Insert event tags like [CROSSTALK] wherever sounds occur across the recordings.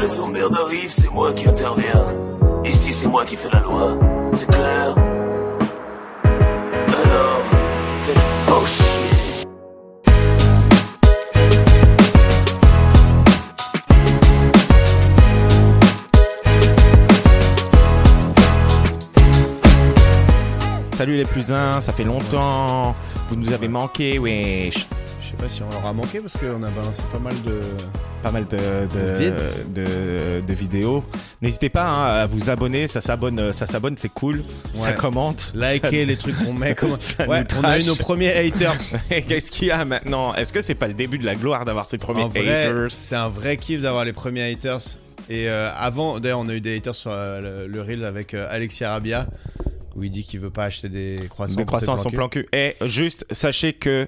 les emmerdes arrivent, c'est moi qui interviens. Ici, c'est moi qui fais la loi. C'est clair Alors, faites pas chier. Salut les plus uns, ça fait longtemps. Vous nous avez manqué, wesh. Je sais pas si on leur a manqué parce qu'on a balancé pas mal de. Pas mal de, de, Vite. de- de vidéos. N'hésitez pas hein, à vous abonner, ça s'abonne, ça s'abonne, c'est cool. Ça Ouais. [LAUGHS] commente. Liker les trucs [LAUGHS] qu'on met. Comment... ça Ouais, nous on a eu trash. nos premiers haters. [LAUGHS] Et Qu'est-ce qu'il y a maintenant Est-ce que c'est pas le début de la gloire d'avoir ses premiers En vrai, haters c'est un vrai kiff d'avoir les premiers haters. Et euh, avant, d'ailleurs, on a eu des haters sur euh, le, le reel avec euh, Alexis Arabia où il dit qu'il veut pas acheter des croissants. Des pour ses croissants sont planqués. plan cul. Et juste, sachez que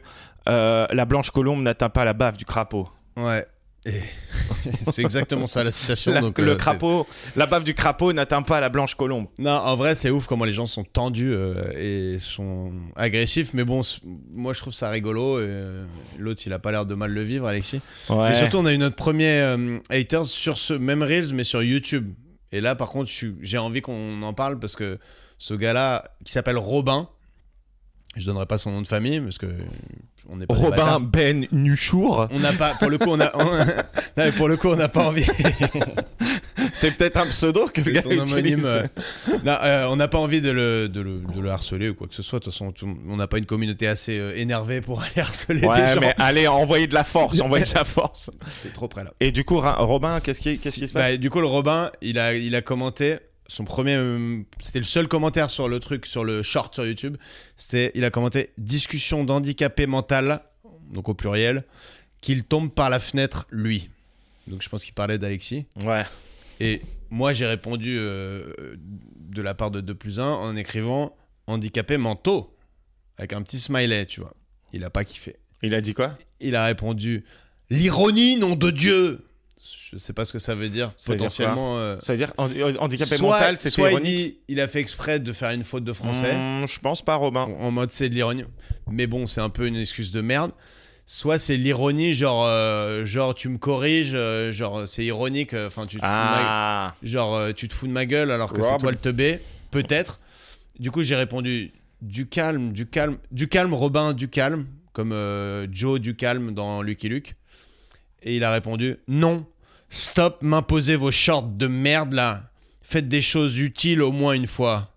euh, la blanche colombe n'atteint pas la bave du crapaud. Ouais. Et- [LAUGHS] c'est exactement ça la citation. La- donc, le euh, c'est- crapaud, la bave du crapaud n'atteint pas la blanche colombe. Non, en vrai, c'est ouf comment les gens sont tendus euh, et sont agressifs. Mais bon, c- moi, je trouve ça rigolo. et, euh, L'autre, il a pas l'air de mal le vivre, Alexis. Mais surtout, on a eu notre premier euh, haters sur ce même Reels, mais sur YouTube. Et là, par contre, je suis- j'ai envie qu'on en parle parce que ce gars-là, qui s'appelle Robin, je donnerai pas son nom de famille parce que on n'est pas des bâtards. Robin Ben Nuchour, On n'a pas, pour le coup, on a, [LAUGHS] on- non, mais pour le coup, on n'a [LAUGHS] pas envie. c'est peut-être un pseudo que le C'est gars ton utilise. homonyme. euh. [LAUGHS] Non, euh, on n'a pas envie de le, de, le, de le harceler ou quoi que ce soit. De toute façon, tout- on n'a pas une communauté assez euh, énervée pour aller harceler des Ouais, gens. mais allez, envoyez de la force, envoyez [LAUGHS] de la force. T'es trop près là. Et du coup, Ra- Robin, Ah, qu'est-ce qui, qu'est-ce qui se passe Bah, Du coup, le Robin, il a, il a commenté son premier. euh, C'était le seul commentaire sur le truc, sur le short sur YouTube. C'était, il a commenté discussion d'handicapé mental, donc au pluriel, qu'il tombe par la fenêtre lui. Donc je pense qu'il parlait d'Alexis. Ouais. Et moi, j'ai répondu euh, de la part de 2 plus 1 en écrivant handicapés mentaux avec un petit smiley, tu vois. Il a pas kiffé. Il a dit quoi Il a répondu l'ironie, nom de Dieu. Je sais pas ce que ça veut dire. Ça veut dire Potentiellement. euh, Ça veut dire handi- handicapé soit- mental, c'est soit il ironique dit- il a fait exprès de faire une faute de français Hmm, Je pense pas, Robin. en mode c'est de l'ironie. Mais bon, c'est un peu une excuse de merde. Soit c'est l'ironie, genre, euh, genre tu me corriges, euh, genre c'est ironique, euh, enfin tu te fous de ma- Ah, Genre, euh, tu te fous de ma gueule alors que Rob. c'est toi le teubé, peut-être. Du coup, j'ai répondu du calme, du calme, du calme, Robin, du calme, comme euh, Joe du calme dans Lucky Luke. Et il a répondu non, stop, m'imposez vos shorts de merde là. Faites des choses utiles au moins une fois.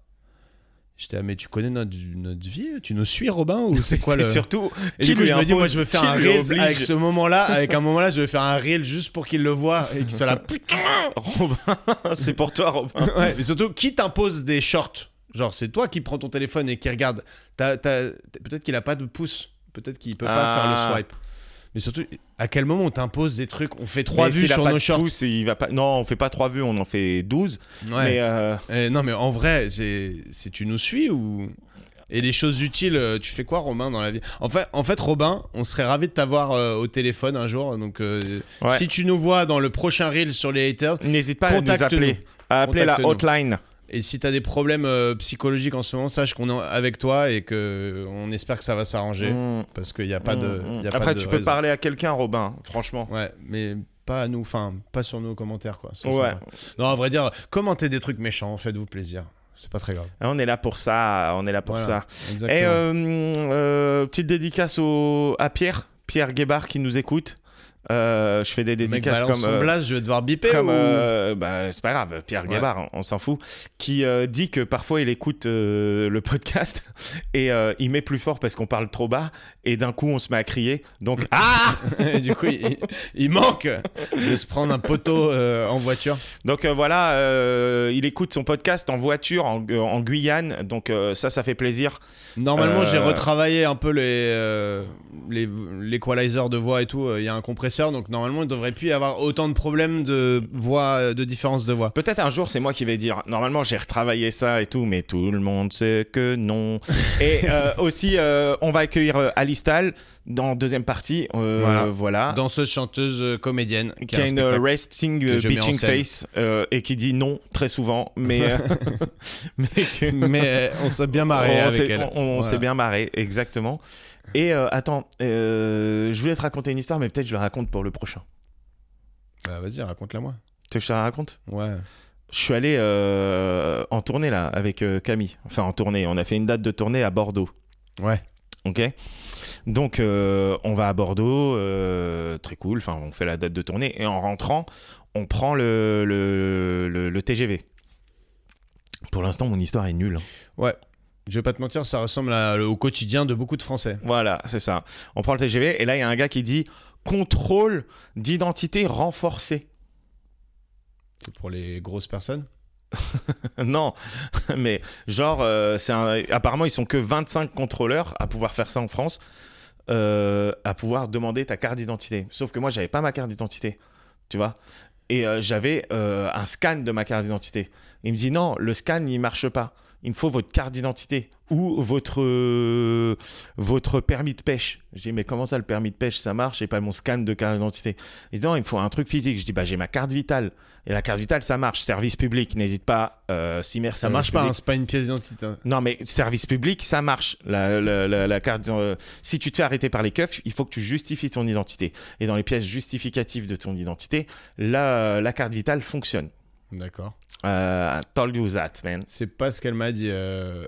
J'étais, ah, mais tu connais notre, notre vie Tu nous suis, Robin [LAUGHS] Ou c'est quoi le. surtout Et qui du coup, lui je me dis, moi, impose, je veux faire qui un lui reel oblige. avec ce moment-là, avec un moment-là, je veux faire un reel juste pour qu'il le voit et qu'il [LAUGHS] soit là. [LAUGHS] Robin, c'est pour toi, Robin. Ouais, mais surtout, qui t'impose des shorts Genre, c'est toi qui prends ton téléphone et qui regarde. T'as- t'as- t'as- Peut-être qu'il a pas de pouce. Peut-être qu'il peut pas Ah. faire le swipe. Mais surtout, à quel moment on t'impose des trucs On fait trois Mais vues s'il a sur pas nos de shorts. pouce, il va pas... Non, on fait pas 3 vues, on en fait 12. Mais euh, Eh, non, mais en vrai, c'est c'est- tu nous suis ou. Et les choses utiles, euh, tu fais quoi, Romain, dans la vie en fait, en fait, Robin, on serait ravi de t'avoir euh, au téléphone un jour. Donc, euh, Ouais. si tu nous vois dans le prochain reel sur les haters, n'hésite pas à nous Contacte-nous. appeler. À appeler la Contacte-nous. hotline. Et si t'as des problèmes euh, psychologiques en ce moment, sache qu'on est avec toi et que on espère que ça va s'arranger Hmm, parce qu'il n'y a pas de. hmm, y a pas Après, de tu peux raison. parler à quelqu'un, Robin, franchement. Ouais, mais pas à nous, enfin pas sur nos commentaires quoi. Ça, Ouais. c'est vrai. Non, à vrai dire, commentez des trucs méchants, faites-vous plaisir. C'est pas très grave. Hein, On est là pour ça, on est là pour ça. Voilà. Exactement. Et euh, euh, petite dédicace au, à Pierre, Pierre Guébard qui nous écoute. Euh, je fais des Le mec dédicaces balance comme. son euh, blase, je vais devoir biper. comme, ou- euh, bah, c'est pas grave, Pierre Ouais. Guébard, on, on s'en fout, qui euh, dit que parfois il écoute euh, le podcast [LAUGHS] et euh, il met plus fort parce qu'on parle trop bas et d'un coup on se met à crier. [LAUGHS] Donc, ah [LAUGHS] Et du coup, il, il manque de se prendre un poteau euh, en voiture. Donc euh, voilà, euh, il écoute son podcast en voiture en, euh, en Guyane, donc euh, ça, ça fait plaisir. Normalement, Euh, j'ai retravaillé un peu les, euh, les l'équalizer de voix et tout. Euh, Il y a un compresseur, donc normalement, il devrait plus y avoir autant de problèmes de voix, euh, de différence de voix. Peut-être un jour, c'est moi qui vais dire. Normalement, j'ai retravaillé ça et tout, mais tout le monde sait que [LAUGHS] non. et euh, aussi, euh, on va accueillir euh, Alice Tal dans deuxième partie. euh, voilà. Voilà. Danseuse, chanteuse, euh, comédienne. qui a une spectacle. resting que euh, je mets en bitching scène. face euh, et qui dit non très souvent, mais, [LAUGHS] euh, [LAUGHS] mais que- Mais euh, on s'est bien marré on avec s'est- elle. on- on Voilà. s'est bien marré, exactement. Et euh, attends, euh, je voulais te raconter une histoire, mais peut-être je la raconte pour le prochain. Bah, vas-y, raconte-la moi. Tu veux que je te la raconte Ouais. Je suis allé euh, en tournée là avec euh, Camille. Enfin, en tournée. On a fait une date de tournée à Bordeaux. Ouais. Ok. Donc, euh, on va à Bordeaux, euh, très cool. Enfin, on fait la date de tournée et en rentrant, on prend le, le, le- le TGV. Pour l'instant, mon histoire est nulle. hein. Je vais pas te mentir, ça ressemble à- au quotidien de beaucoup de Français. Voilà, c'est ça. On prend le TGV et là, il y a un gars qui dit contrôle d'identité renforcé. C'est pour les grosses personnes. [LAUGHS] non, mais genre, euh, c'est un- apparemment, ils sont que 25 contrôleurs à pouvoir faire ça en France, euh, à pouvoir demander ta carte d'identité. Sauf que moi, j'avais pas ma carte d'identité, tu vois. Et euh, j'avais euh, un scan de ma carte d'identité. Il me dit non, le scan, il marche pas. Il me faut votre carte d'identité ou votre, euh, votre permis de pêche. Je dis, mais comment ça, le permis de pêche, ça marche et pas mon scan de carte d'identité Il dit, non, il me faut un truc physique. Je dis, bah, j'ai ma carte vitale. Et la carte vitale, ça marche. Service public, n'hésite pas, euh, s'immerse. Ça marche pas, hein, c'est pas une pièce d'identité. hein. Non, mais service public, ça marche. La, la- la- la carte, euh, si tu te fais arrêter par les keufs, il faut que tu justifies ton identité. Et dans les pièces justificatives de ton identité, la, la carte vitale fonctionne. D'accord. Euh, told you that, man. C'est pas ce qu'elle m'a dit. euh,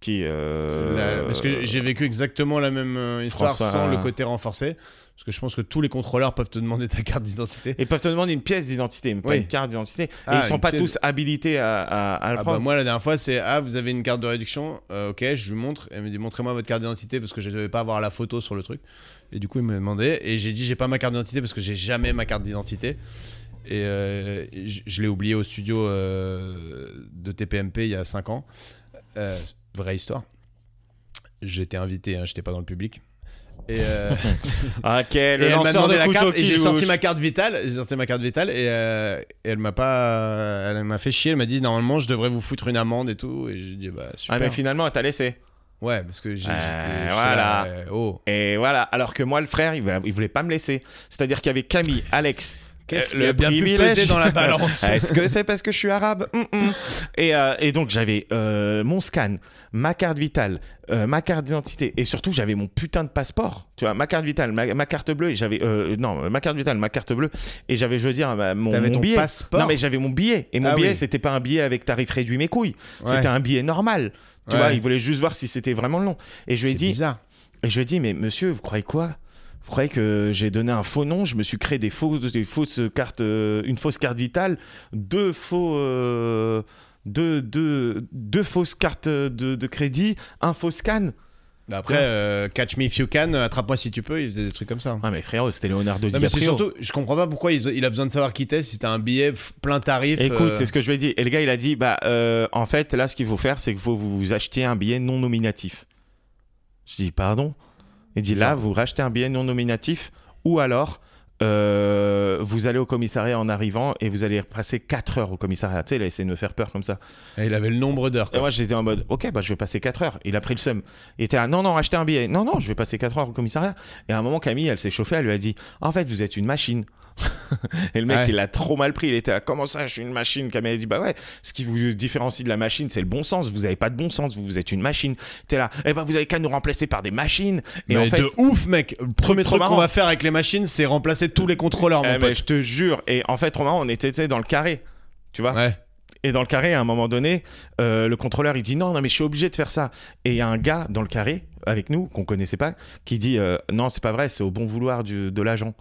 Qui, euh, la- Parce que j'ai vécu exactement la même euh, histoire François- sans le côté renforcé. Parce que je pense que tous les contrôleurs peuvent te demander ta carte d'identité. Ils peuvent te demander une pièce d'identité, mais pas Oui. une carte d'identité. Et Ah, ils sont une pas pièce- tous habilités à, à, à le Ah bah prendre. moi la dernière fois c'est ah vous avez une carte de réduction Euh, ok je lui montre elle me dit montrez-moi votre carte d'identité parce que je devais pas avoir la photo sur le truc et du coup il me demandait et j'ai dit j'ai pas ma carte d'identité parce que j'ai jamais ma carte d'identité et euh, je, je l'ai oublié au studio euh, de TPMP il y a 5 ans Euh, vraie histoire j'étais invité hein, j'étais pas dans le public et euh, Ok, le et elle m'a Ah, lanceur de demandé la couteau carte et qui j'ai joue. sorti ma carte vitale, j'ai sorti ma carte vitale et, euh, et elle m'a pas, elle m'a fait chier, elle m'a dit normalement je devrais vous foutre une amende et tout et j'ai dit bah super. Ah, mais finalement, t'as laissé. ouais parce que j'ai, Euh, j'étais- j'étais voilà. là, euh, oh. Et voilà. Alors que moi, le frère, il, va- il voulait pas me laisser. C'est-à-dire qu'il y avait Camille, Alex. Qu'est-ce euh, qui a bien pu privilège. peser dans la [LAUGHS] balance Est-ce que c'est parce que je suis arabe Hum, hum. et, euh, et donc j'avais euh, mon scan, ma carte vitale, euh, ma carte d'identité et surtout j'avais mon putain de passeport. Tu vois, ma carte vitale, ma, ma carte bleue et j'avais euh, non ma carte vitale, ma carte bleue et j'avais je veux dire ma- mon, T'avais mon ton billet. passeport Non mais j'avais mon billet et mon Ah billet oui. c'était pas un billet avec tarif réduit mes couilles, Ouais. c'était un billet normal. Tu Ouais. vois, il voulait juste voir si c'était vraiment le nom. Et je lui ai C'est dit, bizarre. et je lui ai dit, mais monsieur, vous croyez quoi Vous croyez que j'ai donné un faux nom Je me suis créé des fausses, des fausses cartes, euh, une fausse carte vitale, deux faux. euh, deux, deux, deux fausses cartes de, de crédit, un faux scan. Bah après euh, catch me if you can, attrape-moi si tu peux, il faisait des trucs comme ça. Ah mais frérot, c'était Leonardo Non, mais c'est DiCaprio. surtout, je comprends pas pourquoi ils- il a besoin de savoir qui t'es si t'as un billet f- plein tarif. Écoute, euh, c'est ce que je lui ai dit. Et le gars, il a dit, bah, euh, en fait, là, ce qu'il faut faire, c'est que vous, vous achetez un billet non nominatif. Je dis, pardon Il dit, là, vous rachetez un billet non nominatif, ou alors, euh, vous allez au commissariat en arrivant et vous allez passer 4 heures au commissariat. Tu sais, il a essayé de me faire peur comme ça. et il avait le nombre d'heures. Et quoi. moi, j'étais en mode, ok, bah, je vais passer 4 heures. Il a pris le seum. Il était à, non, non, achetez un billet. Non, non, je vais passer 4 heures au commissariat. Et à un moment, Camille, elle s'est chauffée, elle lui a dit, en fait, vous êtes une machine. [LAUGHS] Et le mec, Ouais. il a trop mal pris. Il était à, comment ça, je suis une machine Camille, elle dit, bah ouais, ce qui vous différencie de la machine, c'est le bon sens. Vous avez pas de bon sens, vous, vous êtes une machine. T'es là, eh ben, vous avez qu'à nous remplacer par des machines. Et mais en fait, de ouf, mec. Le premier trop truc qu'on marrant. va faire avec les machines, c'est remplacer tous les contrôleurs, eh, mon mais pote. je te jure. Et en fait, trop marrant, on était tu sais, dans le carré. Tu vois Ouais. Et dans le carré, à un moment donné, euh, le contrôleur il dit non, non, mais je suis obligé de faire ça. Et il y a un gars dans le carré avec nous qu'on connaissait pas qui dit euh, non, c'est pas vrai, c'est au bon vouloir du- de l'agent.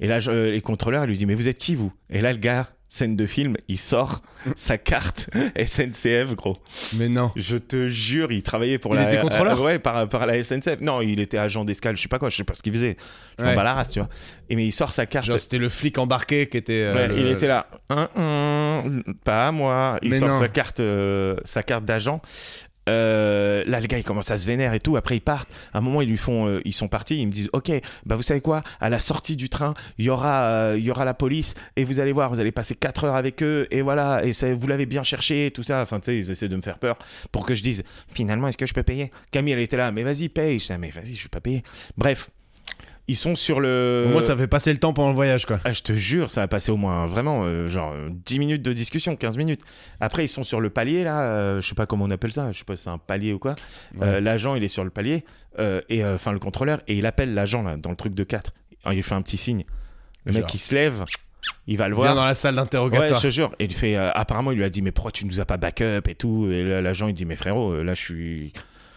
Et là, je- les contrôleurs lui dit mais vous êtes qui vous Et là, le gars, scène de film, il [LAUGHS] sort sa carte SNCF, gros. Mais non. Je te jure, il travaillait pour Il la. était contrôleur euh, Ouais, par, par la SNCF. Non, il était agent d'escale, je sais pas quoi, je sais pas ce qu'il faisait. Je m'en Ouais. bats la race, tu vois. Et mais il sort sa carte. Genre, c'était le flic embarqué qui était. euh, Ouais, le- Il était là, Hein, hein, pas à moi. Il Mais sort non. sa carte, euh, sa carte d'agent. Euh, là, le gars, il commence à se vénère et tout. Après, ils partent. À un moment, ils lui font, euh, ils sont partis. Ils me disent, ok, bah vous savez quoi À la sortie du train, il y aura, euh, il y aura la police et vous allez voir, vous allez passer 4 heures avec eux et voilà. Et ça, vous l'avez bien cherché, tout ça. Enfin, tu sais, ils essaient de me faire peur pour que je dise, finalement, est-ce que je peux payer Camille, elle était là, mais vas-y, paye. Je disais, mais vas-y, je vais pas payer. Bref, ils sont sur le. Au moins, ça fait passer le temps pendant le voyage, quoi. Ah, je te jure, ça a passé au moins vraiment euh, genre euh, 10 minutes de discussion, 15 minutes. Après, ils sont sur le palier là, euh, je sais pas comment on appelle ça, je sais pas si c'est un palier ou quoi. Euh, l'agent, il est sur le palier, euh, et euh, enfin le contrôleur, et il appelle l'agent là, dans le truc de 4. Il lui fait un petit signe. Le Genre. mec, il se lève, Il va le Viens voir. dans la salle Ouais, d'interrogatoire. je te jure. Et il fait, euh, apparemment, il lui a dit, mais pourquoi tu nous as pas backup et tout Et là, l'agent, il dit, mais frérot, euh, là, je suis,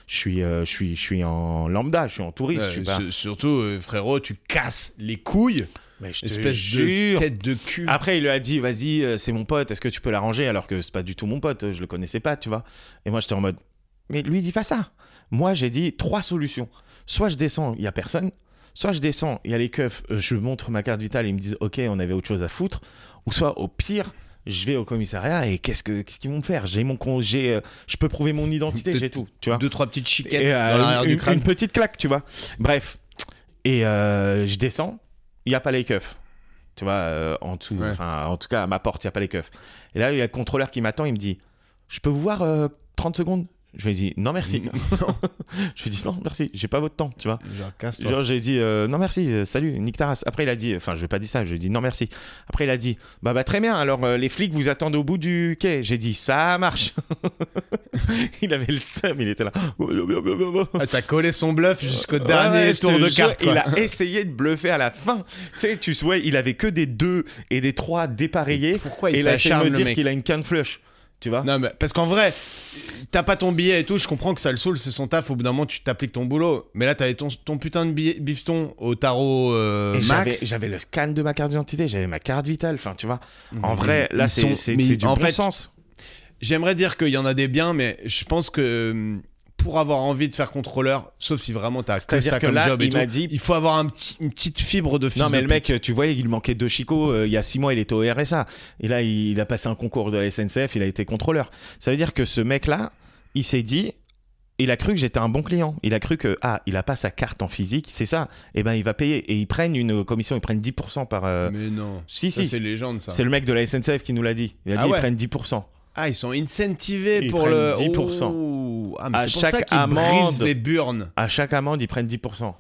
je suis, euh, je suis, je suis en lambda, je suis en touriste. Ouais, je suis pas- su- surtout, euh, frérot, tu casses les couilles, Mais je te espèce de jure. Ah, tête de cul. Après, il lui a dit, vas-y, euh, c'est mon pote, est-ce que tu peux l'arranger Alors que c'est pas du tout mon pote, euh, je le connaissais pas, tu vois. Et moi, j'étais en mode, mais lui, dis pas ça. Moi, j'ai dit trois solutions. Soit je descends, il y a personne. Soit je descends, il y a les keufs, euh, je montre ma carte vitale, ils me disent, ok, on avait autre chose à foutre. Ou soit, au pire, je vais au commissariat et qu'est-ce que qu'est-ce qu'ils vont me faire J'ai mon con, j'ai, euh, je peux prouver mon identité, Peut-être j'ai tout, tu vois. Deux, trois petites chiquettes Et, euh, dans l'arrière une, du crâne. une petite claque, tu vois. Bref. Et euh, je descends, il n'y a pas les keufs. Tu vois, euh, en dessous, Ouais. enfin, en tout cas, à ma porte, il n'y a pas les keufs. Et là, il y a le contrôleur qui m'attend, il me dit Je peux vous voir euh, 30 secondes Je lui ai dit Non, [LAUGHS] merci. [LAUGHS] je lui ai dit Non, merci, j'ai pas votre temps, tu vois. Genre, casse-toi. Genre, j'ai dit euh, Non, merci, euh, salut, nique ta race. Après, il a dit Enfin, je vais pas dit ça, je lui ai dit Non, merci. Après, il a dit Bah, bah, très bien, alors euh, les flics vous attendent au bout du quai. J'ai dit Ça marche. [LAUGHS] il avait le seum, il était là. Ah, t'as collé son bluff jusqu'au Ouais, [LAUGHS] dernier ouais, je tour te de jure, carte. Il quoi. a essayé de bluffer à la fin. Tu sais, tu souhaites, il avait que des 2 et des 3 dépareillés. Pourquoi et il il a essayé de s'acharne me le dire mec Euh, qu'il a une canne flush. Tu vois Non, mais parce qu'en vrai, t'as pas ton billet et tout, je comprends que ça le saoule, c'est son taf, au bout d'un moment tu t'appliques ton boulot. Mais là, t'avais ton, ton putain de billet, bifton au tarot euh, Et j'avais- max. J'avais le scan de ma carte d'identité, j'avais ma carte vitale. Enfin, tu vois. En Mais vrai, ils là, c'est sont- c'est- mais c'est du en bon fait, sens. J'aimerais dire qu'il y en a des biens, mais je pense que hum, pour avoir envie de faire contrôleur, sauf si vraiment t'as que C'est-à-dire ça que comme là, job et il tout, m'a dit- il faut avoir un petit- une petite fibre de fils Non, mais de le pute. mec, tu voyais, il manquait deux chicots. euh, il y a six mois, il était au RSA. Et là, il, il a passé un concours de la SNCF, il a été contrôleur. Ça veut dire que ce mec-là, il s'est dit. Il a cru que j'étais un bon client. Il a cru que, ah, il a pas sa carte en physique, c'est ça. Eh ben, il va payer. Et ils prennent une commission, ils prennent 10% par. euh, Mais non. Si, Ça, si. c'est légende, ça. C'est le mec de la SNCF qui nous l'a dit. Il a Ah dit, ouais. ils prennent 10%. Ah, ils sont incentivés Ils pour prennent le. 10%. Ouh. Ah, mais À c'est pour chaque ça qu'ils amende. brisent les burnes. À chaque amende, ils prennent 10%.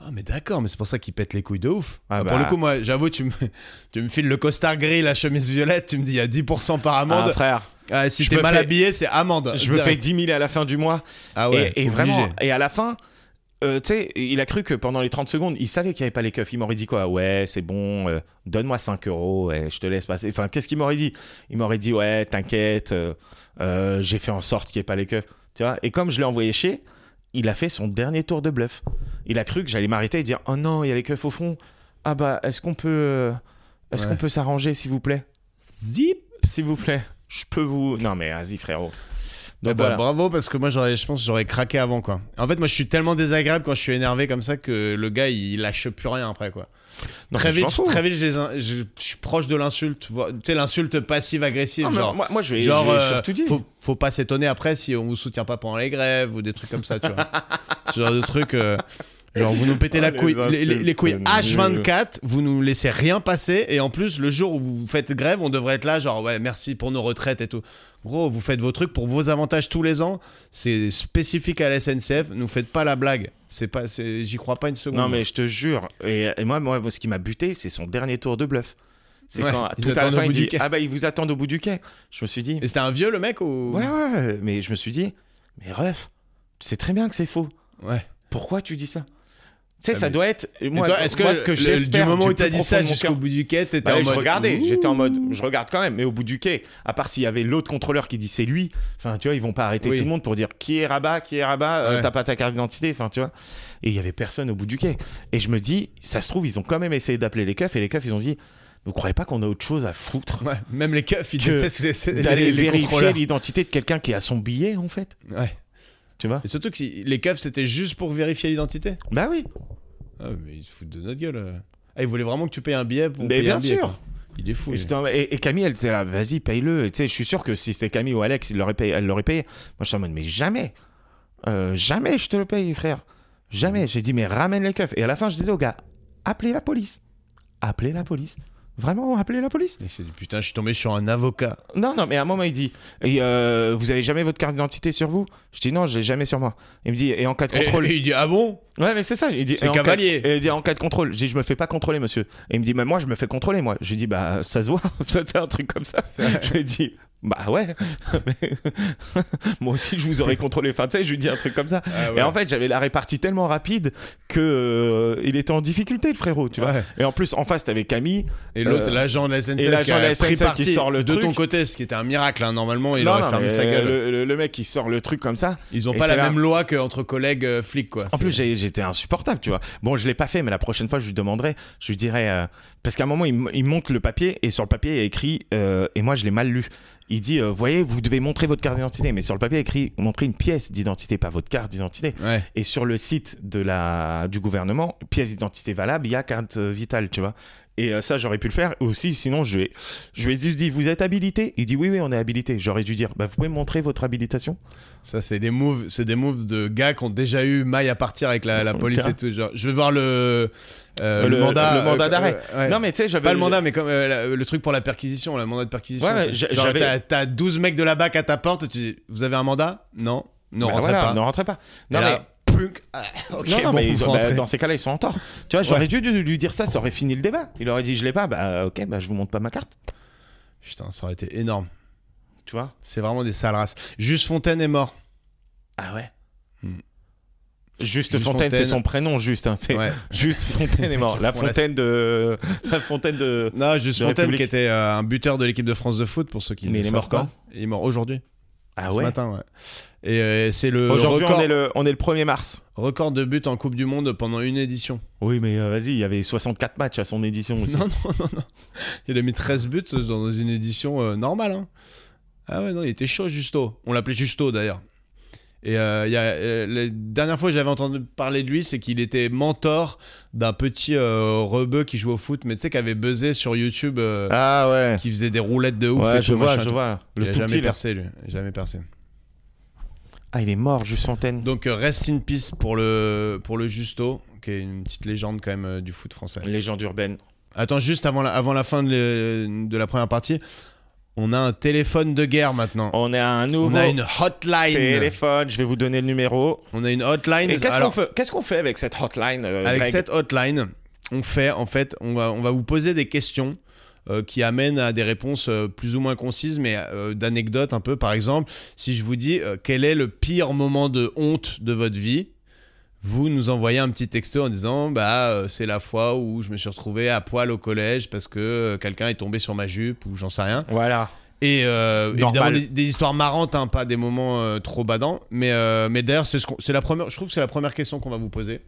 Ah, mais d'accord, mais c'est pour ça qu'ils pètent les couilles de ouf. Ah Ah, bah. Pour le coup, moi, j'avoue, tu me, [LAUGHS] tu me files le costard gris, la chemise violette, tu me dis il y a 10% par amende. Ah, frère, Ah, si je t'es me mal fais- habillé, c'est amende. je me fais Direct. 10 000 à la fin du mois. Ah ouais, et et obligé. vraiment, et à la fin, euh, tu sais, il a cru que pendant les 30 secondes, il savait qu'il n'y avait pas les keufs. Il m'aurait dit quoi Ouais, c'est bon, euh, donne-moi 5 euros, ouais, je te laisse passer. Enfin, qu'est-ce qu'il m'aurait dit Il m'aurait dit Ouais, t'inquiète, euh, euh, j'ai fait en sorte qu'il n'y ait pas les keufs. Tu vois et comme je l'ai envoyé chez, il a fait son dernier tour de bluff. Il a cru que j'allais m'arrêter et dire Oh non, il y a les keufs au fond. Ah bah, est-ce qu'on peut, euh, est-ce Ouais. qu'on peut s'arranger, s'il vous plaît Zip S'il vous plaît, je peux vous. Non, mais vas-y, frérot. Bah, Donc, voilà. Bravo, parce que moi, j'aurais, je pense que j'aurais craqué avant, quoi. En fait, moi, je suis tellement désagréable quand je suis énervé comme ça que le gars, il lâche plus rien après, quoi. Non, très, mais je vite, m'en fous. très vite, je, les in- je- je suis proche de l'insulte. vo- Tu sais, l'insulte passive-agressive. Ah, mais genre, moi, moi, je vais, Genre, je vais euh, surtout dire. faut, faut pas s'étonner après si on vous soutient pas pendant les grèves ou des trucs comme ça, [LAUGHS] tu vois. Ce genre de truc. euh, genre, vous nous pétez Ah, la les couille, les, les- les couilles insultes, H24, vous nous laissez rien passer. Et en plus, le jour où vous faites grève, on devrait être là, genre, ouais, merci pour nos retraites et tout. Gros, vous faites vos trucs pour vos avantages tous les ans. C'est spécifique à la SNCF. Nous faites pas la blague. C'est pas, c'est, j'y crois pas une seconde. Non, mais je te jure. Et, et moi, moi, ce qui m'a buté, c'est son dernier tour de bluff. C'est Ouais, quand ils tout à la attendent au fin, il bout du dit quai. Ah bah, ils vous attendent au bout du quai. Je me suis dit Et c'était un vieux le mec ou Ouais, ouais, mais je me suis dit Mais ref, tu sais très bien que c'est faux. Ouais. Pourquoi tu dis ça Tu sais, Ah, ça mais- doit être. Et Moi, toi, est-ce que, moi, ce que le- j'espère du moment où plus t'as dit profond ça de mon jusqu'au cœur- bout du quai, t'étais Bah en oui, je mode, regardais, ouh. j'étais en mode, je regarde quand même, mais au bout du quai, à part s'il y avait l'autre contrôleur qui dit c'est lui, enfin tu vois, ils vont pas arrêter Oui. tout le monde pour dire qui est Rabat, qui est Rabat, euh, Ouais. t'as pas ta carte d'identité, enfin tu vois. Et il y avait personne au bout du quai. Et je me dis, ça se trouve, ils ont quand même essayé d'appeler les keufs et les keufs, ils ont dit, vous croyez pas qu'on a autre chose à foutre Ouais, même les keufs, ils Que détestent les, d'aller les, les vérifier contrôleurs. l'identité de quelqu'un qui a son billet en fait, Ouais. tu vois Et surtout que si- les keufs, c'était juste pour vérifier l'identité. Bah oui, Ah, mais ils se foutent de notre gueule. euh. Ah, ils voulaient vraiment que tu payes un billet pour Mais payer bien un billet, sûr. quoi. Il est fou. Et, lui. j'étais en- et- et Camille, elle disait là, vas-y, paye-le. Et Tu sais, je suis sûr que si c'était Camille ou Alex, il l'aurait payé, elle l'aurait payé. Moi, je suis en mode, mais jamais, Euh, jamais je te le paye, frère. Jamais. J'ai dit, mais ramène les keufs. Et à la fin, je disais au gars, appelez la police. Appelez la police. Vraiment, appelez la police. Et c'est dit, putain, je suis tombé sur un avocat. Non, non, mais à un moment, il dit, et, euh, vous avez jamais votre carte d'identité sur vous Je dis, non, je l'ai jamais sur moi. Il me dit, et en cas de Et, [LAUGHS] contrôle. et il dit, ah bon Ouais, mais c'est ça. Il dit, C'est et en cas- cavalier. et il dit en cas de contrôle. Je dis, je me fais pas contrôler, [LAUGHS] monsieur. Et il me dit, mais moi, je me fais contrôler, moi. Je lui dis, bah, ça se voit. ça, c'est un truc comme ça. Je lui ai dit, Bah ouais, [LAUGHS] Mais- moi aussi je vous aurais contrôlé. Enfin, tu sais, je lui dis un truc comme ça. Ah Et ouais. en fait, j'avais la répartie tellement rapide que euh, il était en difficulté, le frérot, tu vois. Ouais. Et en plus, en face, t'avais Camille. Et l'autre, Euh, l'agent de la SNCF, et l'agent qui, de la a pris SNCF parti qui sort le de ton truc. côté, ce qui était un miracle. hein. Normalement, il Non, aurait non, fermé mais, sa gueule. euh, Le, le- le mec, il sort le truc comme ça. Ils ont Et pas la t'es là. même loi qu'entre collègues euh, flics, quoi. En C'est- plus, j'ai- j'étais insupportable, tu vois. Bon, je l'ai pas fait, mais la prochaine fois, je lui demanderai. Je lui dirai. euh, parce qu'à un moment, il, m- il montre le papier et sur le papier, il y a écrit. euh, et moi, je l'ai mal lu. Il dit euh, Voyez, vous devez montrer votre carte d'identité. Mais sur le papier, il y a écrit Montrez une pièce d'identité, pas votre carte d'identité. Ouais. Et sur le site de la, du gouvernement, pièce d'identité valable, il y a carte euh, vitale, tu vois. Et euh, ça, j'aurais pu le faire aussi. Sinon, je vais, je vais juste dire Vous êtes habilité Il dit Oui, oui, on est habilité. J'aurais dû dire bah, Vous pouvez me montrer votre habilitation Ça, c'est des moves, c'est des moves de gars qui ont déjà eu maille à partir avec la, la police Ok. et tout. Genre, je veux voir le euh, Le- le mandat, le mandat euh, d'arrêt. euh, ouais. Non, mais tu sais, j'avais. Pas le mandat, mais comme euh, la- le truc pour la perquisition, le mandat de perquisition. Ouais, ouais, tu- j'a- genre, j'avais- t'as, t'as 12 mecs de la BAC à ta porte, tu dis, vous avez un mandat Non, non, Bah rentrez voilà, pas. Ne rentrez pas. Et Non, mais- là, plunk, ah, ok, non, non, bon, mais ils- vous bah, rentrez. dans ces cas-là, ils sont en tort. Tu vois, j'aurais dû lui dire ça, ça aurait fini le débat. Il aurait dit je l'ai pas, bah ok, bah je vous montre pas ma carte. Putain, ça aurait été énorme. Tu vois C'est vraiment des sales races. Juste Fontaine est mort. Ah ouais. Hmm. Juste, Juste Fontaine, c'est Fontaine. son prénom, juste. hein, c'est- Ouais. Juste Fontaine est mort. [LAUGHS] Ils La font la- Fontaine de. [LAUGHS] La Fontaine de. Non, [LAUGHS] Juste De Fontaine République. qui était euh, un buteur de l'équipe de France de foot pour ceux qui Mais ne il est savent mort pas. quand Il est mort aujourd'hui, Ah ce ouais. matin, ouais. Et euh, c'est le Aujourd'hui, record, on, est le... on est le 1er mars. record de buts en Coupe du Monde pendant une édition. Oui, mais euh, vas-y, il y avait 64 matchs à son édition aussi. Non, non, non, non. Il a mis 13 buts dans une édition euh, normale. hein. Ah ouais, non, il était chaud, Justo. On l'appelait Justo d'ailleurs. Et euh, il y a, euh, la dernière fois que j'avais entendu parler de lui, c'est qu'il était mentor d'un petit euh, rebeu qui jouait au foot, mais tu sais, qui avait buzzé sur YouTube, euh, Ah ouais. qui faisait des roulettes de ouf. et Ouais, je tout, vois, machin, je tout. vois. Il Le a tout jamais petit. là. percé, lui. Il a Jamais percé. Ah, il est mort, juste Fontaine. Donc, euh, rest in peace pour le, pour le Justo, qui est une petite légende quand même euh, du foot français. Légende urbaine. Attends, juste avant la, avant la fin de, le- de la première partie, on a un téléphone de guerre maintenant. On est à un nouveau. On a une hotline. Téléphone, je vais vous donner le numéro. On a une hotline. Et qu'est-ce qu'on Alors, fait, qu'est-ce qu'on fait avec cette hotline euh, avec Greg cette hotline, on fait, en fait, on va, on va vous poser des questions. euh, qui amènent à des réponses euh, plus ou moins concises, mais euh, d'anecdotes un peu. Par exemple, si je vous dis euh, quel est le pire moment de honte de votre vie, vous nous envoyez un petit texto en disant bah euh, c'est la fois où je me suis retrouvé à poil au collège parce que euh, quelqu'un est tombé sur ma jupe ou j'en sais rien. Voilà. Et euh, Normal. évidemment des, des histoires marrantes, hein, pas des moments euh, trop badants. Mais, euh, mais d'ailleurs, c'est ce qu'on- c'est la première. Je trouve que c'est la première question qu'on va vous poser.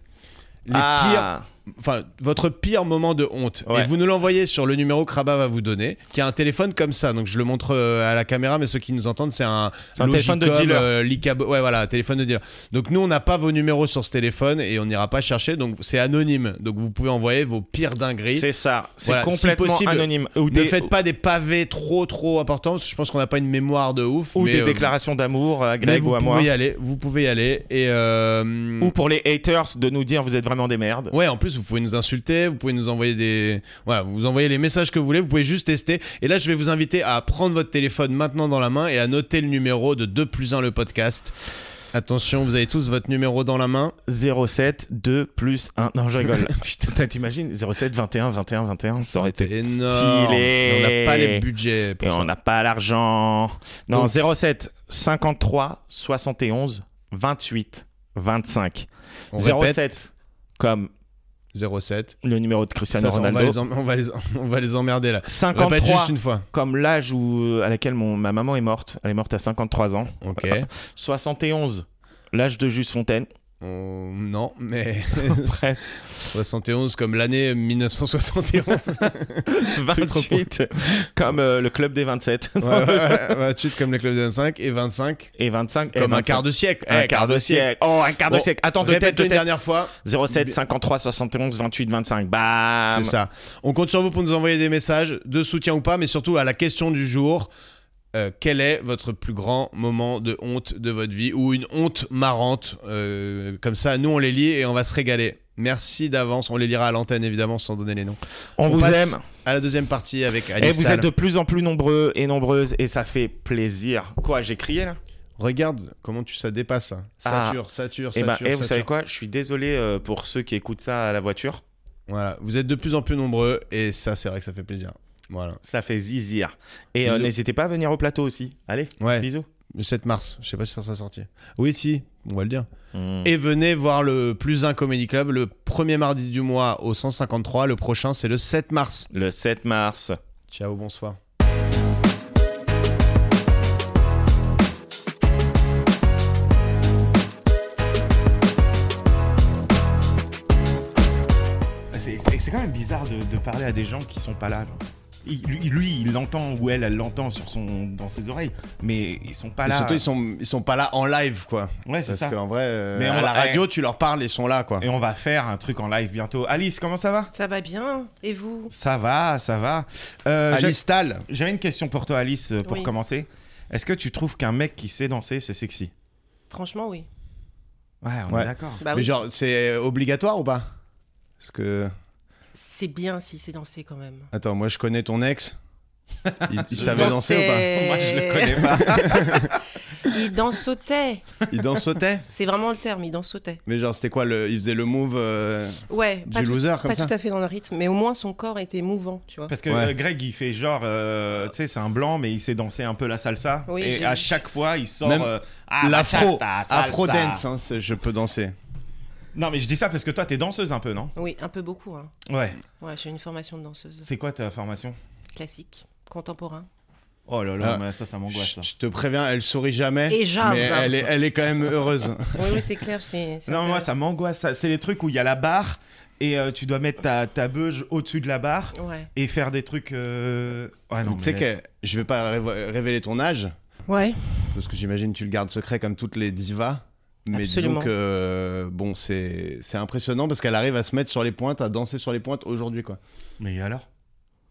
Les Ah. pires, enfin votre pire moment de honte. Ouais. Et vous nous l'envoyez sur le numéro que Rabat va vous donner, qui a un téléphone comme ça. Donc je le montre euh, à la caméra, mais ceux qui nous entendent, c'est un, C'est un téléphone de Logicom, dealer. euh, Lycabo- ouais voilà, téléphone de dealer. Donc nous on n'a pas vos numéros sur ce téléphone et on n'ira pas chercher. Donc c'est anonyme. Donc vous pouvez envoyer vos pires dingueries. C'est ça. C'est Voilà, si complètement possible, anonyme. Ou Ne des, faites pas des pavés trop trop importants parce que je pense qu'on n'a pas une mémoire de ouf. ou mais, des euh, déclarations d'amour à mais Greg vous ou à pouvez moi. y aller, vous pouvez y aller et euh, Ou pour les haters de nous dire vous êtes vraiment des merdes. ouais en plus vous pouvez nous insulter, vous pouvez nous envoyer des voilà vous envoyez les messages que vous voulez, vous pouvez juste tester et là je vais vous inviter à prendre votre téléphone maintenant dans la main et à noter le numéro de 2 plus 1 le podcast. Attention vous avez tous votre numéro dans la main. 07 2 plus 1. Non, je [LAUGHS] rigole. Putain, t'imagines 07 21 21 21. Ça aurait été Énorme. stylé. Mais On n'a pas les budgets Et pour on ça. n'a pas l'argent. Non, Donc- 07 53 71 28 25. On répète 07 comme 07. le numéro de Cristiano Ça, ça, on, va Ronaldo. les em- on va les em- on va les emmerder là. Répète 53 juste une fois. comme l'âge où, euh, à laquelle mon- ma maman est morte. Elle est morte à 53 ans. OK. 71 l'âge de Juste Fontaine. Oh, non, mais [LAUGHS] Presque. [LAUGHS] 71 comme l'année 1971. 28 comme euh, le club des 27. ouais, ouais, ouais, 28 comme le club des 25 et 25 Et 25 comme un quart de siècle. Un Eh, quart de siècle. Oh, un quart de Bon, siècle. Attends, de tête, Répète-le de une tête. dernière fois. 07 53 71 28 25. Bam. C'est ça. On compte sur vous pour nous envoyer des messages de soutien ou pas, mais surtout à la question du jour. euh, quel est votre plus grand moment de honte de votre vie ou une honte marrante euh, Comme ça, nous, on les lit et on va se régaler. Merci d'avance. On les lira à l'antenne, évidemment, sans donner les noms. On, vous passe aime. À la deuxième partie avec Alice. Et vous Tal. êtes de plus en plus nombreux et nombreuses et ça fait plaisir. Quoi, j'ai crié là Regarde comment tu ça dépasse. ça. Ah. Sature, sature, Eh sature. ben, eh, vous sature. savez quoi Je suis désolé euh, pour ceux qui écoutent ça à la voiture. Voilà, vous êtes de plus en plus nombreux et ça, c'est vrai que ça fait plaisir. Voilà. Ça fait zizir. Et euh, Bisous. Eh. n'hésitez pas à venir au plateau aussi. Allez, Ouais, bisous. le 7 mars. Je sais pas si ça sera sorti. Oui, si, on va le Mm. dire. Hmm. Et venez voir le Plus 1 Comedy Club le premier mardi du mois au 153. Le prochain, c'est le 7 mars. Le 7 mars. Ciao, bonsoir. Ah, C'est c'est- c'est quand même bizarre de, de parler à des gens qui sont pas là. genre. Il- lui, lui, il l'entend ou elle, elle l'entend sur son, dans ses oreilles, mais ils sont pas Et Ah là. surtout, ils sont, ils sont pas là en live, quoi. Ouais, c'est Parce ça. qu'en vrai, euh, Mais on Euh, à va- la radio, tu leur parles, ils sont là, quoi. Et on va faire un truc en live bientôt. Alice, comment ça va Ça va bien. Et vous Ça va, ça va. Euh, j'a- Alice Tal. J'avais une question pour toi, Alice, euh, pour Oui. commencer. Est-ce que tu trouves qu'un mec qui sait danser, c'est sexy Franchement, oui. Ouais, on est Ouais. d'accord. Bah Mais oui. genre, c'est obligatoire ou pas Parce que. C'est bien si c'est dansé quand même. Attends, moi je connais ton ex. Il, il savait danser ou Moi, je le connais pas. [LAUGHS] Il dansautait. pas Il dansautait C'est vraiment le terme, il dansautait. Mais genre, c'était quoi le... Il faisait le move euh, Ouais, pas, du tout, loser comme pas ça tout à fait dans le rythme, mais au moins son corps était mouvant, tu vois. Parce que Ouais. euh, Greg, il fait genre, euh, tu sais, c'est un blanc, mais il sait danser un peu la salsa. Oui, et j'ai à vu. chaque fois, il sort Même euh, bah, Ah, L'afro, bachata, salsa. afro dance, hein, c'est- je peux danser. Non, mais je dis ça parce que toi, t'es danseuse un peu, non Oui, un peu beaucoup. Hein. Ouais. Ouais, j'ai une formation de danseuse C'est quoi ta formation classique, contemporain. Oh là là, Ah. mais ça, ça m'angoisse. Je, ça. je te préviens, elle sourit jamais. hein. Et jase, mais hein. elle est, elle est quand même [LAUGHS] heureuse. Oui, oui, c'est clair. C'est, c'est Non, moi, intéressant. ça m'angoisse. ça. C'est les trucs où il y a la barre et euh, tu dois mettre ta, ta beuge au-dessus de la barre Ouais. et faire des trucs. euh, Ouais, non. tu sais mais que je vais pas révo- révéler ton âge, Ouais. parce que j'imagine que tu le gardes secret comme toutes les divas. Mais Absolument. disons que euh, bon, c'est c'est impressionnant parce qu'elle arrive à se mettre sur les pointes, à danser sur les pointes aujourd'hui, quoi. Mais alors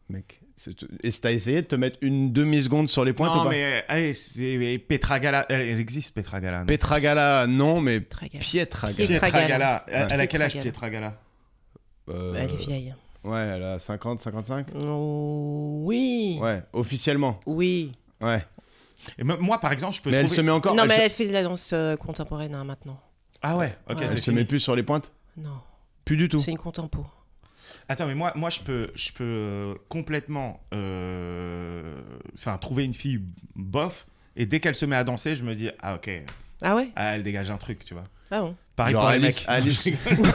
Mec, c'est- et t'as essayé de te mettre une demi-seconde sur les pointes ou Non, pas mais euh, allez, c'est mais Petra Gala. Elle, elle existe, Petra Gala. non Petra Gala, non, mais Très bien. Pietra Gala. Pietra Petra Gala. Gala. Elle, elle a quel Pietra âge, Gala. Petra Gala Euh, Bah, Elle est vieille. Ouais, elle a 50, 55 Oh, oui. Ouais, officiellement. Oui. Ouais. Et me- Moi, par exemple, je peux Mais elle trouver- se met encore. non, elle mais se... elle fait de la danse euh, contemporaine hein, maintenant. Ah ouais, ok, Ouais. c'est elle se fini. met plus sur les pointes Non, Plus du tout. c'est une contempo. Attends, mais moi, moi je peux, je peux euh, complètement euh, enfin, trouver une fille bof, et dès qu'elle se met à danser, je me dis, ah ok, Ah ouais ah, elle dégage un truc, tu vois. Ah bon Pareil Genre pour les Alice- mecs. [LAUGHS] Alice.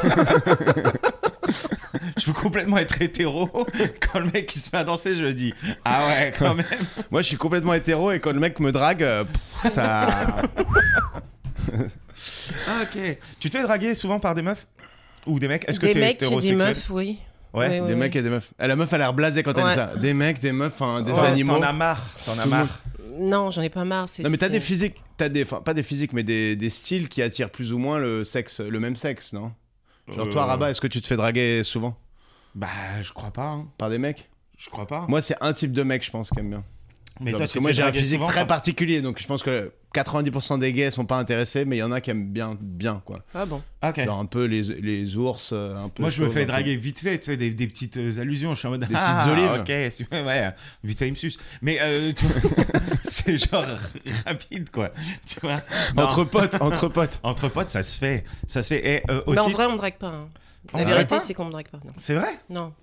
je peux complètement être hétéro. [LAUGHS] Quand le mec qui se met à danser, je me dis, ah ouais, quand [LAUGHS] même. Moi, je suis complètement hétéro et quand le mec me drague, euh, pff, ça. Ah, ok. Tu te fais draguer souvent par des meufs Ou des mecs Est-ce que Des t'es mecs et des hétérosexuel meufs, oui. Ouais. [LAUGHS] Oui, oui, des oui. mecs et des meufs. Ah, la meuf a l'air blasée quand elle Ouais. dit ça. Des mecs, des meufs, hein, des Ouais, animaux. Oh, T'en as marre. T'en as Tout le marre. monde. Non, j'en ai pas marre. c'est- Non, mais t'as c'est- des physiques. T'as des... Enfin, pas des physiques, mais des... des styles qui attirent plus ou moins le sexe, le même sexe, non Genre, toi, Euh, Rabat, est-ce que tu te fais draguer souvent Bah, je crois pas. hein. par des mecs Je crois pas. Moi, c'est un type de mec, je pense, qui aime bien. mais toi, Genre, parce tu que te moi, fais j'ai un draguer physique souvent très par- particulier, donc je pense que 90% des gays sont pas intéressés, mais il y en a qui aiment bien, bien quoi. Ah bon Ok. Genre un peu les, les ours, euh, un peu. Moi, je me chauves, un fais peu. draguer vite fait, tu sais, des, des petites euh, allusions. Je suis en mode. Des ah, petites olives. Ok, [LAUGHS] su- ouais, vite fait, il me suce. Mais euh, tu vois, [LAUGHS] c'est genre [LAUGHS] rapide, quoi. Tu vois Non. [LAUGHS] Entre potes, entre potes. Entre potes, ça se fait. Ça se fait. Et euh, Mais en aussi. vrai, on me drague pas. hein. On La me drague vérité, pas c'est qu'on me drague pas. Non. C'est vrai Non.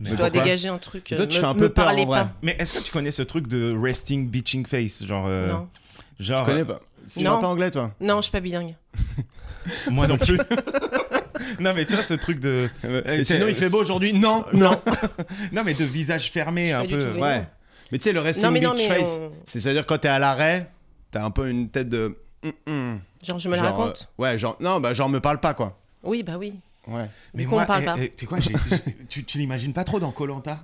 Mais Je dois pourquoi dégager un truc. euh, Toi, tu me- fais un peu me peur, en parlez vrai. pas. Mais est-ce que tu connais ce truc de resting bitching face Genre. euh, Non. genre Tu connais pas Tu Non. parles pas anglais, toi non, je suis pas bilingue. euh, Moi non plus. [LAUGHS] non, mais tu vois, ce truc de. Euh, euh, Et sinon, il fait beau aujourd'hui Non, [LAUGHS] Non [LAUGHS] Non, mais de visage fermé, pas un du peu. euh, tout vénère. Ouais. Mais tu sais, le resting Non, mais bitch non, mais face, on- c'est- c'est-à-dire quand t'es à l'arrêt, t'as un peu une tête de. Hum, hum. Genre, je me la Genre, raconte. euh, Ouais, genre, non, bah, genre, me parle pas, quoi. Oui, bah oui. Ouais. mais Du coup, on moi, parle eh, pas. eh, tu sais quoi, j'ai- j'ai- tu, tu l'imagines pas trop dans Colanta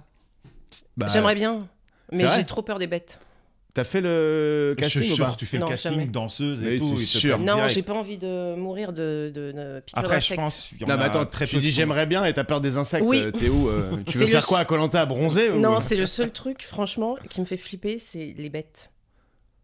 Bah, J'aimerais bien. Mais vrai j'ai trop peur des bêtes. Bah, T'as fait le casting ou pas tu fais Non, le casting jamais. danseuse et Mais tout. c'est ils te sûr. prennent Non, direct. j'ai pas envie de mourir de, de, de piqûres Après, je d'insectes. pense. il y en Non, mais a attends, très tu peu dis qui- j'aimerais bien et t'as peur des insectes. Oui. euh, T'es où [LAUGHS] euh, Tu veux C'est faire le- quoi à Colanta Bronzer ou- Non, c'est le seul truc, franchement, qui me fait flipper, c'est les bêtes.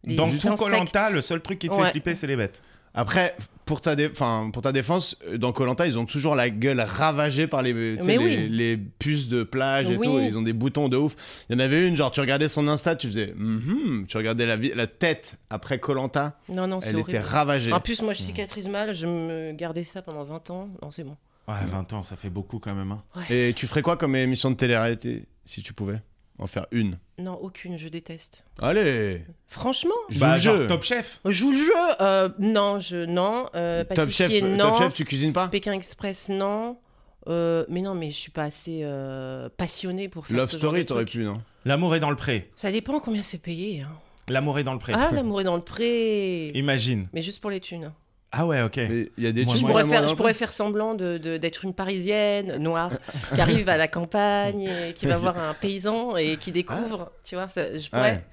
Les Dans insectes. tout Colanta, le seul truc qui te fait Ouais. flipper, c'est les bêtes. Après, pour ta, dé- enfin, pour ta défense, euh, dans Colanta, ils ont toujours la gueule ravagée par les, tu sais, Mais les, oui. les puces de plage et Oui. tout. Ils ont des boutons de ouf. Il y en avait une, genre, tu regardais son Insta, tu faisais Mhm tu regardais la, vi- la tête après Colanta, Non, non, Oh, c'est elle était horrible. Ah, ravagée. En plus, moi, je cicatrise mal, je me gardais ça pendant 20 ans. Non, c'est bon. Ouais, 20 ans, ça fait beaucoup quand même. hein. Et tu ferais quoi comme émission de télé-réalité si tu pouvais En faire une. Non, aucune, je déteste. Allez Franchement, Joue Bah, le genre jeu Top Chef. je joue le jeu. euh, non, je non. Euh, Top chef, pâtissier, non. Top Chef, tu cuisines pas Pékin Express, non. Euh, mais non, mais je suis pas assez euh, passionnée pour faire Love ce genre de Story, t'aurais truc. pu, non L'amour est dans le pré. Ça dépend combien c'est payé. hein. L'amour est dans le pré. Ah, l'amour est dans le pré. Imagine. Mais juste pour les thunes. Ah ouais, ok. Mais il y a des Moi, trucs Je Ouais, pourrais, vraiment faire, là- je pourrais faire semblant de- de- d'être une parisienne noire qui arrive à la campagne et qui va voir un paysan et qui découvre. Tu vois, ça- je Ah pourrais. ouais.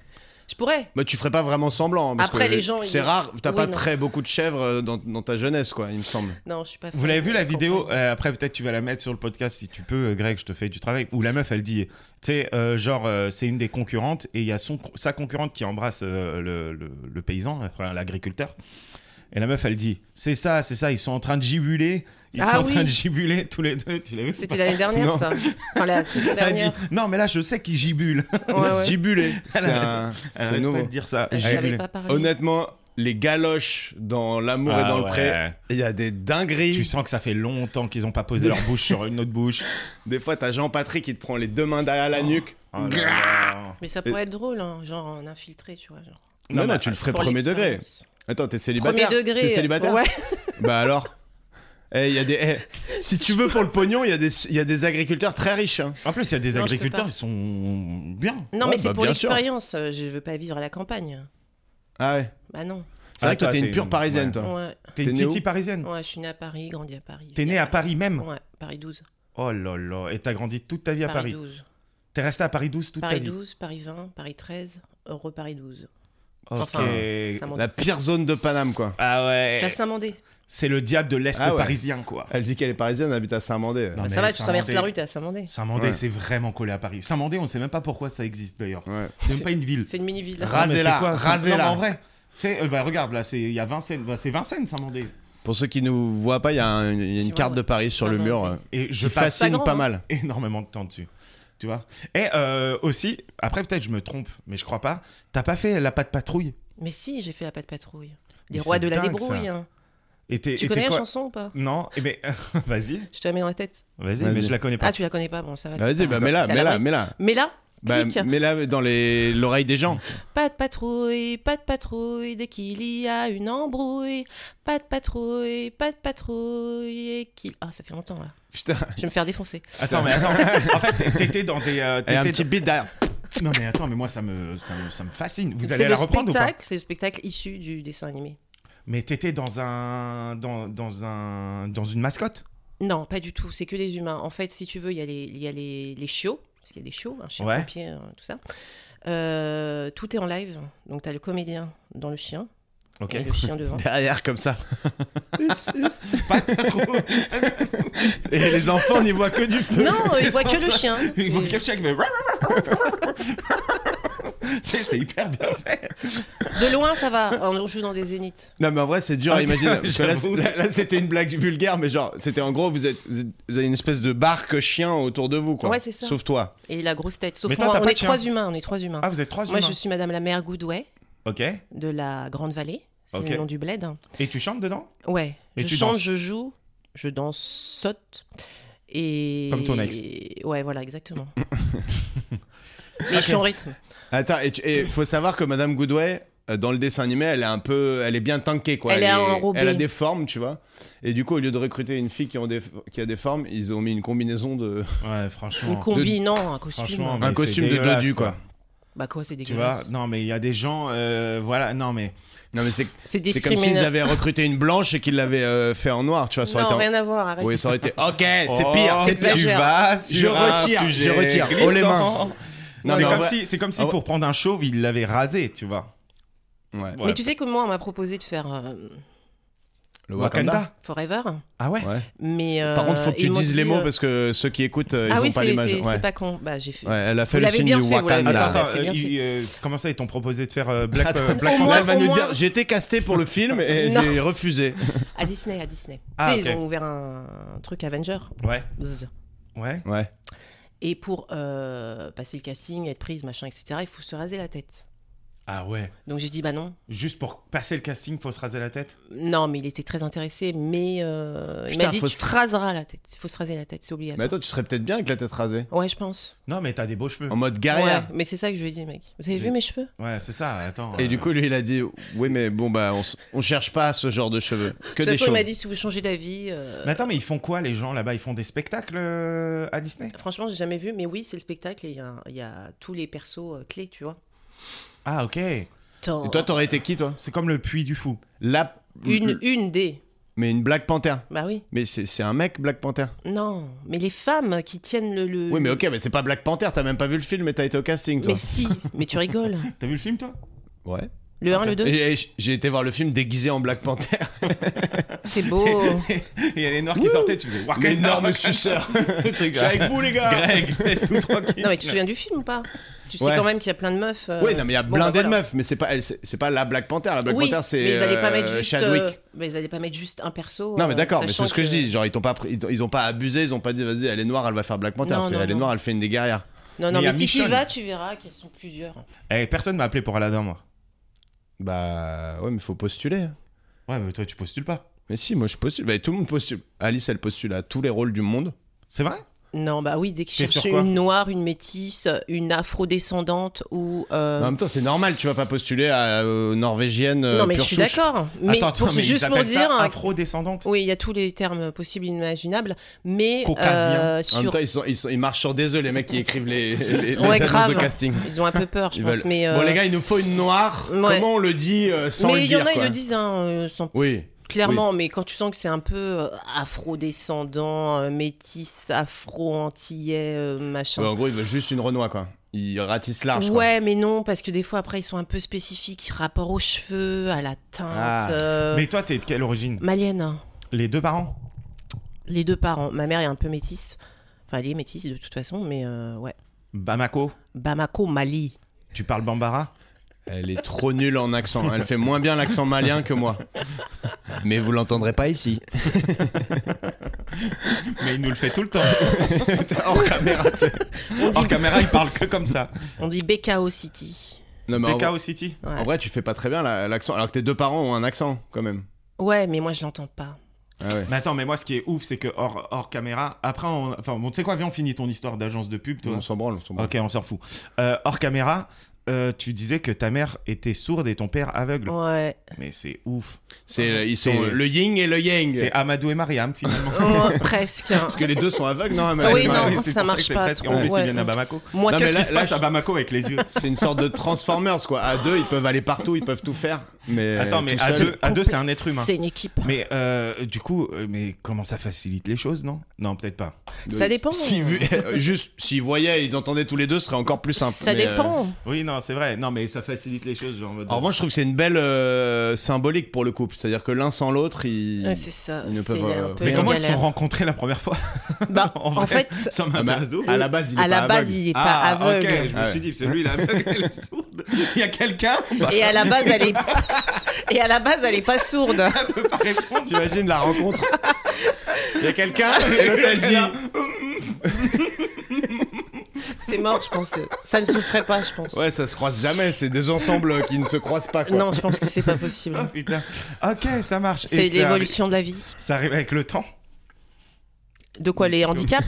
Je pourrais. Bah, tu ferais pas vraiment semblant. hein, parce Après, que les gens, ils- C'est rare, t'as Oui, pas non. très beaucoup de chèvres euh, dans, dans ta jeunesse, quoi, il me semble. [LAUGHS] Non, je suis pas. Vous fan l'avez de vu la vidéo campagne. Euh, Après, peut-être tu vas la mettre sur le podcast si tu peux, euh, Greg, je te fais du travail. Où la meuf, elle dit, tu sais, euh, genre, euh, c'est une des concurrentes et il y a son, sa concurrente qui embrasse euh, le, le- le paysan, euh, enfin, l'agriculteur. Et la meuf, elle dit, c'est ça, c'est ça, ils sont en train de gibuler. Ils Ah sont en oui. train de gibuler tous les deux. Tu l'as vu ou C'était pas l'année dernière, Non. ça. Enfin, [LAUGHS] la saison Elle dit, dernière. non, mais là, je sais qu'ils gibulent. Ouais, [LAUGHS] ouais. Stibulé. C'est Arrête. un- [LAUGHS] c'est Arrête pas nouveau. de dire ça. Je gibuler. savais Ah, pas parler. Honnêtement, les galoches dans l'amour et Ah dans le pré, ouais. il y a des dingueries. Tu sens que ça fait longtemps qu'ils ont pas posé leur bouche sur une autre bouche. Des fois, t'as Jean-Patrick qui te prend les deux mains derrière la nuque. Oh là là. Mais ça pourrait être drôle, hein, genre en infiltré, tu vois. Genre. Non, non, mais- tu le ferais Pour premier degré. l'expérience. Attends, t'es Premier célibataire. degré. euh, T'es célibataire Ouais. [LAUGHS] Bah alors Eh, il y a des. eh, si tu veux pour le pognon, il y, a des- il y a des agriculteurs très riches. hein. En plus, il y a des Non, je peux agriculteurs, pas. ils sont bien. Non, Ouais, mais c'est bah, pour bien sûr. l'expérience. euh, Je veux pas vivre à la campagne. Ah ouais. Bah non. C'est vrai Ah, que toi, t'es une pure parisienne, ouais. toi. Ouais, T'es une T'es né titi où parisienne. ouais, je suis née à Paris, grandie à Paris. T'es née à Paris même. Ouais, Paris 12. Oh là là. Et t'as grandi toute ta vie à Paris. 12. T'es restée à Paris 12 toute Paris ta vie. 12, Paris 20, Paris 13, Heureux Paris 12. Ok. Enfin, ça monte. La pire zone de Paname, quoi. ah Je Eh. ouais. suis à Saint-Mandé. C'est le diable de l'Est Ah ouais. parisien, quoi. Elle dit qu'elle est parisienne, elle habite à Saint-Mandé. Non, Bah, mais ça va, tu traverses Saint-Mandé- la rue, t'es à Saint-Mandé. Saint-Mandé, Ouais. c'est vraiment collé à Paris. Saint-Mandé, on sait même pas pourquoi ça existe d'ailleurs. Ouais. C'est même pas une ville. C'est une mini-ville. Ra- Non, mais c'est Rasez-la, quoi, Saint- rasez-la. Non, mais en vrai. Tu sais, euh, bah, regarde, là, c'est- il y a Vincennes. Bah, c'est Vincennes, Saint-Mandé. Pour ceux qui ne nous voient pas, il y a, un- il y a une Tu vois, carte de ouais, Paris sur le Saint-Mandé. mur. euh, Et je qui passe fascine grand, pas hein. mal. énormément de temps dessus. Tu vois Et euh, aussi, après, peut-être je me trompe, mais je crois pas. T'as pas fait la patte patrouille Mais si, j'ai fait la patte patrouille. Mais Les rois c'est de la dingue, débrouille. ça. hein. Et t'es- Tu et t'es connais la quoi chanson ou pas Non, eh ben, [LAUGHS] vas-y, Je te la mets dans la tête. vas-y, Vas-y. mais je la connais pas. Ah, tu la connais pas, bon, ça va. Bah, Vas-y, bah, mets-la, T'as la mets-la, vraie- mets-la. Mais là, Bah, clique. mets-la dans les- l'oreille des gens. Pas de patrouille, pas de patrouille, dès qu'il y a une embrouille. Pas de patrouille, pas de patrouille, et qu'il. Ah, ça fait longtemps là. Putain, Je vais me faire défoncer. Attends, mais [LAUGHS] attends. en fait, t'étais dans des. euh, et un t'étais petit beat derrière. [LAUGHS] dans- Non, mais attends, mais moi, ça me, ça me, ça me fascine. Vous C'est allez le la reprendre ou pas spectacle, c'est le spectacle issu du dessin animé. Mais t'étais dans un, dans, dans un, dans une mascotte. Non, pas du tout, c'est que des humains. En fait, si tu veux, il y a les, il y a les, les chiots, parce qu'il y a des chiots, un chien Ouais. pompier, euh, tout ça. Euh, tout est en live, donc t'as le comédien dans le chien, Ok. [LAUGHS] et le chien devant. Derrière, comme ça. Pas trop. Et les enfants n'y voient que du feu. non, il voit que le chien. Il faut Et- que check, mais. C'est c'est hyper bien fait. De loin, ça va, Oh, on joue dans des zéniths. Non, mais en vrai, c'est dur à Ah, imaginer. Parce que là, j'avoue. c'est- là, là, c'était une blague vulgaire, mais genre, c'était en gros, vous, êtes, vous êtes- vous avez une espèce de barque chien autour de vous, quoi. Ouais, c'est ça. Sauf toi. Et la grosse tête. Sauf Mais toi, moi, t'as on pas est de chien. trois humains, on est trois humains. Ah, vous êtes trois moi, humains. je suis madame la mère Goodway Ok. de la Grande Vallée. C'est Ok. le nom du bled. Et tu chantes dedans Ouais. Et je tu chante, danses. je joue, je danse, saute. Et... Comme ton ex. Ouais, [LAUGHS] voilà, exactement. Mais je suis en rythme. Attends, et, tu- et faut savoir que Madame Goodway, euh, dans le dessin animé, elle est un peu. Elle est bien tankée, quoi. Elle est enrobée. Elle a des formes, tu vois. Et du coup, au lieu de recruter une fille qui, ont des- qui a des formes, ils ont mis une combinaison de. [LAUGHS] Ouais, Une franchement. combi, non, un costume. Franchement, Un mais costume c'est de dégueulasse, dodu, quoi. Bah quoi, c'est Tu vois, dégueulasse. non, mais il y a des gens, euh, voilà, non, mais Non, mais c'est C'est c'est comme s'ils discriminant. avaient recruté une blanche et qu'ils l'avaient euh, fait en noir, tu vois. Ça aurait Non, été en- rien à voir, arrête. Oui, ça aurait été. Ok, c'est pire, Oh, c'est pire. Oh, Tu Exagère. vas sur Je un retire, sujet je retire. Oh, les mains. glissant. Non, c'est mais en comme, vrai- Oh. si, c'est comme si en vrai- pour prendre un chauve, il l'avait rasé, tu vois. Ouais. Ouais. Mais tu sais que moi, on m'a proposé de faire euh, Le Wakanda. Wakanda. Forever. Ah ouais, Ouais. Mais, Par euh, contre, faut que tu ils m'ont dises les dit, mots euh, parce que ceux qui écoutent, euh, ils Ah ont oui, pas c'est l'image. c'est- Ouais. c'est pas con. Bah, j'ai fait. Ouais, elle a fait Vous le l'avez signe bien du fait, vous l'avez Wakanda. bien Attends, Ah, attends, c'est bien euh, il- euh, comment ça, ils t'ont proposé de faire euh, Black, Attends, euh, Black au Panther moins- elle va au nous moins- dire j'ai été casté pour le film et [LAUGHS] Non. j'ai refusé. À Disney, à Disney. Ah, tu sais, ok. ils ont ouvert un truc Avenger. Ouais, Bzz. ouais. Ouais. Et pour euh, passer le casting, être prise, machin, etc., il faut se raser la tête. Ah ouais. Donc j'ai dit bah non. Juste pour passer le casting, faut se raser la tête Non, mais il était très intéressé, mais euh, il Putain, m'a dit faut tu se- te raseras la tête. Il faut se raser la tête, c'est Mais obligatoire. attends, tu serais peut-être bien avec la tête rasée. Ouais, je pense. Non, mais t'as des beaux cheveux. En mode Ouais, guerrière. mais c'est ça que je lui ai dit, mec. Vous avez J'ai- vu mes cheveux Ouais, c'est ça, attends. Et euh, du coup, lui, il a dit Oui, mais bon, bah, on, s- on cherche pas ce genre de cheveux. Que De toute des façon, il choses. m'a dit si vous changez d'avis. euh, Mais attends, mais ils font quoi les gens là-bas Ils font des spectacles euh, à Disney Franchement, j'ai jamais vu, mais oui, c'est le spectacle et il y, a un- il y a tous les persos euh, clés, tu vois. Ah, ok. Tant- Et toi, t'aurais été qui, toi C'est comme le puits du fou. La. une, une des. Mais une Black Panther. Bah oui. Mais c'est c'est un mec, Black Panther. Non, mais les femmes qui tiennent le. le- Oui, mais ok, mais c'est pas Black Panther, t'as même pas vu le film et t'as été au casting, toi. Mais si, mais tu rigoles. T'as vu le film, toi Ouais. Le 1, le 2, Et- et j- J'ai été voir le film déguisé en Black Panther. c'est beau. [LAUGHS] Il y a les noirs qui sortaient, tu faisais Wakanda, L'énorme [LAUGHS] Wakanda. suceur. Le truc, Je suis avec vous, les gars. [LAUGHS] Greg, laisse-nous tranquille. Non, mais tu te souviens du film ou pas Tu sais Ouais. quand même qu'il y a plein de meufs. euh, Oui, non, mais il y a bon, blindé bah, de voilà. meufs, mais c'est pas, elle, c'est c'est pas la Black Panther. La Black oui, Panther, c'est mais ils allaient pas mettre euh, juste, Chadwick. euh, mais ils allaient pas mettre juste un perso. Non, euh, mais d'accord, mais c'est sachant ce que, je dis. Genre, ils t'ont pas, pris- ils ont- ils ont pas abusé, ils ont pas dit, vas-y, elle est noire, elle va faire Black Panther. Non, C'est, non, elle est non. noire, elle fait une des guerrières. Non, Mais non, il y mais, a si tu y Michonne. vas, tu verras qu'elles sont plusieurs. Eh, personne m'a appelé pour Aladdin, moi. Bah, ouais, mais faut postuler. Ouais, mais toi, tu postules pas. Mais si, moi je postule. Bah, tout le monde postule. Alice, elle postule à tous les rôles du monde. C'est vrai Non, bah oui, dès qu'ils T'es cherchent sur quoi une noire, une métisse, une afrodescendante ou. euh, Mais En même temps, c'est normal, tu vas pas postuler à euh, norvégienne. euh, non, mais je pure suis souche. d'accord. Mais Attends, attends, pour- mais ils juste pour appellent dire. ça euh, afro-descendante. Oui, il y a tous les termes possibles et imaginables. Mais. Caucasien. euh, En même sur... temps, ils, sont- ils sont- ils marchent sur des œufs, les mecs qui écrivent [LAUGHS] les, les, les Ouais, annonces grave. de casting. Ils ont un peu peur, je Ils pense. veulent- Mais, euh, Bon, les gars, il nous faut une noire. Ouais. Comment on le dit euh, sans mais le il y dire en a, ils quoi. le disent, hein, euh, sans Oui. Clairement, mais quand tu sens que c'est un peu euh, afro-descendant, euh, métis, afro-antillais, euh, machin. Ouais, Bah, en gros, ils veulent juste une Renoir, quoi. Ils ratissent large. quoi. ouais, mais non, parce que des fois, après, ils sont un peu spécifiques, rapport aux cheveux, à la teinte. Ah. euh, Mais toi, t'es de quelle origine Malienne, hein. Les deux parents les deux parents. Ma mère est un peu métisse. Enfin, elle est métisse de toute façon, mais euh, ouais. Bamako Bamako, Mali. Tu parles Bambara Elle est trop nulle en accent. Elle fait moins bien l'accent malien que moi. Mais vous l'entendrez pas [LAUGHS] ici. Mais il nous le fait tout [LAUGHS] le temps. Hors caméra, tu sais. On dit, En caméra, il parle que comme ça. on dit Bekao City. Non, [LAUGHS] mais en, vrai, PKO City Ouais. en vrai, tu fais pas très bien la- l'accent. Alors que tes deux parents ont un accent, quand même. Ouais, mais moi, je l'entends pas. Ah ouais. Mais attends, mais moi, ce qui est ouf, c'est que hors, hors caméra, après, on... enfin, bon, tu sais quoi, viens, on finit ton histoire d'agence de pub, toi. On s'en branle, on s'en branle. Ok, on s'en fout. Euh, hors caméra, euh, tu disais que ta mère était sourde et ton père aveugle. Ouais. Mais c'est ouf. C'est, euh, ils sont C'est- le yin et le yang. C'est Amadou et Mariam, finalement. Ouais, presque. Parce que les deux sont aveugles, non Ah [LAUGHS] mais- oui, Ouais, non, mais ça c'est pour que marche c'est pas presque- trop. En plus, Ouais. ils viennent à Bamako. Moi, Non, mais Qu'est-ce là- qui se là, passe je- à Bamako avec les yeux C'est une sorte de Transformers, quoi. À deux, ils peuvent aller partout, ils peuvent tout faire. Mais [LAUGHS] euh, Attends, mais tout à seul- deux, à deux, c'est un être humain. C'est une équipe. Mais euh, du coup, euh, mais comment ça facilite les choses, non Non, peut-être pas. Ça dépend. S'ils vu- [LAUGHS] juste, s'ils voyaient, ils entendaient tous les deux, ce serait encore plus simple. Ça mais, euh, dépend. Oui, non, c'est vrai. Non, mais ça facilite les choses, genre. en mode- En revanche, je trouve que c'est une belle euh, symbolique pour le couple. C'est-à-dire que l'un sans l'autre, ils. Ouais, c'est ça. ils ne c'est peuvent, euh, un peu mais une comment ils se sont galère. rencontrés la première fois Bah, [LAUGHS] En en, vrai, fait, Ça Ah bah, m'intéresse de ouf. à la base, il est à pas la base, aveugle. il est pas Ah, aveugle. ok, je me Ouais. suis dit, celui-là, aveugle, elle est sourde. Il y a quelqu'un, bah, Et à la base, elle [LAUGHS] est. Et à la base, elle est pas sourde. elle peut pas répondre. T'imagines la rencontre [LAUGHS] Il y [LAUGHS] a quelqu'un et l'autre elle dit C'est mort, je pense. Ça ne souffrait pas, je pense. Ouais, ça se croise jamais, c'est des ensembles qui ne se croisent pas quoi. non, je pense que c'est pas possible. Oh, putain. Ok, ça marche. Et C'est ça arri- l'évolution de la vie. Ça arrive avec le temps. De quoi [LAUGHS] les handicaps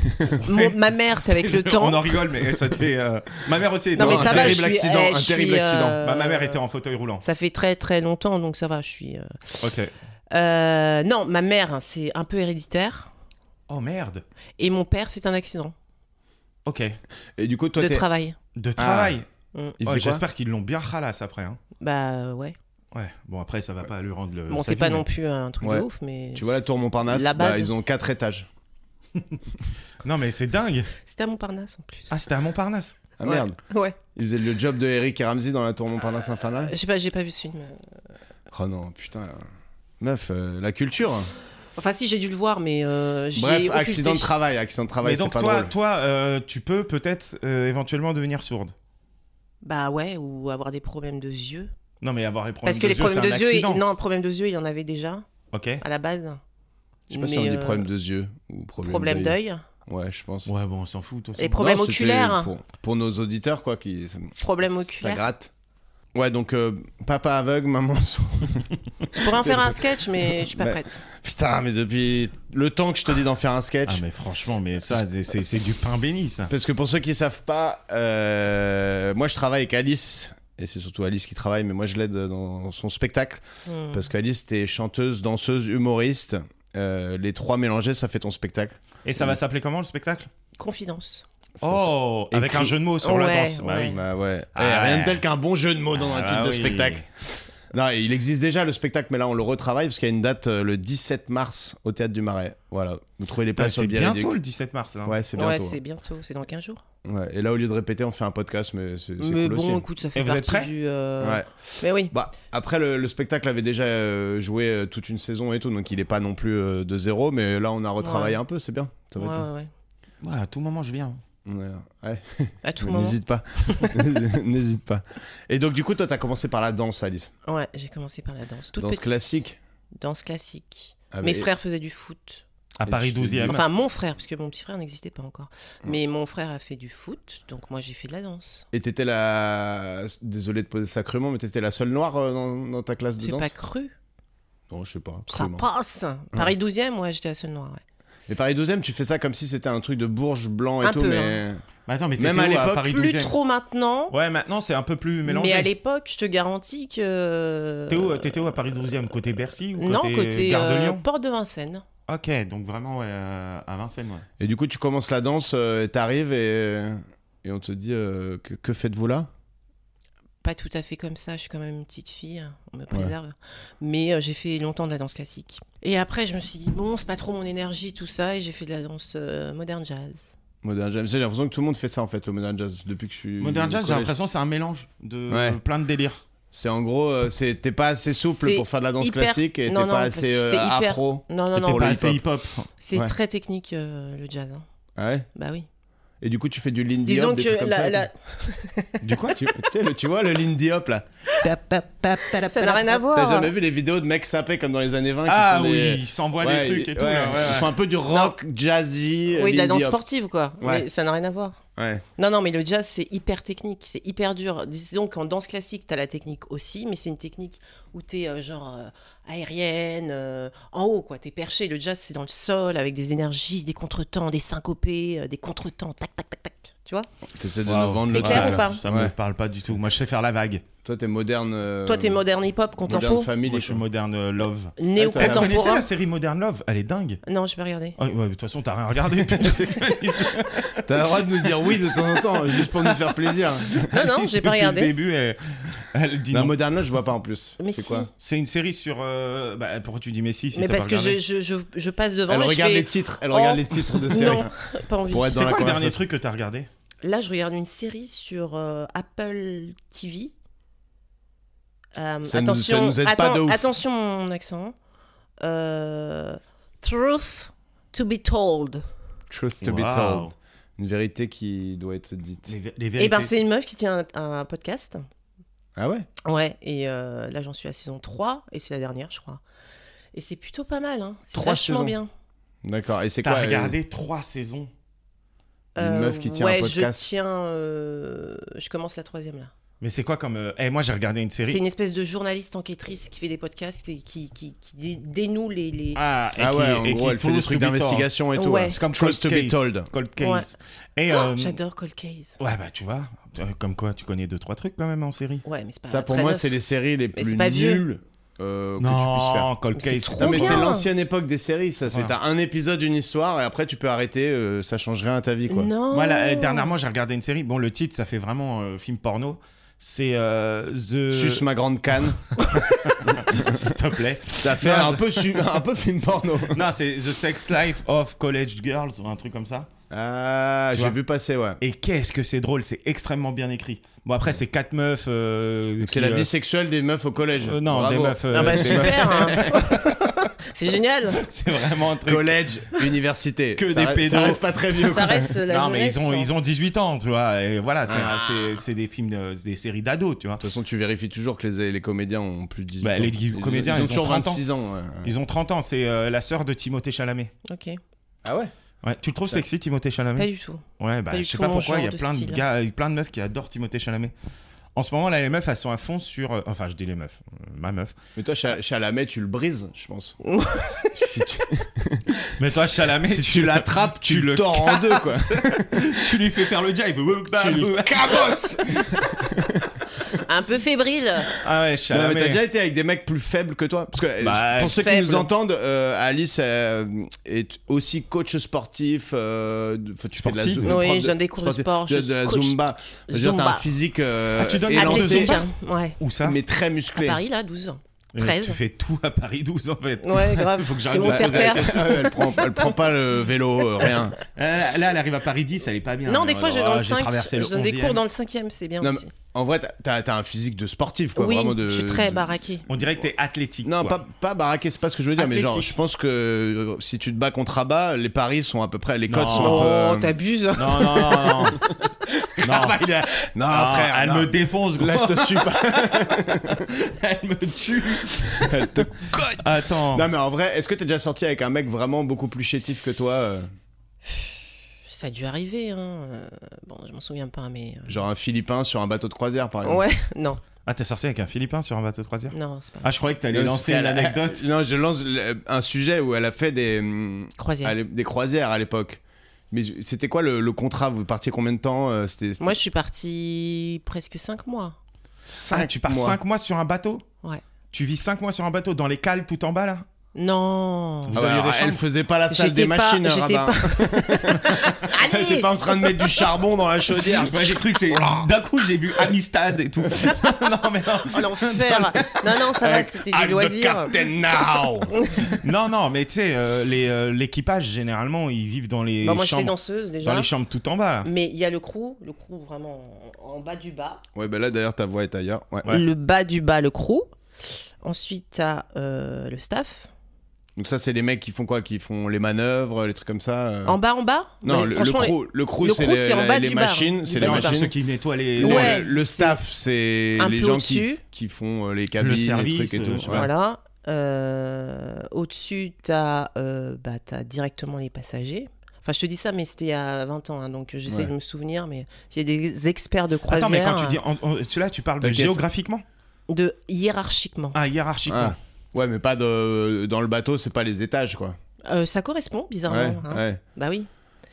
Mon- Ma mère, c'est avec le temps. [LAUGHS] On en rigole, mais ça te fait. euh, Ma mère aussi. est Non, mais dans- ça un va. terrible je suis, accident, eh, un je suis, terrible accident. euh, Bah, ma mère était en fauteuil roulant. Ça fait très très longtemps, donc ça va. Je suis. euh, Ok. euh, Non, ma mère, c'est un peu héréditaire. Oh merde. Et mon père, c'est un accident Ok. Et du coup, toi de t'es. travail. De travail. Mm. Il Ouais, faisait Ah, quoi J'espère qu'ils l'ont bien ralasse après. hein. Bah ouais. Ouais. Bon, après, ça va pas lui rendre le. Euh, Bon, sa c'est vie, pas mais- non plus un truc Ouais. de ouf, mais Tu vois la tour Montparnasse, La bah, base. ils ont quatre étages. Non, mais c'est dingue. c'était à Montparnasse en plus. Ah, c'était à Montparnasse. Ah Ouais. merde. Ouais. Ils faisaient le job de Eric et Ramsey dans la tour Montparnasse infernale. Je sais pas, j'ai pas vu ce film. Oh non, putain. là. Meuf, euh, la culture. Enfin, si j'ai dû le voir, mais euh, j'ai Bref, occulté. accident de travail, accident de travail, mais Ah c'est donc, pas toi, drôle. toi euh, tu peux peut-être euh, éventuellement devenir sourde. Bah ouais, ou avoir des problèmes de yeux. Non, mais avoir les problèmes Parce que de les yeux, problèmes de c'est un yeux, il... accident. non, problème de yeux, il en avait déjà Ok. à la base. Je sais pas si on Mais, dit euh, problème de yeux ou problème, Problème d'œil, Ouais, je pense. Ouais, bon, on s'en fout. de toute façon. Et- problème Non, c'était oculaire. Pour, pour nos auditeurs, quoi, qui. ça- problème Ça oculaire. gratte. Ouais, donc euh, papa aveugle, maman [LAUGHS] sourde. Je pourrais en [LAUGHS] faire un sketch, mais je suis pas Bah, prête. Putain, mais depuis le temps que je te dis d'en faire un sketch. Ah, mais franchement, mais ça, [LAUGHS] c'est- c'est c'est du pain béni, ça. Parce que pour ceux qui savent pas, euh, moi je travaille avec Alice. Et c'est surtout Alice qui travaille, mais moi je l'aide dans son spectacle. Hmm. Parce qu'Alice, t'es chanteuse, danseuse, humoriste. Euh, les trois mélangés, ça fait ton spectacle. Et ça va s'appeler comment le spectacle Confidence. Mm. Ça, Oh, ça- avec écrit- un jeu de mots sur la Ouais, danse. Bah ouais. oui. ça- Bah ouais. Ah Eh, Rien ouais. de tel qu'un bon jeu de mots dans un titre Ah de oui. spectacle. Non, il existe déjà le spectacle, mais là on le retravaille parce qu'il y a une date euh, le 17 mars au théâtre du Marais. Voilà, vous trouvez les Ah, places sur c'est Biarritz. bientôt le 17 mars. là. Ouais, c'est bientôt. hein. Ouais, ouais. c'est bientôt, c'est dans 15 jours. Ouais, Et là, au lieu de répéter, on fait un podcast, mais c'est c'est Mais cool bon, aussi. hein. écoute, ça fait Et vous êtes prêts partie du. euh, Ouais. Mais oui. Bah, après, le, le spectacle avait déjà euh, joué euh, toute une saison et tout, donc il est pas non plus euh, de zéro, mais là, on a retravaillé Ouais. un peu, c'est bien. Ça va Ouais, être bien. ouais, ouais. Ouais, à tout moment, je viens. On est là. Ouais, À tout mais moment. N'hésite [LAUGHS] pas. [LAUGHS] N'hésite pas. Et donc, du coup, toi, t'as commencé par la danse, Alice. Ouais, j'ai commencé par la danse. Toute danse petite. classique. Danse classique. Ah, Mes mais- Ah, frères faisaient du foot. À Et Paris tu te 12e. dis- Enfin, mon frère, parce que mon petit frère n'existait pas encore. Ah. Mais mon frère a fait du foot, donc moi j'ai fait de la danse. Et t'étais la. Désolé de poser ça crûment, mais t'étais la seule noire euh, dans, dans ta classe de C'est danse pas cru. Non, je sais pas. Ça crûment. passe. Paris 12e, ouais, j'étais la seule noire. ouais. Mais Paris 12 tu fais ça comme si c'était un truc de bourge blanc et Un tout, peu, hein. mais. Mais Bah, attends, mais Même t'étais à où, l'époque, Paris Plus 12e? trop maintenant. Ouais, maintenant, c'est un peu plus mélangé. mais à l'époque, je te garantis que. T'es où- T'étais où à Paris 12e Côté Bercy ou côté, Non, côté Gare de euh, Lyon Porte de Vincennes. Ok, donc vraiment ouais, euh, à Vincennes, ouais. Et du coup, tu commences la danse, euh, et t'arrives et, et on te dit euh, que, que faites-vous là Pas tout à fait comme ça, je suis quand même une petite fille, on me préserve. Mais euh, j'ai fait longtemps de la danse classique. Et après, je me suis dit, bon, c'est pas trop mon énergie, tout ça, et j'ai fait de la danse euh, moderne jazz. Modern jazz. J'ai l'impression que tout le monde fait ça en fait, le modern jazz, depuis que je suis. Modern au Jazz, j'ai collège. l'impression que c'est un mélange de Ouais. plein de délires. C'est en gros, euh, c'est- t'es pas assez souple C'est pour faire de la danse hyper- classique et t'es Non, non, pas parce assez que euh, c'est hyper- afro. Non, non, Mais Et Ah non, T'es Pour le pas assez hip-hop. c'est ouais. très technique euh, le jazz. hein. Ah ouais Bah oui. Et du coup, tu fais du Lindy Disons Hop, des trucs que comme la- ça, la- Du quoi tu, tu sais, le- tu vois le Lindy Hop là ça n'a rien à T'as voir. jamais vu les vidéos de mecs sapés comme dans les années 20 qui Ah font oui, des... ils s'envoient Ouais, des trucs et ouais, tout. là, ouais, Ils ouais. font un peu du rock, jazzy. Oui, de la Lindy danse Hop. sportive, quoi. hein. Ouais. Mais ça n'a rien à voir. Ouais. Non, non, mais le jazz, c'est hyper technique, c'est hyper dur. Disons qu'en danse classique, t'as la technique aussi, mais c'est une technique où t'es euh, genre euh, aérienne, euh, en haut, quoi. T'es perché. Le jazz, c'est dans le sol, avec des énergies, des contretemps, des syncopés, euh, des contretemps, tac, tac, tac, tac. Tu vois T'essaies de Waouh, nous vendre C'est le clair truc, ou là. pas Ça Ouais. me parle pas du tout. Moi, je sais faire la vague. Toi, t'es moderne. euh, Toi, t'es moderne hip-hop, Modern contempo, Family. Moi, je suis quoi. moderne euh, love. Elle Attends, connaissait néo-contemporain. la série Modern Love Elle est dingue. Non, je vais [LAUGHS] regarder. Oh, ouais, mais de toute façon, t'as rien [LAUGHS] regardé. [LAUGHS] putain. T'as le droit de nous dire oui de temps en temps, [LAUGHS] juste pour nous [LAUGHS] faire plaisir. Non, non, j'ai Depuis le pas regardé. début, elle, elle dit La non. moderne, là, je vois pas en plus. Mais c'est si. quoi C'est une série sur. euh, Bah, pourquoi tu dis mais si, si Mais t'as parce pas que regardé je, je, je, je passe devant Elle et je regarde fais- les titres. Elle Oh. regarde les titres de séries. Non, [LAUGHS] pas envie. Pour être dans C'est la quoi le dernier conversation. truc que t'as regardé Là, je regarde une série sur euh, Apple TV. Euh, Ça nous- attention, ça nous aide pas atten- de ouf. attention mon accent. Euh, truth to be told. Truth to be Waouh. told. Une vérité qui doit être dite. Les, vé- les Et vérités. ben, c'est une meuf qui tient un, un podcast. Ah ouais Ouais, et euh, là, j'en suis à saison 3, et c'est la dernière, je crois. Et c'est plutôt pas mal, hein. C'est Trois vachement saisons. bien. D'accord. Et c'est quoi T'as euh, regardé trois saisons. Une meuf qui tient un Euh, ouais, podcast. je tiens... euh, je commence la troisième, là. Mais c'est quoi comme. euh, Eh, moi j'ai regardé une série. C'est une espèce de journaliste enquêtrice qui fait des podcasts et qui, qui, qui dé- dénoue les... les... Ah, et Ah qui- ouais, en et gros, qui elle fait des pose trucs sur Victor. d'investigation et tout. Ouais. C'est comme Truth Cold to be Case. told. Cold Case. Et. euh, Oh, J'adore Cold Case. Ouais, bah tu vois. euh, Comme quoi, tu connais deux, trois trucs quand même en série. Ouais, mais c'est pas Ça, pour très moi, neuf. c'est les séries les Mais plus c'est pas vieux. nulles euh, que tu puisses faire. Non, Cold Mais c'est Case. trop Non mais bien. c'est l'ancienne époque des séries, ça. C'est Ouais. t'as un épisode, une histoire, et après tu peux arrêter. euh, ça change rien à ta vie, quoi. Non. Moi, là, euh, dernièrement, j'ai regardé une série. Bon, le titre, ça fait vraiment euh, film porno. C'est euh, The. Suce ma grande canne. [LAUGHS] S'il te plaît. Ça fait Non. un peu, su- [LAUGHS] un peu film porno. Non, c'est The Sex Life of College Girls, un truc comme ça. Ah, Tu j'ai vois. vu passer, ouais. Et qu'est-ce que c'est drôle, c'est extrêmement bien écrit. Bon, après, c'est quatre meufs. euh, C'est qui, la euh, vie sexuelle des meufs au collège. euh, non, Bravo. des meufs. euh, Ah bah des meufs. super. [LAUGHS] hein. c'est génial. [LAUGHS] C'est vraiment un truc. Collège, université. [LAUGHS] Que ça des re- pédos. Ça reste pas très vieux. Ça reste la non, mais jeunesse. ils ont, hein. ils ont 18 ans, tu vois. Et voilà, c'est Ah. c'est- c'est des films, de- c'est des séries d'ados, tu vois. De toute façon, tu vérifies toujours que les, les comédiens ont plus de 18 Bah, ans. les comédiens, ils ont toujours 30 ans. 26 ans. ouais. Ils ont 30 ans, c'est euh, la sœur de Timothée Chalamet. Ok. Ah ouais Ouais, tu le trouves sexy, Timothée Pas Chalamet du tout. Ouais, bah pas je du sais tout pas mon pourquoi, il y a genre de plein de, style. gars, plein de meufs qui adorent Timothée Chalamet. En ce moment, là, les meufs, elles sont à fond sur. euh, Enfin, je dis les meufs, euh, ma meuf. Mais toi, Cha- Chalamet, tu le brises, je [LAUGHS] pense. si tu, Mais [LAUGHS] toi, Chalamet, si tu l'attrapes, tu, tu le le tords en deux, quoi. tu lui fais faire le jive. tu Bah, le cabosses Un peu fébrile. Ah ouais, Non, Chalamet. mais t'as déjà été avec des mecs plus faibles que toi Parce que euh, Bah, pour ceux qui faible. nous entendent, euh, Alice euh, est aussi coach sportif. euh, de- enfin, tu fais de la Sportive. zumba. Oui, je donne des cours de sport, Tu fais de je la coach zumba. Je veux dire, t'as un Zumba. physique euh, Ah, tu donnes des cours de élancé, Athlétique, hein. ouais. Où ça mais très À musclé. Paris, là, [LAUGHS] 12 ans. Euh, 13. Tu fais tout à Paris 12, en fait. Ouais, grave. Faut que j'arrête C'est mon de- terre-terre. Ah [LAUGHS] ouais, elle, prend, elle prend pas le vélo, euh, rien. Euh, Là, elle arrive à Paris 10, elle est pas bien. Non, des fois, je Oh, j'ai donne le 5. traversé Je donne des 11e. cours dans le 5 c'est bien Non, aussi. En vrai, t'as- t'as t'as un physique de sportif, quoi. oui, vraiment de, je suis très de- baraquée. On dirait que t'es athlétique. Non, quoi. pas, pas baraqué, c'est pas ce que je veux dire, mais genre, Athlétique. je pense que euh, si tu te bats contre Abba, les paris sont à peu près, les cotes Non. sont Oh, un peu. euh, t'abuses. Non, non, non, non. [LAUGHS] non, Ah, il a- Non, Ah, frère, elle non. me défonce, gros. Là, je te suis pas. [LAUGHS] elle me [LAUGHS] tue. Attends. Non, mais en vrai, est-ce que t'es déjà sorti avec un mec vraiment beaucoup plus chétif que toi euh, Ça a dû arriver. Hein. euh, Bon, je m'en souviens pas, mais. euh, Genre un Philippin sur un bateau de croisière, par exemple Ouais, non, Ah, t'es sorti avec un Philippin sur un bateau de croisière non, c'est pas. Ah, je croyais que t'allais Non, lancer parce qu'elle a- l'anecdote. Non, je lance le- un sujet où elle a fait des, hum, Croisière. à l'é- des croisières à l'époque. Mais je- c'était quoi le, le contrat Vous partiez combien de temps euh, C'était Moi, je suis partie presque 5 mois. Ah, cinq tu pars mois. 5 mois sur un bateau Ouais. Tu vis 5 mois sur un bateau dans les cales tout en bas là [LAUGHS] Non. Vous aviez Ah ouais, des alors, elle chambres faisait pas la salle des J'étais pas- machines, hein, j'étais Rabin. Elle était Allez pas en train de mettre du charbon dans la chaudière. [LAUGHS] Moi, j'ai cru que c'est. D'un coup, j'ai vu Amistad et tout. non, mais non. Oh l'enfer Non, non, ça va, c'était du Act de loisir. Captain Ah, Now Non, non, mais tu sais, euh, les, euh, l'équipage, généralement, ils vivent dans les Bon, Bah, moi, j'étais chambres. danseuse dans déjà. les chambres tout en bas là. Mais il y a le crew, le crew vraiment en en bas du bas. Ouais, bah là d'ailleurs ta voix est ailleurs. Ouais. Ouais. Le bas du bas, le crew. Ensuite, t'as euh, le staff. Donc ça c'est les mecs qui font quoi Qui font les manœuvres, les trucs comme ça. euh. En bas, en bas Non, Mais le, le franchement, les- crew, le crew, le c'est crew, les, c'est en bas les du bar, machines, du c'est les bar. Non, machines. ceux qui nettoient les. Non, les- Bah, Ouais. le, le staff, c'est Un les peu gens qui, au-dessus. qui font euh, les cabines, service, les trucs et tout. euh, ouais. ouais. Voilà. Euh, Au-dessus, t'as euh, bah, t'as directement les passagers. Enfin, je te dis ça, mais c'était il y a 20 ans, hein, donc j'essaie Ouais. de me souvenir. Mais il y a des experts de croisière. Attends, mais quand tu dis. en- en- tu- là, tu parles de T'inquiète. géographiquement De hiérarchiquement. Ah, hiérarchiquement. Ah. Ouais, mais pas de, dans le bateau, c'est pas les étages quoi. Euh, ça correspond, Ouais, bizarrement. hein. ouais. Bah oui.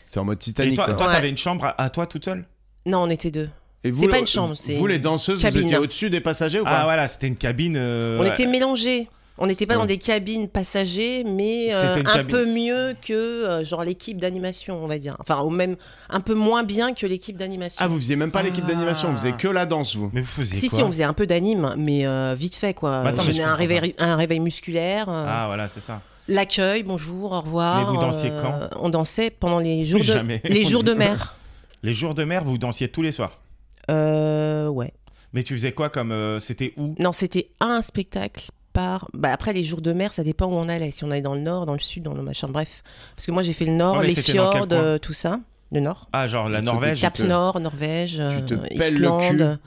C'est en mode Et Titanic. toi, quoi. toi, Ouais. t'avais une chambre à, à toi toute seule Non, on était deux. Et vous, c'est pas le- une chambre, c'est Vous les une danseuses, cabine. vous étiez au-dessus des passagers ou Ah, pas voilà, c'était une cabine. euh, On était mélangés. On n'était pas Ouais. dans des cabines passagers, mais euh, T'étais une un cabine. peu mieux que euh, genre l'équipe d'animation, on va dire. Enfin, ou même un peu moins bien que l'équipe d'animation. Ah, vous faisiez même pas l'équipe Ah. d'animation, vous faisiez que la danse vous. Mais vous faisiez si, quoi si, on faisait un peu d'anime, mais euh, vite fait, quoi. Mais attends, Je mais je donnais comprends un réveil, un réveil musculaire, euh, Ah, voilà, c'est ça. l'accueil, bonjour, au revoir. Mais vous dansiez euh, quand On dansait pendant les jours, de, Jamais. les [LAUGHS] jours de mer. Les jours de mer, vous dansiez tous les soirs. Euh, ouais. Mais tu faisais quoi comme. euh, c'était où Non, c'était un spectacle par. Bah, après, les jours de mer, ça dépend où on allait. Si on allait dans le nord, dans le sud, dans le machin, bref. Parce que moi, j'ai fait le nord, Ouais, Ah, mais les c'était dans quel fjords, coin euh, tout ça, le nord. Ah, genre la Tu Norvège t'occupes- Cap Nord, Norvège, tu te euh, pèles le Islande.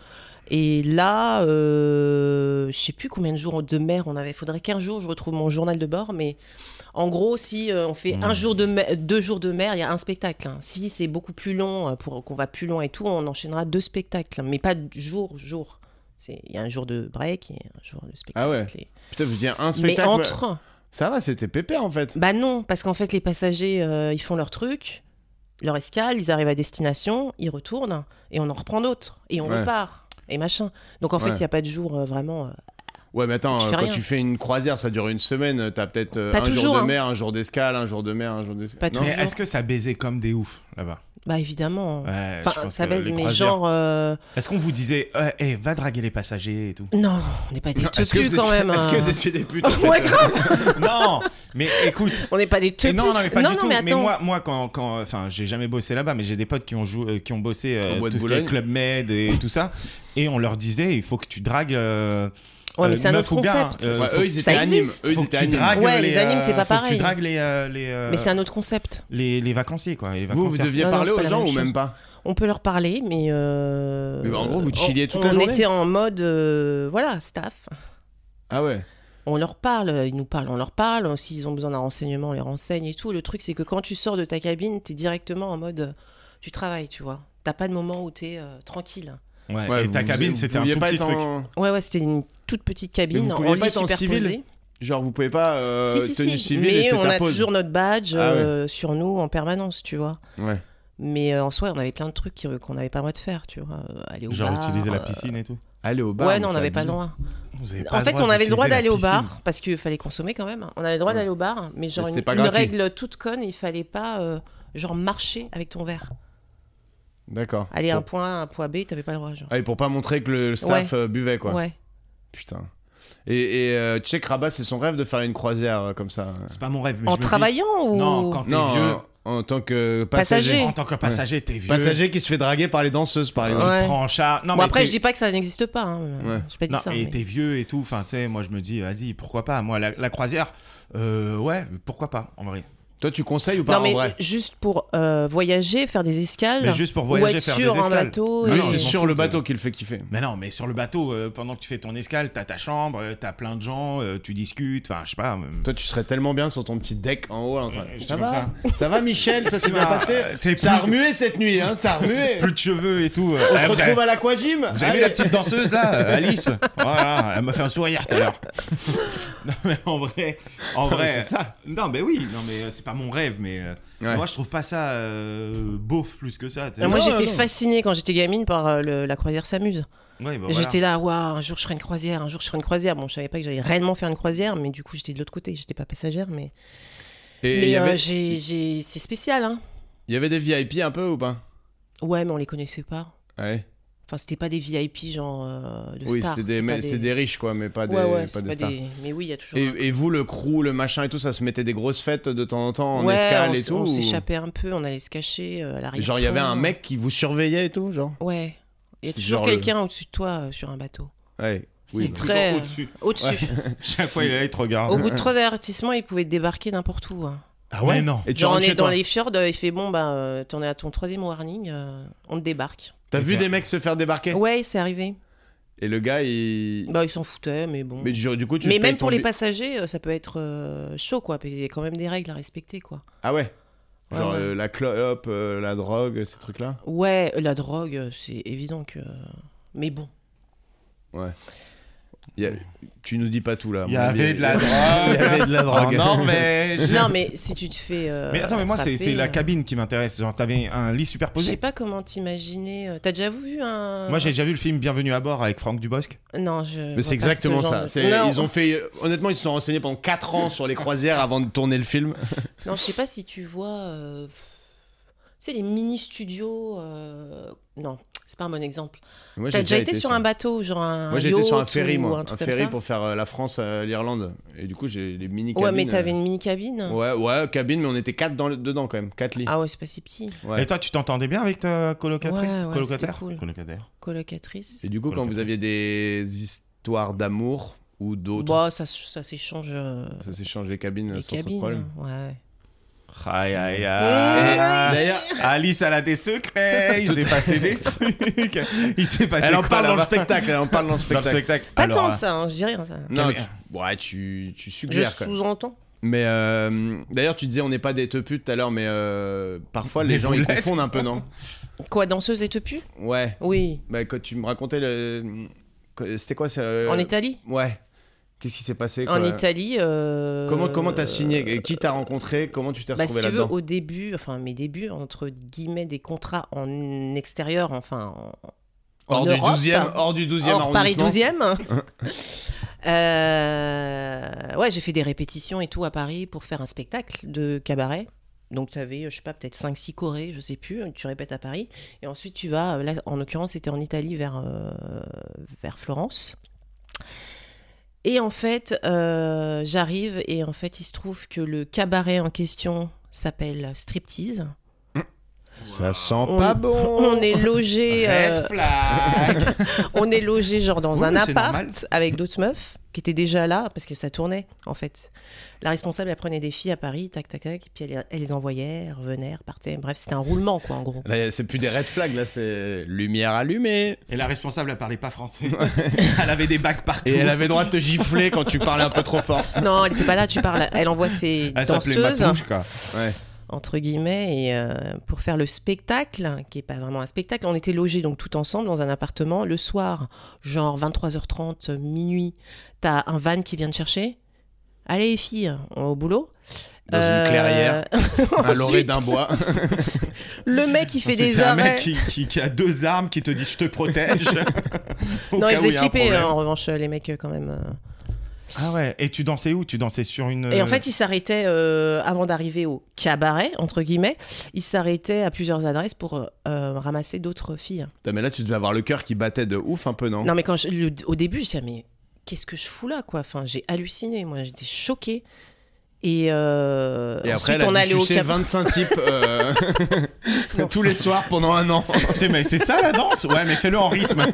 Et là, euh, je sais plus combien de jours de mer on avait. Faudrait qu'un jour je retrouve mon journal de bord, mais en gros, si euh, on fait Hmm. un jour de mer- deux jours de mer, il y a un spectacle. hein. Si c'est beaucoup plus long, euh, pour qu'on va plus loin et tout, on enchaînera deux spectacles, hein. mais pas jour jour. C'est- Il y a un jour de break et un jour de spectacle. Ah ouais. Et- Putain, vous faisiez un Mais spectacle. ouais. entre, Ça va, c'était pépère en fait. bah non, parce qu'en fait, les passagers, euh, ils font leur truc, leur escale, ils arrivent à destination, ils retournent, et on en reprend d'autres, et on Ouais. repart, et machin. Donc en fait, il Ouais. n'y a pas de jour euh, vraiment. euh, Ouais, mais attends, Tu euh, fais quand rien. tu fais une croisière, ça dure une semaine. T'as peut-être euh, Pas un jour toujours, de hein. mer, un jour d'escale, un jour de mer, un jour d'escale. Pas Non Mais toujours. est-ce que ça baisait comme des oufs là-bas Bah évidemment. Ouais, je Enfin, pense ça que baise, les mais croisières- genre. euh, Est-ce qu'on vous disait, eh, eh, va draguer les passagers et tout [LAUGHS] Non, on n'est pas des Non, est-ce que tepus vous quand étiez- même. Est-ce que hein. vous étiez des [LAUGHS] putes en fait Ouais, Non Mais écoute. On n'est pas des mais tepus. non, non, mais pas non, du non, tout. mais Mais, attends. moi, moi, quand, quand, enfin, j'ai jamais bossé là-bas, mais j'ai des potes qui ont joué, euh, qui ont bossé Au euh, bois de tout ce qui est Boulogne. club med et tout ça, et on leur disait, il faut que tu dragues. euh, Ouais, mais euh, c'est un meuf autre ou gars, concept. hein, euh, Ouais, faut- Eux, ils étaient ça animes. existe. Eux, ils faut étaient que tu animes. dragues Ouais, les, les animes, c'est euh, pas faut que pareil. tu dragues les, euh, les, euh, Mais c'est un autre concept. les, les vacanciers, quoi. Les Vous, vous vacancières. deviez Non, non, parler c'est aux pas la gens même ou chose. même pas On peut leur parler, mais. euh, Mais en gros, vous on- chilliez toute la on journée était en mode. euh, Voilà, staff. Ah ouais. On leur parle, euh, ils nous parlent, on leur parle. euh, S'ils ont besoin d'un renseignement, on les renseigne et tout. Le truc, c'est que quand tu sors de ta cabine, t'es directement en mode. euh, Tu travailles, tu vois. T'as pas de moment où t'es euh, tranquille. Ouais, Ouais, et ta vous- cabine, vous c'était un pouviez tout pas petit être truc. en- Ouais, ouais, c'était une toute petite Mais cabine vous en pouviez pas lit être en superposé. civil Genre, vous pouvez pas euh, si, si, tenue si. civile et mais c'est on ta a pause. toujours notre badge Ah ouais. euh, sur nous en permanence, tu vois. Ouais. Mais euh, en soi, on avait plein de trucs qui- qu'on n'avait pas le droit de faire, tu vois. Euh, Aller au Genre bar. utiliser la euh, piscine et tout. Aller au bar. Ouais, mais non, on c'est n'avait pas le abusé. droit. Vous avez pas En le fait, droit on avait le droit d'aller d'utiliser au la bar parce qu'il fallait consommer quand même. hein. On avait le droit Ouais. d'aller au bar, mais genre Mais une, c'était pas une gratuit. règle toute conne, il fallait pas euh, genre marcher avec ton verre. D'accord. Aller Bon. un point A, un point B, t'avais pas le droit. Genre. Ah, et pour pas montrer que le staff euh, buvait, quoi. ouais. Putain. Et, et, euh, tu sais que Rabat, c'est son rêve de faire une croisière euh, comme ça. piscine. C'est pas mon rêve. mais En je me dis, travaillant ou Non, quand t'es Non, vieux, en, en tant que Passager. passager. en tant que passager, t'es vieux. Passager qui se fait draguer par les danseuses, par Tu exemple. Ouais. te prends en charge. Non, Bon, mais après, t'es- je dis pas que ça n'existe pas. Hein. Ouais. J'ai pas dit Non, ça. et mais- t'es vieux et tout. Enfin, tu sais, moi, je me dis, vas-y, pourquoi pas. Moi, la, la croisière, euh, ouais, pourquoi pas, en vrai. Toi, tu conseilles ou pas Non, en mais vrai juste pour euh, voyager, faire des escales. Mais juste pour ou voyager, être faire sur des un escales. Ah Non, bateau. et- Lui, non, Ah c'est je m'en sur fous le de- bateau qu'il fait kiffer. Mais non, mais sur le bateau, euh, pendant que tu fais ton escale, t'as ta chambre, euh, t'as plein de gens, euh, tu discutes, enfin, je sais pas. euh, Toi, tu serais tellement bien sur ton petit deck en haut. là, en train- Ouais, je ça, suis comme va ça va, Michel Ça s'est bien Ah, passé euh, t'sais, Ça a plus, remué cette nuit, hein Ça a remué plus de cheveux et tout. euh, On ah, se vous retrouve avez- à l'aquagym Vous avez vu Allez. la petite danseuse [LAUGHS] là, euh, Alice Voilà, elle m'a fait un sourire tout à l'heure. [LAUGHS] non mais en vrai, en Ouais, vrai, Ah, c'est ça. non mais oui, non mais euh, c'est pas mon rêve, mais euh, Ouais. moi je trouve pas ça euh, beauf plus que ça. tu sais. Alors Ah, moi, Non, j'étais non. fascinée quand j'étais gamine par euh, le- la croisière s'amuse. Ouais, bah, J'étais là, waouh, un jour je ferai une croisière, un jour je ferai une croisière. Bon, je savais pas que j'allais réellement faire une croisière, mais du coup, j'étais de l'autre côté. J'étais pas passagère, mais, Et il mais y, euh, avait- j'ai- j'ai- c'est spécial. Hein. il y avait des VIP un peu ou pas Ouais, mais on les connaissait pas. Ouais. Enfin, c'était pas des VIP genre euh, de Oui, stars. c'était des, mais pas c'est des riches quoi, mais pas des, Ouais, ouais, pas c'est des pas stars. des- Mais oui, il y a toujours. un- Et, et vous, le crew, le machin et tout, ça se mettait des grosses fêtes de temps en temps en Ouais, escale on et s- tout On ou- s'échappait un peu, on allait se cacher euh, à l'arrière. Genre, il y avait un mec qui vous surveillait et tout, genre Ouais. Il y a C'est toujours genre le- quelqu'un au-dessus de toi euh, sur un bateau. Ouais. C'est Oui, bah. très euh, au-dessus. au-dessus. [LAUGHS] [LAUGHS] Chaque fois il est là, il te regarde. Au bout de trois avertissements, il pouvait te débarquer n'importe où. hein. Ah ouais, non. Et tu Genre, on rentres est chez dans toi. les fjords, euh, il fait bon, bah, euh, t'en es à ton troisième warning, euh, on te débarque. T'as vu Ok. des mecs se faire débarquer Ouais, c'est arrivé. Et le gars, il. Bah, ils s'en foutaient, mais bon. Mais Mais, genre, du coup, tu. te payes même ton pour les bi- passagers, euh, ça peut être euh, chaud, quoi. parce qu'il y a quand même des règles à respecter, quoi. Ah ouais Ouais, Genre ouais. euh, la clope, euh, la drogue, ces trucs-là Ouais, la drogue, euh, c'est évident que. Mais bon. Il y a- Tu nous dis pas tout là. à Il y mon avis, avait de la Il y drogue. avait de la drogue. Oh, non [LAUGHS] mais. je- [LAUGHS] non, mais si tu te fais. euh, Mais attends, mais moi c'est attraper, c'est euh, la cabine qui m'intéresse. Genre t'avais un lit Je sais superposé. pas comment t'imaginer. euh, T'as déjà vu un. Moi j'ai déjà vu le film Bienvenue à bord avec Franck Dubosc. Non, je. Mais c'est exactement ça. C'est- Non, Ils ont fait. euh, Honnêtement, ils se sont renseignés pendant 4 ans sur les croisières avant de tourner le film. non, je sais pas si tu vois. euh, pff, C'est les mini studios. euh, Non, c'est pas un bon exemple. Moi, T'as déjà été sur un bateau, genre un. Moi, j'ai été sur un yacht ferry, ou moi. Un, Un, truc comme ferry ça pour faire euh, la France, euh, l'Irlande. Et du coup, j'ai les mini cabines. Ouais, mais t'avais une mini cabine. euh. Ouais, ouais, cabine, mais on était 4 dans le... dedans quand même. 4 lits. Ah ouais, c'est pas si petit. Ouais. Et toi tu t'entendais bien avec ta colocatrice Ouais, ouais, colocataire c'était cool. colocataire. Colocatrice. Et du coup, quand vous Colocatrice. aviez des histoires d'amour ou d'autres, Bah, ça, s- ça s'échange. euh, ça s'échange les cabines les sans trop de cabines. hein. Ah. problème. Ouais. Aïe aïe Et aïe. D'ailleurs, Alice, elle a des secrets. Il Tout- s'est passé des trucs. Il s'est passé elle en quoi parle dans le là-bas spectacle. Elle en parle dans le Dans le spectacle. spectacle. Pas Alors, euh, tant que ça, hein, je dis rien. ça. Non, Camé- tu, ouais, tu, tu Je suggères quand même. sous-entends. Mais euh, d'ailleurs, tu disais on n'est pas des te putes tout à l'heure, mais euh, parfois les Mais gens vous ils l'êtes. confondent un peu, non Quoi, danseuse et te pue Ouais. Oui. Bah, quand tu me racontais le. que- C'était quoi ça euh, En Italie Ouais. Qu'est-ce qui s'est passé quoi En Italie. euh, Comment comment t'as signé Qui t'a rencontré Comment tu t'es Bah, retrouvé si tu veux, là-dedans au début, enfin mes débuts, entre guillemets, des contrats en extérieur, enfin en, en hors, du Europe, 12e, hors du 12e hors Paris arrondissement. 12e. [LAUGHS] Euh, ouais, j'ai fait des répétitions et tout à Paris pour faire un spectacle de cabaret. Donc tu avais, je sais pas, peut-être 5-6 Corées, je sais plus, tu répètes à Paris. Et ensuite tu vas, euh, là en l'occurrence c'était en Italie vers, euh, vers Florence. Et en fait, euh, j'arrive et en fait il se trouve que le cabaret en question s'appelle Striptease. Ça sent On- pas bon. Oh. On est logé... euh, Red flag. on est logé genre dans Oui, un mais c'est appart normal. avec d'autres meufs qui étaient déjà là parce que ça tournait en fait. La responsable elle prenait des filles à Paris, tac tac tac, et puis elle, elle les envoyait, elles revenaient, elles repartaient. Bref, c'était un roulement quoi en gros. Là, c'est plus des red flags, là, c'est lumière allumée. [LAUGHS] Et la responsable, elle parlait pas français. [LAUGHS] Elle avait des bacs partout. Et elle avait droit de te gifler [LAUGHS] quand tu parlais un peu trop fort. Non, elle était pas là, tu parles. Elle envoie ses [LAUGHS] Elle s'appelait danseuses. Matouche, quoi. Ouais. entre guillemets, et, euh, pour faire le spectacle, qui n'est pas vraiment un spectacle. On était logés donc tout ensemble dans un appartement. Le soir, genre 23h30, euh, minuit, t'as un van qui vient te chercher. Allez, les filles, on va au boulot. Dans une clairière, [LAUGHS] un laurier Euh, ensuite, d'un bois. [LAUGHS] le mec, il C'est- fait des c'est un arrêts. mec qui, qui- qui a deux armes qui te dit je te [LAUGHS] protège. Au Non, cas ils où faisaient il y a un flipper, problème. hein, en revanche, les mecs, euh, quand même. euh. Ah ouais. Et tu dansais où Tu dansais sur une. Et en fait, ils s'arrêtaient, euh, avant d'arriver au cabaret, entre guillemets, ils s'arrêtaient à plusieurs adresses pour euh, euh, ramasser d'autres filles. Putain, mais là, tu devais avoir le cœur qui battait de ouf un peu, non Oh. Non, mais quand je- le- au début, je disais, mais qu'est-ce que je fous là, quoi Enfin, j'ai halluciné, moi, j'étais choquée. Et, euh, Et après, ensuite, elle a on dû allait au sucer cabaret. 25 types [LAUGHS] euh, [LAUGHS] tous les soirs pendant un an. c'est euh, [LAUGHS] mais c'est ça la danse Ouais, mais fais-le en [LAUGHS] rythme.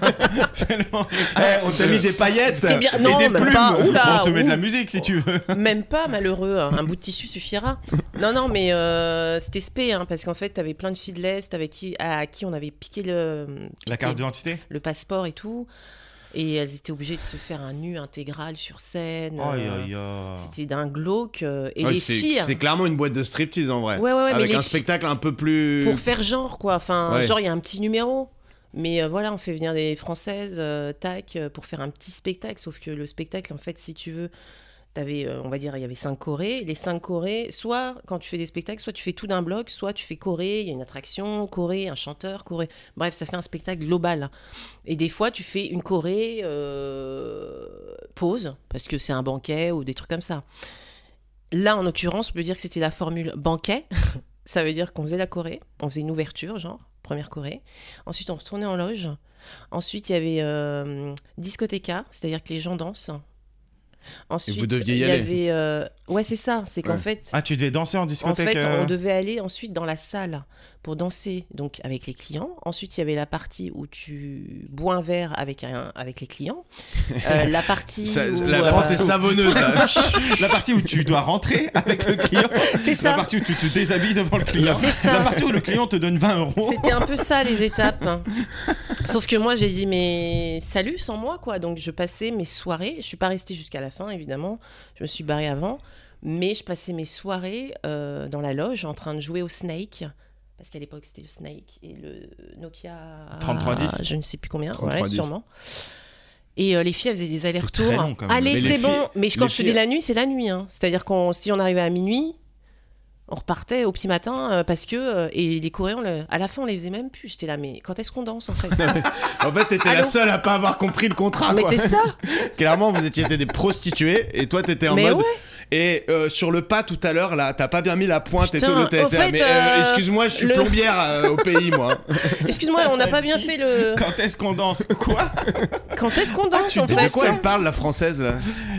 Fais-le en rythme. Eh, on t'a mis des paillettes qui est bien- et non, des mais plumes. Bah, pas- oula, on te met de la ouh. musique si tu veux. Même pas, malheureux. hein. Un bout de tissu suffira. Non, non, mais euh, c'était spé, hein, parce qu'en fait, t'avais plein de filles de l'Est avec qui, à qui on avait piqué le, La carte d'identité le passeport et tout. Et elles étaient obligées de se faire un nu intégral sur scène. Aïe, euh, aïe, aïe. C'était d'un glauque. euh, et Ouais, les c'est- filles. C'est clairement une boîte de striptease en vrai. Ouais, ouais, ouais, mais Avec les un filles- spectacle un peu plus. pour faire genre quoi enfin Euh, Ouais. genre il y a un petit numéro mais euh, voilà on fait venir des françaises euh, tac euh, pour faire un petit spectacle sauf que le spectacle en fait si tu veux t'avais euh, on va dire il y avait cinq Corées les cinq Corées soit quand tu fais des spectacles soit tu fais tout d'un bloc soit tu fais Corée il y a une attraction Corée un chanteur Corée bref ça fait un spectacle global et des fois tu fais une Corée euh, pause parce que c'est un banquet ou des trucs comme ça Là, en l'occurrence, on peut dire que c'était la formule banquet. [LAUGHS] Ça veut dire qu'on faisait la Corée, on faisait une ouverture, genre, première Corée. Ensuite, on retournait en loge. Ensuite, il y avait euh, discothéca, c'est-à-dire que les gens dansent. Ensuite, deviez y il aller. y avait. euh, Ouais, c'est ça, c'est qu'en Ouais. fait. Ah, tu devais danser en En discothèque fait, euh, on devait aller ensuite dans la salle pour danser donc avec les clients. Ensuite, il y avait la partie où tu bois un verre avec, un, avec les clients. Euh, la partie [LAUGHS] Ça- où, la euh, pente est savonneuse là. La partie où tu dois rentrer avec le client. C'est La ça. partie où tu te déshabilles devant le client. C'est ça. La partie où le client te donne 20 euros. [LAUGHS] C'était un peu ça les étapes. Sauf que moi j'ai dit mais salut sans moi quoi. Donc je passais mes soirées, je suis pas restée jusqu'à la fin évidemment, je me suis barrée avant, mais je passais mes soirées euh, dans la loge en train de jouer au Snake. Parce qu'à l'époque c'était le Snake et le Nokia 3310. je ne sais plus combien, ouais, 3310. sûrement. Et euh, les filles elles faisaient des très allers-retours. long, quand même. Allez Mais euh les c'est filles- bon, mais je- quand les je te dis filles- la nuit c'est la nuit. hein. C'est-à-dire qu'on si on arrivait à minuit, on repartait au petit matin euh, parce que euh, et les Coréens le- à la fin on les faisait même plus j'étais là mais quand est-ce qu'on danse [LAUGHS] en fait [LAUGHS] En fait, t'étais la Allô seule à pas avoir compris le contrat. mais quoi. c'est ça [LAUGHS] Clairement, vous étiez des prostituées et toi, t'étais en mais mode. ouais Et euh, sur le pas tout à l'heure, là, t'as pas bien mis la pointe Putain, et tout. le au t'étais là, fait, mais euh, euh, excuse-moi, je suis le- plombière euh, au pays, [LAUGHS] moi. excuse-moi on n'a pas bien [LAUGHS] fait le Quand est-ce qu'on danse Quoi quand est-ce qu'on danse tu en Mais fait Ah, de quoi elle parle, la française là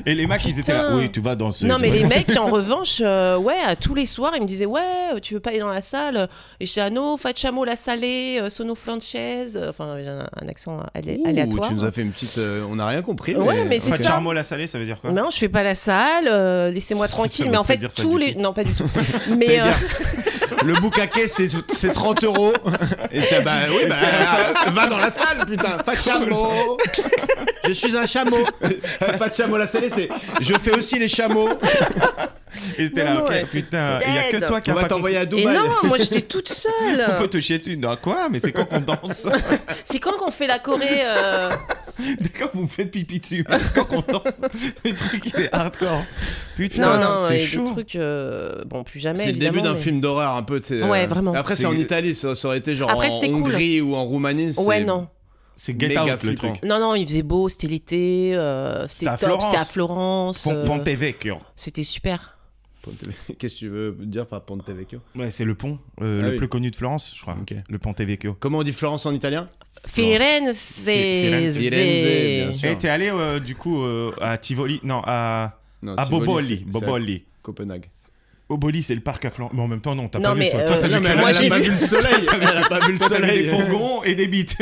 Et les mecs, ils étaient là. Putain. Oui, tu vas danser. non tu mais vas [LAUGHS] les mecs en revanche euh, ouais à tous les soirs ils me disaient ouais euh, tu veux pas aller dans la salle et j'étais ah non Facciamo la salée euh, sono flanchese enfin j'ai un, un accent alé- Ouh, aléatoire Tu nous as fait une petite. euh, on n'a rien compris. Ouais, mais En fait, C'est ça. Charmot la salée, ça veut dire quoi non, je fais pas la salle, euh, laissez-moi tranquille. veut Mais en pas fait, dire [LAUGHS] ça tous du les. tout. Non, pas du tout. C'est Mais euh, bien. Le boucaquet, c'est c'est 30 euros. Et t'as, bah oui, bah euh, va dans la salle, putain. Pas de chameau. Je suis un chameau. Pas de chameau la salée, c'est je fais aussi les chameaux. Et c'était Non, là, non, ok, ouais, c'est putain, il y a que dead. toi qui On a va pas t'envoyer à et Dubaï. non, moi j'étais toute seule. compris. [LAUGHS] On peut te chier dessus. Non, quoi Mais c'est quand qu'on [LAUGHS] danse [LAUGHS] C'est quand qu'on fait la Corée euh, Dès quand vous me faites pipi dessus, mais c'est quand qu'on danse [LAUGHS] Le truc, il est hardcore. Putain, Non, non, c'est et chaud. des trucs. euh, Bon, plus jamais. C'est le début évidemment, d'un mais- film d'horreur un peu, tu sais. euh, Ouais, vraiment. Après, c'est en C'est- Italie, ça, ça aurait été genre Après, en c'était cool. Hongrie ou en Roumanie. Ouais, c'est- non. C'est get méga out le flippant. truc. Non, non, il faisait beau, c'était l'été, euh, C'était c'était à top, Florence. c'était à Florence. euh, Pon- Pontevecchio. c'était super. Ponte- [LAUGHS] Qu'est-ce que tu veux dire par Ponte Vecchio Ouais, c'est le pont euh, Ah le oui. plus connu de Florence, je crois. Ok. Le Pontevecchio. Comment on dit Florence en italien Firenze. Firenze, bien sûr. Et t'es allé euh, du coup euh, à Tivoli Non, à, Non, à Tivoli, c'est- Ah, Boboli. c'est à Boboli. Copenhague. Boboli, c'est le parc à Florence. Mais en même temps, non, t'as Non, pas vu. mais, Toi, Toi, euh, t'as non, vu mais que- moi, elle a j'ai pas vu- [LAUGHS] vu le soleil. Elle a pas vu le Toi, t'as vu soleil. euh. des fourgons et des [LAUGHS] bites.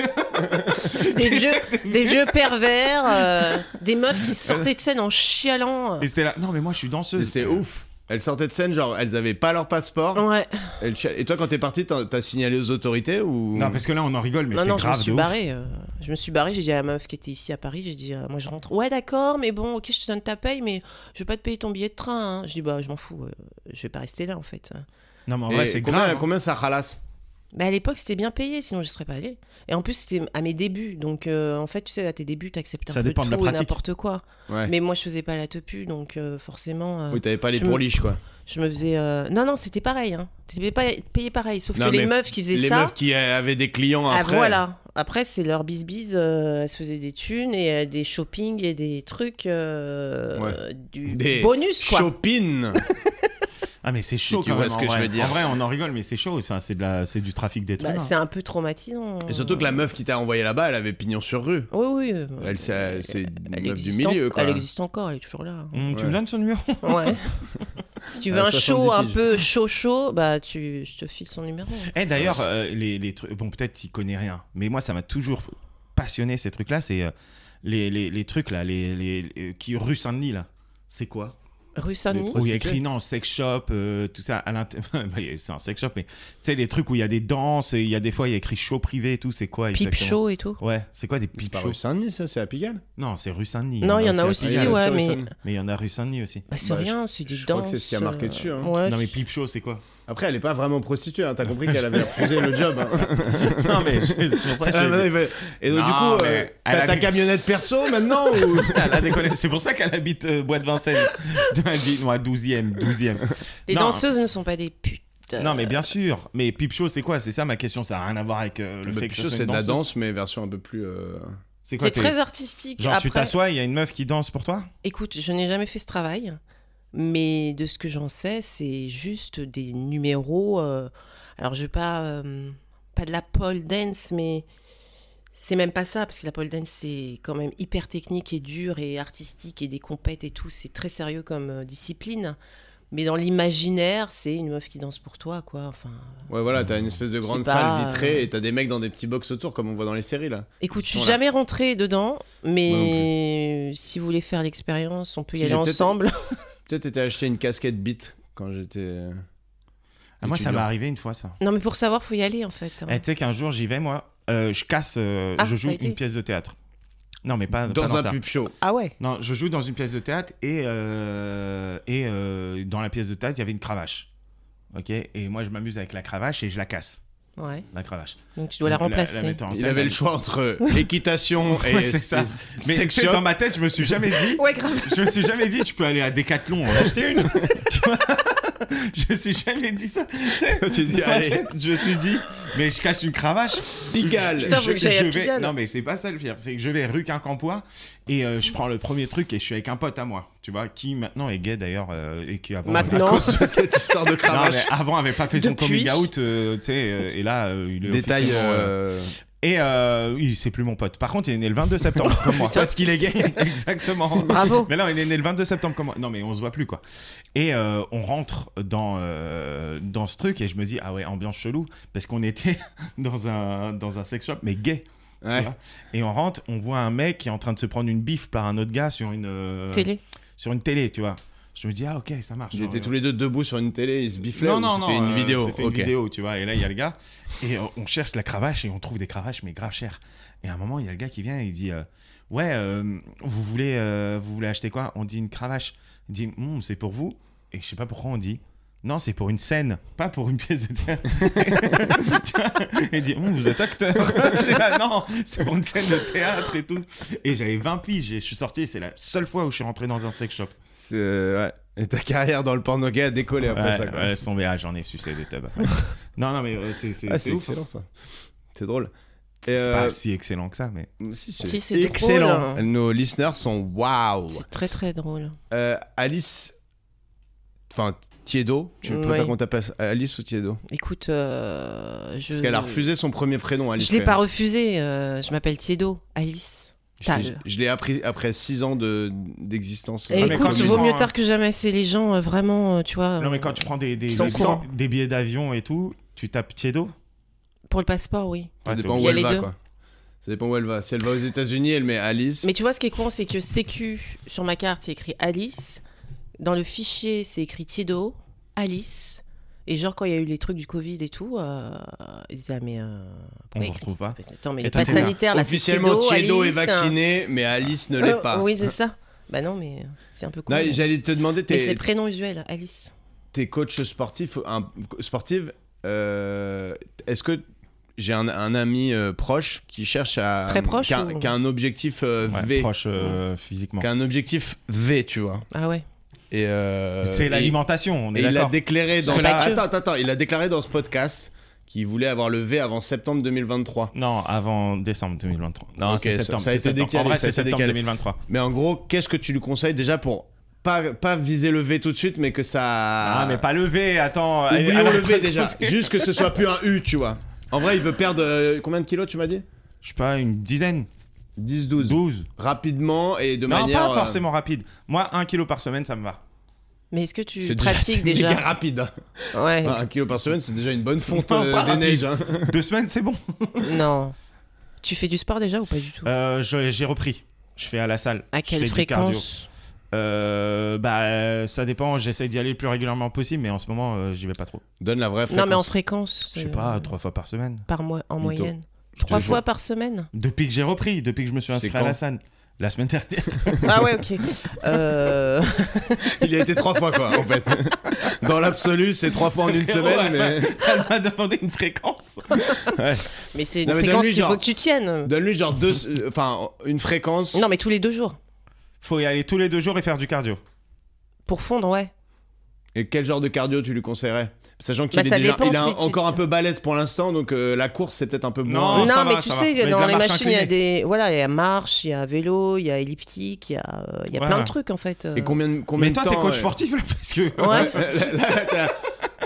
Des [LAUGHS] vieux, des vieux pervers, euh, des meufs qui sortaient de scène en chialant. Et c'était là. Non, mais moi, je suis Mais danseuse. C'est ouf. Elles sortaient de scène, genre, elles avaient pas leur passeport. Oh. Ouais. Elles ch- Et toi, quand t'es parti, t'as t'as signalé aux autorités ou Non, parce que là, on en rigole, mais non, c'est non, grave je me suis de ouf. barrée. euh, je me suis barrée, j'ai dit à la meuf qui était ici à Paris, j'ai dit, euh, moi je rentre. Ouais, d'accord, mais bon, ok, je te donne ta paye, mais je vais pas te payer ton billet de train. hein. Je dis, bah, je m'en fous, euh, je vais pas rester là en fait. Non, mais en vrai, Et c'est combien, grave. hein. combien ça ralasse Bah, à l'époque, c'était bien payé, sinon je ne serais pas allée. Et en plus, c'était à mes débuts. Donc, euh, en fait, tu sais, à tes débuts, tu acceptes un Ça peu dépend de la tout et pratique. n'importe quoi. Ouais. Mais moi, je faisais pas la tepu, donc euh, forcément, euh, Oui, t'avais pas les je pourliches quoi. je me faisais. euh, Non, non, c'était pareil. Hein. T'étais pas payé pareil. Sauf Non, que les mais meufs qui faisaient Les ça. meufs qui euh, avaient des clients Ah, après. voilà. Après, c'est leur bisbise. euh, elles se faisaient des thunes et euh, des shopping et des trucs. euh, Ouais. euh, [LAUGHS] du Des bonus, quoi. [LAUGHS] Shopping Ah, mais c'est Si chaud tu quand vois même, ce en que je vrai. veux dire. En vrai, on en rigole, mais c'est chaud. Enfin, c'est de la- c'est du trafic d'êtres Bah, humains. c'est un peu traumatisant. Et surtout que la meuf qui t'a envoyé là-bas, elle avait pignon sur rue. Oui, oui. euh, Elle, c'est c'est une elle meuf du existe milieu en- quoi. Elle existe encore, elle est toujours là. hein. [LAUGHS] Hum, Tu Ouais. me donnes son numéro Ouais. si tu veux À un show 70 un piges. peu chaud chaud, bah tu, je te file son numéro. Eh d'ailleurs, euh, les, les trucs, bon peut-être qu'il connaît rien, mais moi ça m'a toujours passionné ces trucs-là, c'est euh, les, les, les trucs là, les, les, les- qui rue Saint-Denis là. C'est quoi Rue Où il y a Saint-Denis. Prostituées. écrit non sex shop, euh, tout ça à l'intérieur. [LAUGHS] c'est un sex shop, mais tu sais les trucs où il y a des danses, et il y a des fois il y a écrit show privé et tout, c'est quoi Pipe exactement show et tout. Ouais, c'est quoi des C'est pipe pas shows rue Saint-Denis ça, c'est à Pigalle Non, c'est rue Saint-Denis. Non, il y en a Ah, Si, il y en a ouais, ça, rue mais- Saint-Denis. Mais il y en a rue Saint-Denis aussi. Bah, c'est Bah, rien, c'est des je crois danses. que c'est ce qui a marqué euh, dessus, hein. ouais. Non mais pipe show [LAUGHS] c'est quoi Après, elle est pas vraiment [LAUGHS] prostituée, hein, t'as compris qu'elle avait refusé le job. hein. Non mais c'est pour ça que je Ah, l'ai non, dit. il fait- [LAUGHS] Et donc, du Non, coup, mais euh, elle t'as a ta dit- camionnette perso maintenant [LAUGHS] ou... Elle a déconné. C'est pour ça qu'elle habite euh, Bois de Vincennes. [LAUGHS] Elle vit- non, à 12e, 12e. Les Non. danseuses ne sont pas des putes. Non, Euh, mais bien sûr. Mais Pipe Show, c'est quoi C'est ça ma question. Ça n'a rien à voir avec euh, le Bah, fait que ce Pichot, soit c'est une de la danseuse. danse, mais version un peu plus. euh, C'est quoi C'est t'es- très artistique. Genre, tu Après, t'assois, il y a une meuf qui danse pour toi écoute, je n'ai jamais fait ce travail, mais de ce que j'en sais, c'est juste des numéros. euh, Alors, je vais pas euh, pas de la pole dance, mais c'est même pas ça parce que la pole dance c'est quand même hyper technique et dur et artistique et des compètes et tout. C'est très sérieux comme euh, discipline. Mais dans l'imaginaire, c'est une meuf qui danse pour toi, quoi. Enfin, Ouais, voilà, t'as une espèce de grande pas, salle vitrée euh, et t'as des mecs dans des petits box autour, comme on voit dans les séries là. écoute, je Ils sont suis là. jamais rentrée dedans, Moi non mais si vous voulez faire l'expérience, on peut y Si, aller j'ai peut-être- ensemble. Peut-être t'étais acheté une casquette beat quand j'étais. euh, Ah, Moi, ça étudiant. m'est arrivé une fois, ça. Non, mais pour savoir, faut y aller en fait. hein. Eh, tu sais qu'un jour, j'y vais, moi. euh, je casse. euh, Ah, je joue t'as été une pièce de théâtre. Non, mais pas pas Dans un ça. pub show. Ah ouais. Non, je joue dans une pièce de théâtre et, euh, et euh, dans la pièce de théâtre, il y avait une cravache. Ok Et moi, je m'amuse avec la cravache et je la casse, Ouais. la cravache. Donc tu dois la remplacer. mettre en Il scène, avait le la- choix [LAUGHS] entre équitation et. Ouais, c'est ça. et- Mais tu sex sais, shop. dans ma tête, je me suis jamais dit. [LAUGHS] Ouais, grave. Je me suis jamais dit, tu peux aller à Decathlon en acheter [LAUGHS] une. tu vois [LAUGHS] je me suis jamais dit ça. Tu sais, [LAUGHS] Tu dis, dans ma [LAUGHS] allez. tête, je me suis dit, mais je cache une cravache. Pigalle. Putain, faut que j'aille à je vais- Pigalle. Non, mais c'est pas ça le pire. C'est que je vais rue Quincampoix et euh, je prends le premier truc et je suis avec un pote à moi, tu vois, qui maintenant est gay d'ailleurs euh, et qui avant. Maintenant. À Non. cause de cette histoire de Non, cravache. mais avant avait pas fait son Depuis. coming out, euh, tu sais, euh, et là, euh, il est Détail. officiellement, euh, euh, Et euh, il- c'est plus mon pote. Par contre, il est né le 22 septembre, comme [LAUGHS] moi. Parce qu'il est gay. Exactement. Bravo. Mais là, il est né le 22 septembre. Comment Non, mais on se voit plus, quoi. Et euh, on rentre dans, euh, dans ce truc et je me dis, ah ouais, ambiance chelou, parce qu'on était [LAUGHS] dans un, dans un sex shop, mais gay. tu [LAUGHS] Ouais. vois. Et on rentre, on voit un mec qui est en train de se prendre une biffe par un autre gars sur une, euh, Télé. Sur une télé, tu vois. Je me dis, ah ok, ça marche. Ils étaient Alors, tous les deux debout sur une télé, ils se bifflaient. non, ou non, C'était non, une euh, vidéo. C'était Ok. une vidéo, tu vois. Et là, il y a le gars. Et euh, on cherche la cravache et on trouve des cravaches, mais grave chères. Et à un moment, il y a le gars qui vient et il dit euh, Ouais, euh, vous, voulez, euh, vous voulez acheter quoi On dit une cravache. Il dit Hum, C'est pour vous Et je sais pas pourquoi on dit. Non, c'est pour une scène, pas pour une pièce de théâtre. [LAUGHS] Tu vois et il dit, Hum, vous êtes acteur. [LAUGHS] J'ai dit, Ah non, c'est pour une scène de théâtre et tout. Et j'avais 20 piges et je suis sorti. C'est la seule fois où je suis rentré dans un sex shop. C'est- euh, ouais. Et ta carrière dans le porno gay a décollé après Ouais, ça. quoi. ouais, son VH, j'en ai sucé des tubs. [LAUGHS] après. non, non, mais euh, c'est c'est- Ah, c'est c'est ouf. excellent ça. C'est drôle. Et, C'est pas euh, si excellent que ça, mais. si, Si, c'est drôle, excellent. hein. Nos listeners sont waouh. C'est très très drôle. Euh, Alice. Enfin, Tiedo. Tu Oui. préfères qu'on t'appelle Alice ou Tiedo Écoute, euh, je. Parce qu'elle a refusé son premier prénom, Alice. Je l'ai quand pas même. refusé. euh, je m'appelle Tiedo, Alice. Je l'ai- Tal. Je l'ai appris après 6 ans de- d'existence. Ah, Et mais quand écoute, tu vaut prends mieux un- tard que jamais. C'est les gens euh, vraiment, euh, tu vois. Non, mais quand tu prends des, des, Ils sont des- sans. des billets d'avion et tout, tu tapes Tiedo Pour le passeport, oui. Ça Ouais, dépend t'es Il y où obligé. a elle les va, deux. quoi. Ça dépend où elle va. Si elle va aux États-Unis, elle met Alice. Mais tu vois, ce qui est con, c'est que Sécu, sur ma carte, c'est écrit Alice. Dans le fichier, c'est écrit Tiedo, Alice. Et genre, quand il y a eu les trucs du Covid et tout, euh, ils disaient, ah, mais. euh, On pourquoi vous retrouve pas. Attends, mais Et le toi, pass t'es là. sanitaire, là, c'est Officiellement, Tiedo est Alice. hein. vacciné, mais Alice ne l'est Euh, pas. Oui, c'est ça. Bah non, mais c'est un peu con. Non, mais- J'allais te demander, Mais c'est t'es le prénom usuel, Alice. t'es coach sportif, un, sportive, euh, est-ce que j'ai un, un ami euh, proche qui cherche à Très proche qui a, ou- qui a un objectif euh, Ouais, V, proche euh, physiquement. qui a un objectif V, tu vois. Ah ouais. Et euh, C'est et- l'alimentation, on Et est il a d'accord. déclaré dans Parce que là- attends, attends, attends, il a déclaré dans ce podcast qu'il voulait avoir le V avant septembre 2023. Non, avant décembre 2023. Non, Ok, c'est ça- septembre. ça c'est a été septembre. décalé, En vrai, ça a c'est été septembre décalé. 2023. Mais en gros, qu'est-ce que tu lui conseilles déjà pour pas, pas viser le V tout de suite, mais que ça. Ah, mais pas Ah, levé, attends. euh, Oublions allez, le attends, V attends, déjà. attends. Juste que ce soit plus un U, tu vois. En vrai, il veut perdre euh, combien de kilos, tu m'as dit Je sais pas, une dizaine, 10, 12. 12. Rapidement et de non, manière. euh, pas forcément rapide. Moi, un kilo par semaine, ça me [LAUGHS] va. Mais est-ce que euh, tu c'est pratiques méga déjà, rapide. Ouais. Un kilo par semaine, c'est déjà une bonne fonte Non, euh, pas des rapide. neiges. hein. Deux semaines, c'est bon. Non. Tu fais du sport déjà ou pas du tout Euh, je- J'ai repris. Je fais à la salle. À Je quelle fais du cardio. fréquence Euh, Bah, ça dépend. J'essaie d'y aller le plus régulièrement possible, mais en ce moment, euh, j'y vais pas trop. Donne la vraie fréquence. Non, mais en fréquence. Je sais euh, pas, trois fois par semaine. Par mois, en Mytho. moyenne. Trois jure. fois par semaine Depuis que j'ai repris, depuis que je me suis C'est inscrit à quand la salle. La semaine dernière. [LAUGHS] Ah ouais, ok. Euh, Il y a été trois fois, quoi, en fait. Dans l'absolu, c'est trois fois en une Frérot, semaine, ouais. mais. Elle m'a demandé une fréquence. Mais c'est Non, une mais fréquence donne-lui qu'il genre- faut que tu tiennes. Donne-lui genre deux. euh, Enfin, une fréquence. Non, mais tous les deux jours. Faut y aller tous les deux jours et faire du cardio. Pour fondre, ouais. Et quel genre de cardio tu lui conseillerais Sachant qu'il Bah, est ça déjà- dépend il est un- si tu- encore un peu balèze pour l'instant, donc euh, la course c'est peut-être un peu Oh, moins. Non. ça non, mais va, tu ça sais, va. Mais de dans la les marche machines, il y a inclinée. des. Voilà, il y a marche, il y a vélo, il y a elliptique, il y a, euh, il y a Ouais. plein de trucs en fait. euh. Et combien de combien Mais toi, de temps t'es coach euh, sportif là, parce [LAUGHS] que. Ouais. là, t'as-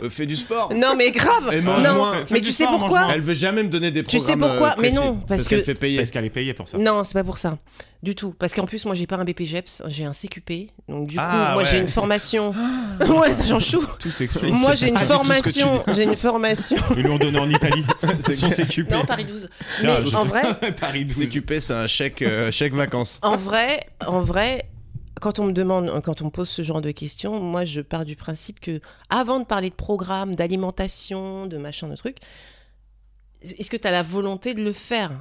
euh, Fais du sport. Non, mais grave Et mange Non, moins. mais Fais du tu sais sport, mange pourquoi moins. Elle veut jamais me donner des Tu programmes. sais pourquoi euh, Mais précis, non, parce que- qu'elle fait payer. Parce qu'elle est payée pour ça. Non, c'est pas pour ça. Du tout. Parce qu'en plus, moi, j'ai pas un BPGEPS, E j'ai un CQP. Donc, du coup, Ah, moi, ouais. j'ai une formation. Ah. [LAUGHS] ouais, ça change tout. Tout s'explique. Moi, j'ai une pas du [LAUGHS] tout ce que tu formation. J'ai [LAUGHS] une formation. Ils l'ont donné en Italie. C'est Son CQP. [LAUGHS] Non, Paris 12. Tiens, Mais je en sais. vrai, Paris 12. CQP, c'est un chèque, [LAUGHS] euh, chèque vacances. En vrai, en vrai, quand on me demande, quand on me pose ce genre de questions, moi je pars du principe que avant de parler de programme, d'alimentation, de machin, de trucs, est-ce que tu as la volonté de le faire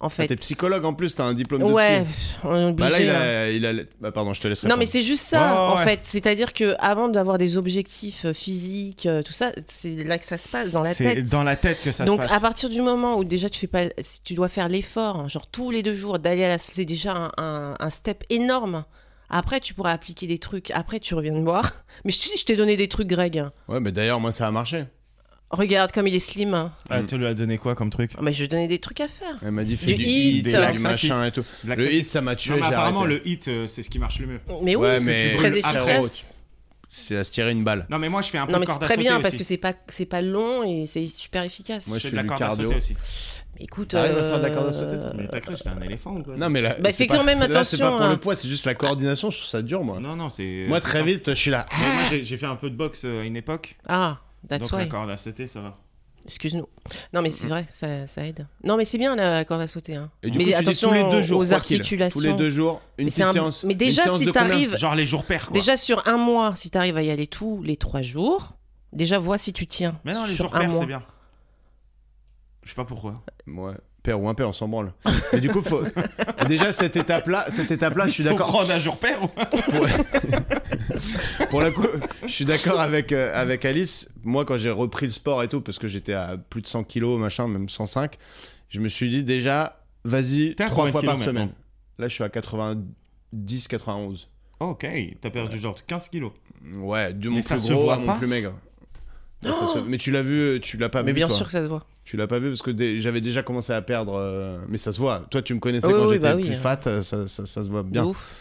en Ah, fait T'es psychologue en plus, t'as un diplôme Ouais, de psy. pff, on est Bah là, obligé. il hein. a, il a- bah, pardon, je te laisse. Non mais répondre. c'est juste ça Ouais, ouais, en ouais. fait, c'est-à-dire que avant d'avoir des objectifs euh, physiques, euh, tout ça, c'est là que ça se passe dans la C'est tête. dans la tête que ça Donc se passe. à partir du moment où déjà tu fais pas, si tu dois faire l'effort, hein, genre tous les deux jours d'aller à la, c'est déjà un, un- un step énorme. Après tu pourras appliquer des trucs. Après tu reviens me voir. [LAUGHS] Mais je, si je t'ai donné des trucs, Greg. hein. Ouais, mais d'ailleurs, moi, ça a marché. Regarde comme il est slim. hein. Ah, tu lui as donné quoi comme truc Ah, mais je lui ai donné des trucs à faire. Elle m'a dit fais Du du, hit, hit, euh, fais ça, du machin et tout. De la- Le hit, ça m'a tué. Non, mais j'ai apparemment, arrêté. le hit, euh, c'est ce qui marche le mieux. Mais oui, Ouais, parce que mais c'est très frérot, efficace. C'est à se tirer une balle. Non, mais moi, je fais un peu Non de mais c'est corde à très bien sauter parce que aussi. c'est pas c'est pas long et c'est super efficace. Moi, Je je fais fais de la du corde à cardio. sauter aussi. Écoute, T'arrives à Ah, faire de la corde à sauter, euh, toi Mais t'as cru que c'était un éléphant ou quoi Non, mais là. Bah, c'est fais quand même là, c'est pas attention, pour hein. le poids, c'est juste la coordination, je trouve ça dur, moi. Non, non, c'est. moi, c'est très ça. vite, je suis là. Mais moi, j'ai- j'ai fait un peu de boxe euh, à une époque. ah, that's donc la why. corde à sauter, ça va. Excuse-nous. Non mais c'est vrai, ça, ça aide. Non mais c'est bien la corde à sauter. hein. Et du mais coup, tu dis attention tous les deux jours, aux quoi qu'il. articulations. Tous les deux jours, une mais, c'est petite un- séance. mais Une déjà séance si de combien t'arrives, Genre les jours pairs, quoi. déjà sur un mois, si t'arrives à y aller tous les trois jours, déjà vois si tu tiens. Mais non, les sur jours un pairs, mois. c'est bien. Je sais pas pourquoi. Ouais. Père ou impair, on s'en branle. Mais du coup, faut... [LAUGHS] déjà cette étape-là, cette étape-là, je suis Faut d'accord. prendre un jour pair ou Pour la coup, je suis d'accord avec euh, avec Alice. Moi, quand j'ai repris le sport et tout, parce que j'étais à plus de 100 kilos, machin, même 105, je me suis dit déjà, vas-y, T'es à trois combien de fois par kilos maintenant semaine. Là, je suis à 90, 91. Ok, t'as perdu genre 15 kilos. Ouais, de Mais mon ça plus se gros voit à mon pas plus maigre. Ouais, ça se- Mais tu l'as vu, tu l'as pas Oh Mais vu. bien Ah, toi. sûr que ça se voit. Tu l'as pas vu parce que dé- j'avais déjà commencé à perdre. euh, Mais ça se voit. Toi, tu me connaissais Oui, quand oui, j'étais bah oui. plus fat, euh, ça, ça- ça se voit bien. De Ouf.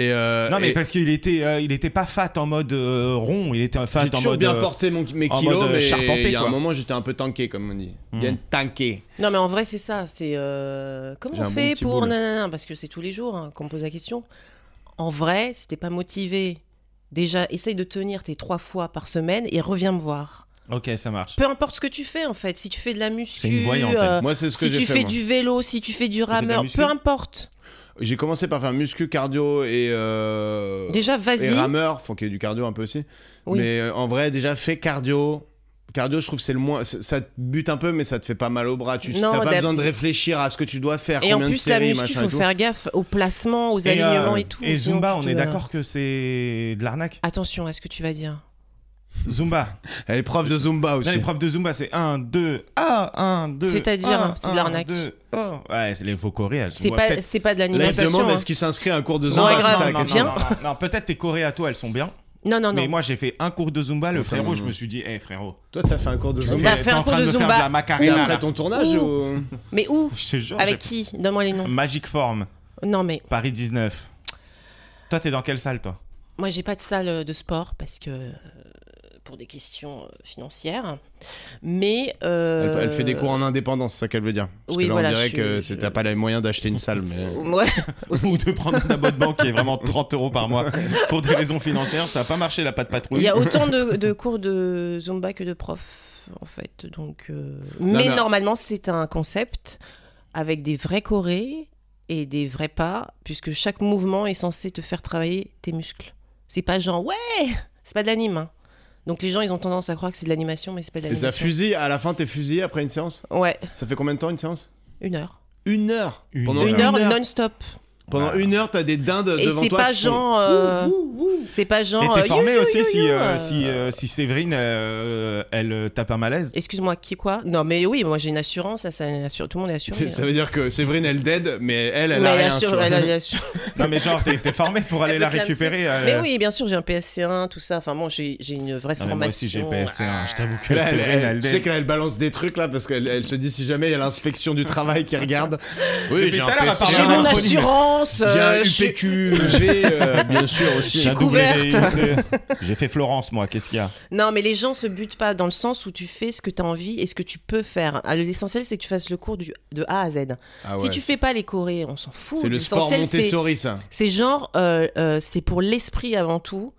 Et, euh, non, mais et parce qu'il était, euh, il était pas fat en mode euh, rond, il était fat j'ai en toujours mode. bien euh, porté mon- mes en kilos, mode, euh, mais charpenté, il y a un quoi. moment, j'étais un peu tanké, comme on dit. Hmm. Bien tanké. Non mais en vrai c'est ça. C'est euh, comment J'ai un on bon fait petit pour boule. nanana parce que c'est tous les jours hein, qu'on me pose la question. En vrai, si t'es pas motivé, déjà essaye de tenir tes trois fois par semaine et reviens me voir. Ok, ça marche. Peu importe ce que tu fais en fait, si tu fais de la muscu, C'est une voyante, euh, Moi, c'est ce que si j'ai tu fait. fais moi. du vélo, si tu fais du de la rameur, muscu peu importe. J'ai commencé par faire muscu, cardio et. euh, Déjà, Et vas-y. rameur, faut qu'il y ait du cardio un peu aussi. Oui. Mais euh, en vrai, déjà, fais cardio. Cardio, je trouve que c'est le moins. c- Ça te bute un peu, mais ça te fait pas mal au bras. Tu Non, n'as pas la- besoin de réfléchir à ce que tu dois faire. Et en combien de plus, la séries, muscu, machin faut et tout. faire gaffe aux placements, aux euh, alignements et tout. et sinon Zumba, tu on te- est d'accord que c'est de l'arnaque Attention à ce que tu vas dire. Zumba. Elle est prof de Zumba aussi. Non, les profs de Zumba, c'est 1, 2, ah, 1, 2. C'est-à-dire, c'est de l'arnaque. oh. Ouais, c'est les faux choréas. C'est pas, c'est pas de Là, il se l'animation. demande hein. est-ce qu'il s'inscrit à un cours de Ouais, Zumba c'est grave. ça la Non, question. Viens. Non, non, peut-être tes choréas, toi, elles sont bien. Non, Oh, non, Mais non. moi, j'ai fait un cours de Zumba. Le Oh, Ça, frérot, non, je non. me suis dit, hé frérot, Toi, t'as fait un cours de tu T'as Zumba es- fait t'es un en cours train de faire Zumba. de la C'est macarena. après là. ton tournage ou... Mais où Je te jure, Avec j'ai- qui Donne-moi les noms. Magic Form, Non, mais Paris 19. Toi, t'es dans quelle salle, toi moi, j'ai pas de salle euh, de sport parce que. euh, pour des questions euh, financières. Mais. Elle, euh, elle fait des cours en indépendance, c'est ça qu'elle veut dire. Parce oui, que là, voilà, on dirait je suis- que je- c'est- t'as pas les moyens d'acheter une salle, mais... [LAUGHS] [LAUGHS] Ouais, Ou aussi. de prendre un abonnement qui est vraiment 30 euros par mois pour des raisons financières. Ça a pas marché, la patte patrouille. [LAUGHS] Il y a autant de, de cours de Zumba que de profs, en fait. Donc, euh, mais mais- normalement, c'est un concept avec des vrais chorés et des vrais pas, puisque chaque mouvement est censé te faire travailler tes muscles. C'est pas genre, ouais, c'est pas de l'anime. hein. Donc les gens, ils ont tendance à croire que c'est de l'animation, mais c'est pas de Et ça l'animation. fusille, à la fin t'es fusillé après une séance Ouais, Ça fait combien de temps une séance une heure. Une heure Une Pendant heure. Euh, Une heure non-stop. Pendant une heure, t'as des dindes Et devant c'est toi pas qui font- genre. euh, C'est pas Et genre. t'es euh, formé you, you, aussi you, si, you, euh, euh, si, euh, si Séverine, euh, elle euh, tape un malaise. Excuse-moi, qui quoi Non, mais oui, moi j'ai une assurance, là, ça, une assur- tout le monde est [LAUGHS] assuré. Ça hein. veut dire que Séverine, elle dead, mais elle, [LAUGHS] elle Mais a elle rien. assure- tu vois. elle a- elle assure- Non mais genre, t'es t'es formé pour aller Elle la peut te l'amener. récupérer. euh, Mais oui, bien sûr, j'ai un PSC1, tout ça. Enfin, bon, j'ai j'ai une vraie Non, Ah, mais formation. moi aussi j'ai PSC1, hein, je t'avoue que Là, elle, Séverine, elle- elle tu dé- sais qu'elle elle balance des trucs là parce qu'elle elle se dit si jamais il y a l'inspection du travail qui regarde. Oui, Depuis j'ai tout un à l'heure, elle PC, parle J'ai Ah, mon non, assurance. J'ai un euh, je suis- UPQG, euh, bien sûr J'ai [LAUGHS] aussi. suis un double couverte. VIC. [LAUGHS] J'ai fait Florence moi, qu'est-ce qu'il y a Non, mais les gens se butent pas dans le sens où tu fais ce que tu as envie et ce que tu peux faire. Ah, L'essentiel, c'est que tu fasses le cours du, de A à Z. Ah Si ouais, tu fais pas les chorés, on s'en fout. c'est le sport L'essentiel, c'est Montessori, ça. c'est genre, euh, euh, c'est pour l'esprit avant tout.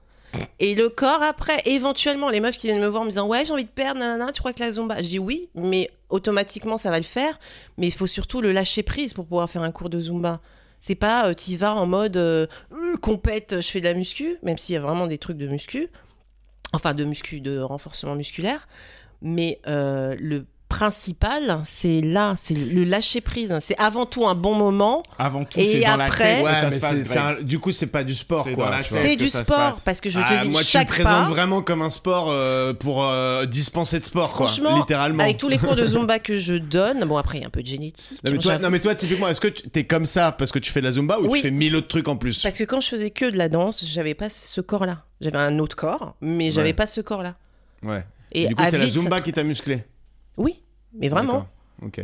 Et le corps après, éventuellement, les meufs qui viennent me voir en me disant Ouais, j'ai envie de perdre, nanana, tu crois que la Zumba Je dis oui, mais automatiquement ça va le faire. Mais il faut surtout le lâcher prise pour pouvoir faire un cours de Zumba. C'est pas euh, t'y vas en mode euh, Euh, compète, je fais de la muscu, même s'il y a vraiment des trucs de muscu, enfin de muscu, de renforcement musculaire. Mais euh, le principal, c'est là, c'est le lâcher prise. C'est avant tout un bon moment. Avant tout, Et c'est dans la après- tête que Eh, ça Ouais, se mais passe, c'est- c'est Greg. un- du coup, c'est pas du sport C'est dans quoi. la tu vois. tête. C'est que du ça se sport passe. parce que je te Ah, dis moi, tu le chaque présentes pas. vraiment comme un sport euh, pour euh, dispenser de sport, quoi. Franchement, Littéralement. Avec tous les [LAUGHS] cours de Zumba que je donne, bon après il y a un peu de génétique. Non mais, hein, toi, j'avoue. non, mais toi, typiquement, est-ce que tu- t'es comme ça parce que tu fais de la Zumba ou Oui. tu fais mille autres trucs en plus Parce que quand je faisais que de la danse, j'avais pas ce corps-là. J'avais un autre corps, mais j'avais Ouais. pas ce corps-là. Ouais. Et du coup, à c'est la vide, Zumba ça- qui t'a musclé. Oui, mais vraiment. D'accord. Ok.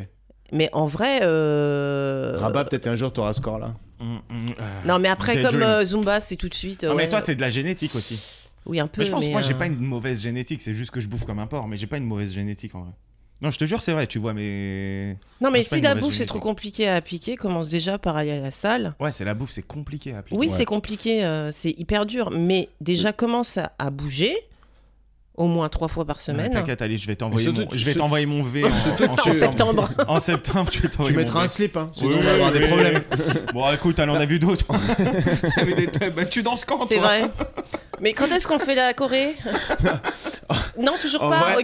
Mais en vrai. euh, Rabat, peut-être un jour, t'auras ce corps-là. Mm, mm, euh. Non mais après Daydream. comme euh, Zumba c'est tout de suite. Ah, euh, Non, mais ouais. toi, c'est de la génétique aussi. Oui un peu. Mais je pense que moi, j'ai euh, pas une mauvaise génétique. C'est juste que je bouffe comme un porc, mais j'ai pas une mauvaise génétique en vrai. Non, je te jure, c'est vrai. Tu vois, mais Non mais j'ai pas si une la mauvaise bouffe c'est génétique. trop compliqué à appliquer, commence déjà par aller à la salle. ouais, c'est la bouffe, c'est compliqué à appliquer. Oui, Ouais. c'est compliqué, euh, c'est hyper dur. Mais déjà, commence à, à bouger, au moins trois fois par Ouais, semaine. hein. T'inquiète, allez, je vais t'envoyer Surtout- mon, je vais surtout- t'envoyer mon V en, surtout- en septembre. En septembre, je vais Tu t'envoyer mon mettras V. un slip, hein, sinon Oui, on va avoir des oui. [LAUGHS] problèmes. Bon, écoute, elle en a vu d'autres. [LAUGHS] Mais des- t'as- bah, tu danses quand C'est toi vrai. Mais quand est-ce qu'on fait [LAUGHS] la Corée Non, toujours En pas vrai- En Ok.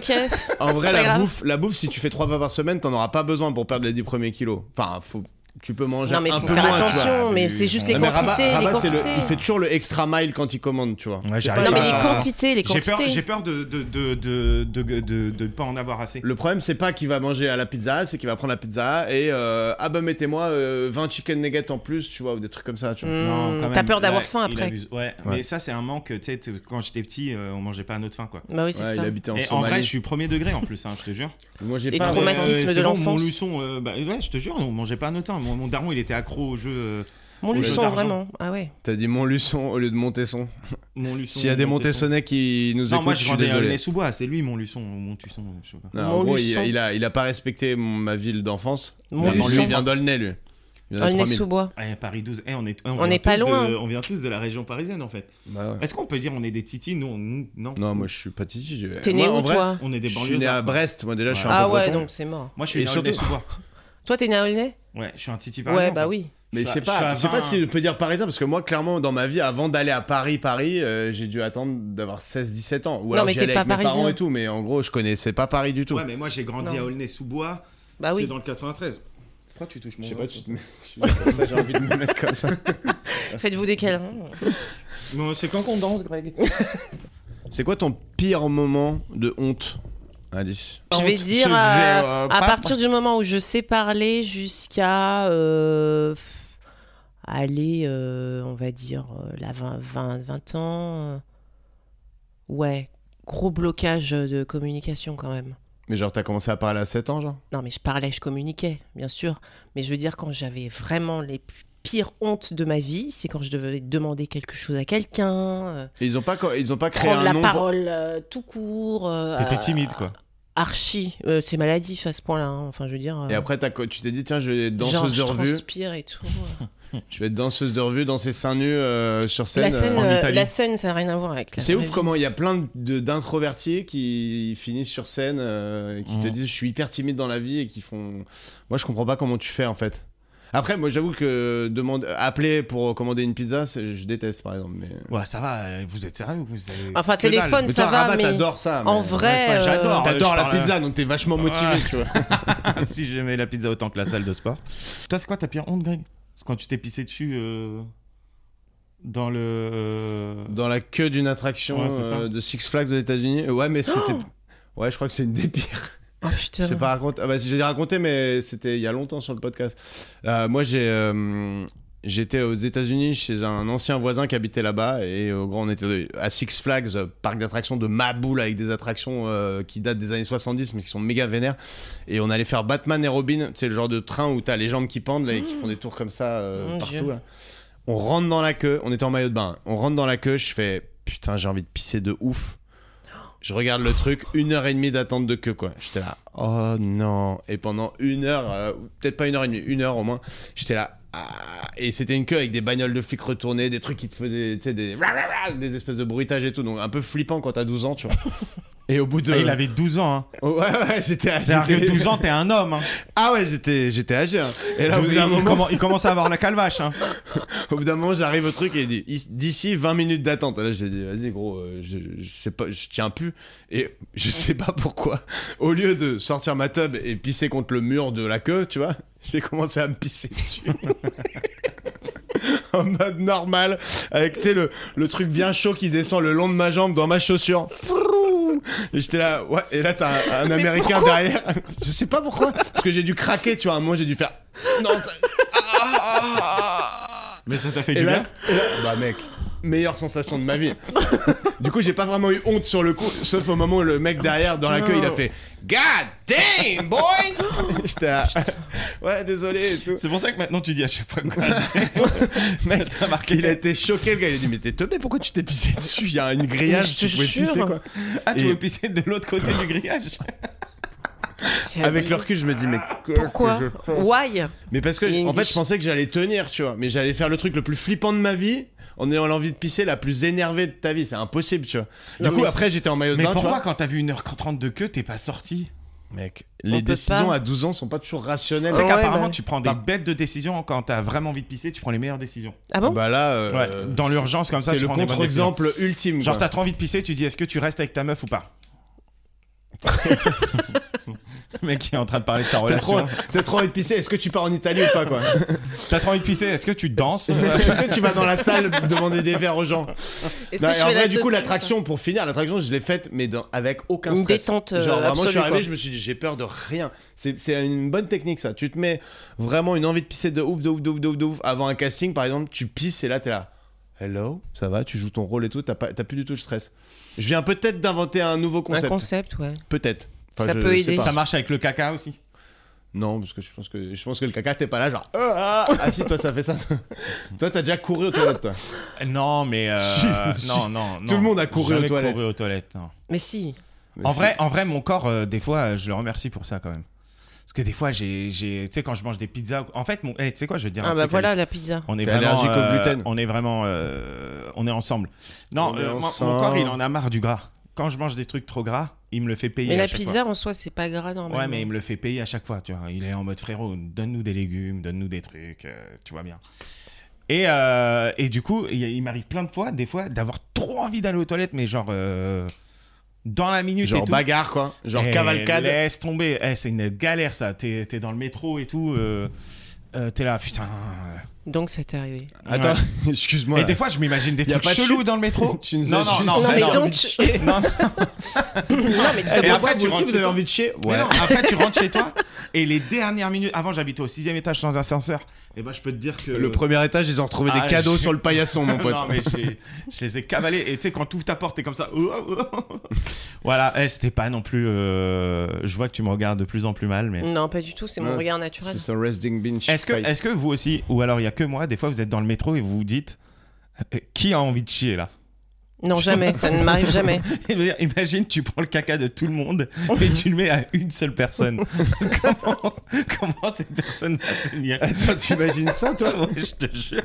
C'est vrai, pas la grave. bouffe, la bouffe, si tu fais trois pas par semaine, t'en auras pas besoin pour perdre les 10 premiers kilos. Enfin, faut- tu peux manger Non, mais un faut peu faire moins, tu vois. attention, mais Mais c'est juste bon. les Non, mais quantités. Rabat, les Rabat, c'est le- quantités. il fait toujours le extra mile quand il commande, tu vois. Ouais, C'est j'arrive Non, mais pas- les Ah. quantités, les J'ai peur, quantités. j'ai peur de de de de de de- de pas en avoir Hmm, assez. Le problème, c'est pas qu'il va manger à la pizza, c'est qu'il va prendre la pizza et euh, ah bah mettez-moi euh, 20 chicken nuggets en plus, tu vois, ou des trucs comme ça, tu vois. Hmm, Non, quand T'as même, peur d'avoir là, faim il après abuse. Ouais, mais ça, c'est un manque. Tu sais, t- quand j'étais petit, euh, on mangeait pas à notre faim, quoi. Bah oui, c'est Ouais, ça. il habitait en Et en Somalie. vrai, je suis premier degré en plus, hein, je [LAUGHS] te jure. Moi, j'ai Les pas. traumatismes Ouais, ouais, de c'est bon, l'enfance. Mon luçon, euh, bah, ouais, je te jure, on mangeait pas à notre faim. Mon, mon daron, il était accro au jeu. euh, Mon Oui, luçon, d'argent. vraiment. Ah ouais. euh, T'as dit Montluçon au lieu de Montesson. mon luçon. S'il y a des mon tesson. Montessonnais qui nous Non, écoutent, moi, je je suis vendais désolé. le sous bois. C'est lui, mon luçon, ou mon tuçon, je sais pas. Non, en gros, il, Montluçon. il a, il a pas respecté mon- ma ville d'enfance. Mon Mais Lui, luçon. il vient d'Aulnay, lui. Il vient de Olney 3000. sous bois. Ah, Paris 12. Eh, on est, On vient est pas tous de- loin. on vient tous de la région parisienne, en fait. Bah ouais. Est-ce qu'on peut dire on est des titis Nous, on- nous, non. Non, moi, je suis pas titi. je- T'es moi, né en où vrai, toi On est des Je banlieues. suis né à Brest, moi déjà, je suis un Ouais. Ah peu ouais, breton. donc c'est mort. Ah Moi, je suis Et né à surtout- sous bois. Toi, t'es né à Olney Ouais, je suis un titi parisien. Ouais, bah quoi. oui. Mais Je je sais suis à- pas, je je suis sais à pas 20. si je peux dire parisien parce que moi clairement dans ma vie avant d'aller à Paris Paris euh, j'ai dû attendre d'avoir 16 17 ans ou alors mais j'y t'es allais pas avec mes parents parisien. et tout mais en gros je connaissais pas Paris du tout. Ouais, mais moi, j'ai grandi Non. à Aulnay-sous-Bois. Bah C'est oui. dans le 93. Pourquoi tu touches mon Je sais doigt pas, tu te mets, tu te mets comme ça, j'ai envie de me mettre comme ça. Faites-vous des câlins. [LAUGHS] Non, C'est quand qu'on danse, Greg [LAUGHS] C'est quoi ton pire moment de honte, Alice Je vais Honte. dire Je- je- euh, euh, à pas- partir du moment où je sais parler jusqu'à euh, pff, aller, euh, on va dire, euh, la 20, 20, 20 ans. euh, Ouais, gros blocage de communication quand même. Mais genre, t'as commencé à parler à 7 ans, genre Non, mais je parlais, je communiquais, bien sûr. Mais je veux dire, quand j'avais vraiment les p- pires hontes de ma vie, c'est quand je devais demander quelque chose à quelqu'un, euh, Et ils ont pas, co- ils ont pas créé prendre un la nom. pour- parole euh, tout court. euh, T'étais euh, timide, quoi. Archi. Euh, c'est maladif à ce point-là. hein. Enfin, je veux dire. euh, Et après, t'as co- tu t'es dit, tiens, je vais être genre, danseuse je de revue. transpire et tout. euh. Je vais être danseuse de revue, danser seins nus euh, sur scène. la, scène, euh, euh, Italie. la scène, ça n'a rien à voir avec la C'est vraie ouf vie. comment il y a plein de- d'introvertis qui finissent sur scène euh, et qui te Mm. disent je suis hyper timide dans la vie et qui font moi je comprends pas comment tu fais en fait. Après moi j'avoue que demander appeler pour commander une pizza c'est- je déteste par exemple mais Ouais, ça va, euh, vous êtes sérieux vous avez- Enfin, Que dalle. téléphone, Mais ça toi, va, Rabat, mais. t'adores ça. en mais- vrai, c'est pas- euh, j'adore. T'adores je la parle- pizza donc t'es vachement motivé Ouais. tu vois. [LAUGHS] si j'aimais la pizza autant que la salle de sport. Toi, c'est quoi ta pire honte, Greg C'est quand tu t'es pissé dessus euh, dans le. euh, Dans la queue d'une attraction Ouais, c'est ça. euh, de Six Flags aux États-Unis ouais mais [GASPS] c'était ouais je crois que c'est une des pires. Oh putain. Je sais pas raconter. Ah bah, je l'ai raconté, mais c'était il y a longtemps sur le podcast. Euh, moi, j'ai. euh, J'étais aux États-Unis chez un ancien voisin qui habitait là-bas et au grand on était à Six Flags, euh, parc d'attractions de Maboule avec des attractions euh, qui datent des années 70 mais qui sont méga vénères et on allait faire Batman et Robin, c'est le genre de train où t'as les jambes qui pendent là, et qui font des tours comme ça euh, Mmh. Mon partout. Dieu. là. On rentre dans la queue, on était en maillot de bain, hein. on rentre dans la queue, je fais putain j'ai envie de pisser de ouf. Je regarde le truc, une heure et demie d'attente de queue, quoi. J'étais là, oh non. Et pendant une heure, euh, ou peut-être pas une heure et demie, une heure au moins, j'étais là. ah. Et c'était une queue avec des bagnoles de flics retournées, des trucs qui te faisaient, tu sais, des, des espèces de bruitages et tout. Donc un peu flippant quand t'as 12 ans, [LAUGHS] tu vois. Et au bout de. Ah, il avait 12 ans. Hein. Ouais, ouais, j'étais. C'est arrivé j'étais- 12 ans, t'es un homme. hein. [LAUGHS] Ah ouais, j'étais, j'étais âgé. hein. Et là, au il, bout d'un il moment, commen- il commence à avoir la calvache. Hein. au bout d'un moment, j'arrive au truc et il dit Ici- d'ici 20 minutes d'attente. Et Là, j'ai dit vas-y gros, euh, je, je sais pas, je tiens plus. Et je sais pas pourquoi. Au lieu de sortir ma tub et pisser contre le mur de la queue, tu vois, j'ai commencé à me pisser dessus. [LAUGHS] En mode normal, avec tu sais, le, le truc bien chaud qui descend le long de ma jambe dans ma chaussure. Et j'étais là, ouais, et là t'as un, un américain derrière. [LAUGHS] Je sais pas pourquoi, parce que j'ai dû craquer, tu vois. À un moment, j'ai dû faire non, ça- Mais ça t'a fait et du là, bien. et là- bah mec, meilleure sensation de ma vie. du coup, j'ai pas vraiment eu honte sur le coup, sauf au moment où le mec derrière dans la queue, il a fait God damn boy. J'étais à... ouais désolé et tout. C'est pour ça que maintenant tu dis à chaque fois [LAUGHS] quoi. Mec, T'as marqué. il a été choqué le gars. Il a dit mais t'es teubé, pourquoi tu t'es pissé dessus Il y a une grillage, Mais je te tu pouvais jure. pisser quoi. Ah, tu Et- veux pisser de l'autre côté du grillage C'est Avec abusé. leur cul, je me dis mais qu'est-ce que Pourquoi je Why Mais parce que, j- en fait, English. je pensais que j'allais tenir, tu vois. Mais j'allais faire le truc le plus flippant de ma vie en ayant l'envie de pisser la plus énervée de ta vie. C'est impossible, tu vois. Du Non, coup, mais- après, j'étais en maillot de Mais bain, tu pourquoi vois. quand t'as vu 1h30 de queue, t'es pas sorti Mec, On les peut décisions pas. à 12 ans sont pas toujours rationnelles. Tu sais Ouais, qu'apparemment, bah. tu prends des Bah. bêtes de décisions quand t'as vraiment envie de pisser, tu prends les meilleures décisions. Ah bon Bah là, euh, ouais, dans c'est- l'urgence, comme ça, c'est tu le prends des bonnes décisions. contre-exemple ultime. Genre, quoi. t'as trop envie de pisser, tu dis est-ce que tu restes avec ta meuf ou [LAUGHS] pas Le mec qui est en train de parler de sa T'as relation. trop, [LAUGHS] t'as trop envie de pisser. Est-ce que tu pars en Italie ou pas, quoi T'as trop envie de pisser, est-ce que tu danses [LAUGHS] Est-ce que tu vas dans la salle demander des verres aux gens Est-ce Non, que et je en fais la vrai, du deux- coup, l'attraction, pour finir, l'attraction, je l'ai faite, mais dans- avec aucun Une stress. détente, euh, Genre, vraiment, je suis absolue, arrivé, quoi. je me suis dit, j'ai peur de rien. C'est c'est une bonne technique, ça. Tu te mets vraiment une envie de pisser de ouf, de ouf, de ouf, de ouf, de ouf. Avant un casting, par exemple, tu pisses et là, t'es là. Hello, ça va, tu joues ton rôle et tout, t'as pas- t'as plus du tout de stress. Je viens peut-être d'inventer un nouveau Un concept. concept, ouais. peut-être. Enfin, Ça je peut sais aider. pas. Ça marche avec le caca aussi. Non, parce que je pense que je pense que le caca, t'es pas là, genre. Ah, ah, ah, si, toi, ça [LAUGHS] fait ça. toi, t'as déjà couru aux toilettes, toi. Non, mais. euh, Si, si. non, non, non. Tout le monde a couru aux Jamais toilettes. couru aux toilettes, non. Mais si. Ah, Mais En si. vrai, en vrai, mon corps, euh, des fois, euh, je le remercie pour ça quand même. Parce que des fois, j'ai, j'ai- tu sais, quand je mange des pizzas, en fait, mon, eh, tu sais quoi, je vais te dire. un Ah bah truc, voilà Alice. la pizza. On est T'es vraiment, allergique au euh, gluten. On est vraiment, euh, on est ensemble. Non, On est euh, moi, ensemble. mon corps, il en a marre du gras. Quand je mange des trucs trop gras, il me le fait payer. Mais à la chaque pizza en soi, c'est pas gras fois. normalement. Ouais, mais il me le fait payer à chaque fois. Tu vois, il est en mode frérot, donne-nous des légumes, donne-nous des trucs, euh, tu vois bien. Et, euh, et du coup, il, il m'arrive plein de fois, des fois, d'avoir trop envie d'aller aux toilettes, mais genre euh, dans la minute et genre tout. bagarre, quoi. Genre Eh, cavalcade. Laisse tomber. Eh, c'est une galère ça. T'es t'es dans le métro et tout. euh, euh, t'es là, putain. Donc ça t'est arrivé. Attends, [LAUGHS] Ouais. excuse-moi. Et des fois, je m'imagine des Y a trucs pas de chelous chute. dans le métro. [LAUGHS] tu nous Non, as non, juste- non, Non, mais non, donc- Non, non, non, mais tout ça Et pour après, dire- tu Vous aussi, rentres vous chez avez toi. envie de chier Mais Ouais. non, après, tu rentres chez toi et les dernières minutes. Avant, j'habitais au sixième étage sans ascenseur. Et ben, je peux te dire que. Le premier étage, ils ont retrouvé Ah, des cadeaux je- sur le paillasson, mon pote. non, mais je les, je les ai cavalés. Et tu sais, quand tu ouvres ta porte, t'es comme ça. Oh, [LAUGHS] voilà, eh, c'était pas non plus. euh, Je vois que tu me regardes de plus en plus mal, mais. Non, pas du tout, c'est mon Non, regard naturel. C'est son resting bench. Est-ce que, est que vous aussi, ou alors il y a que moi, des fois vous êtes dans le métro et vous vous dites euh, qui a envie de chier là [LAUGHS] Non, jamais, ça ne m'arrive jamais. Et je veux dire, Imagine, tu prends le caca de tout le monde et tu le mets à une seule [LAUGHS] personne. comment, comment cette personne va tenir [LAUGHS] Attends, t'imagines ça, [LAUGHS] toi Ouais, Je te jure.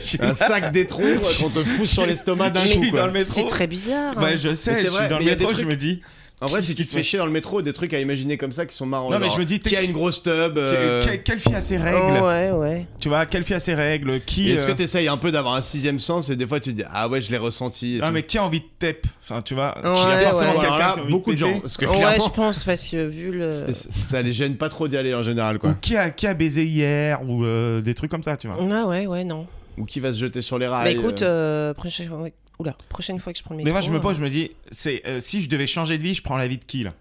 Je suis Un sac d'étron quoi, qu'on te fout sur l'estomac d'un Je suis coup. dans Quoi. le métro. C'est très bizarre. hein. Ouais, je sais, Mais c'est je vrai, suis dans le mais il y a des métro, je trucs- me dis En vrai, si tu te Qu'est-ce fais chier dans le métro, des trucs à imaginer comme ça qui sont marrants. Non, mais genre, je me dis, t'es- qui a une grosse tub euh, que- quelle fille a ses règles Oh, ouais, ouais. Tu vois, quelle fille a ses règles Qui et Est-ce euh, que t'essayes un peu d'avoir un sixième sens et des fois tu te dis ah ouais je l'ai ressenti. et Non, tout. mais qui a envie de tape Enfin, tu vois, Ouais, il y a forcément ouais. quelqu'un Alors là, qui a envie beaucoup de péter. gens parce que Ouais, je clairement pense, parce que vu le. c'est- [LAUGHS] ça les gêne pas trop d'y aller en général Ou quoi. qui a, qui a baisé hier Ou euh, des trucs comme ça, tu vois. Ouais, Ah, ouais, ouais, non. Ou qui va se jeter sur les Mais rails. Mmh. écoute, euh. euh, prochaine... ouais, Oula, prochaine fois que je prends le métro. Mais moi, je me euh, pose, je me dis, c'est euh, si je devais changer de vie, je prends la vie de qui là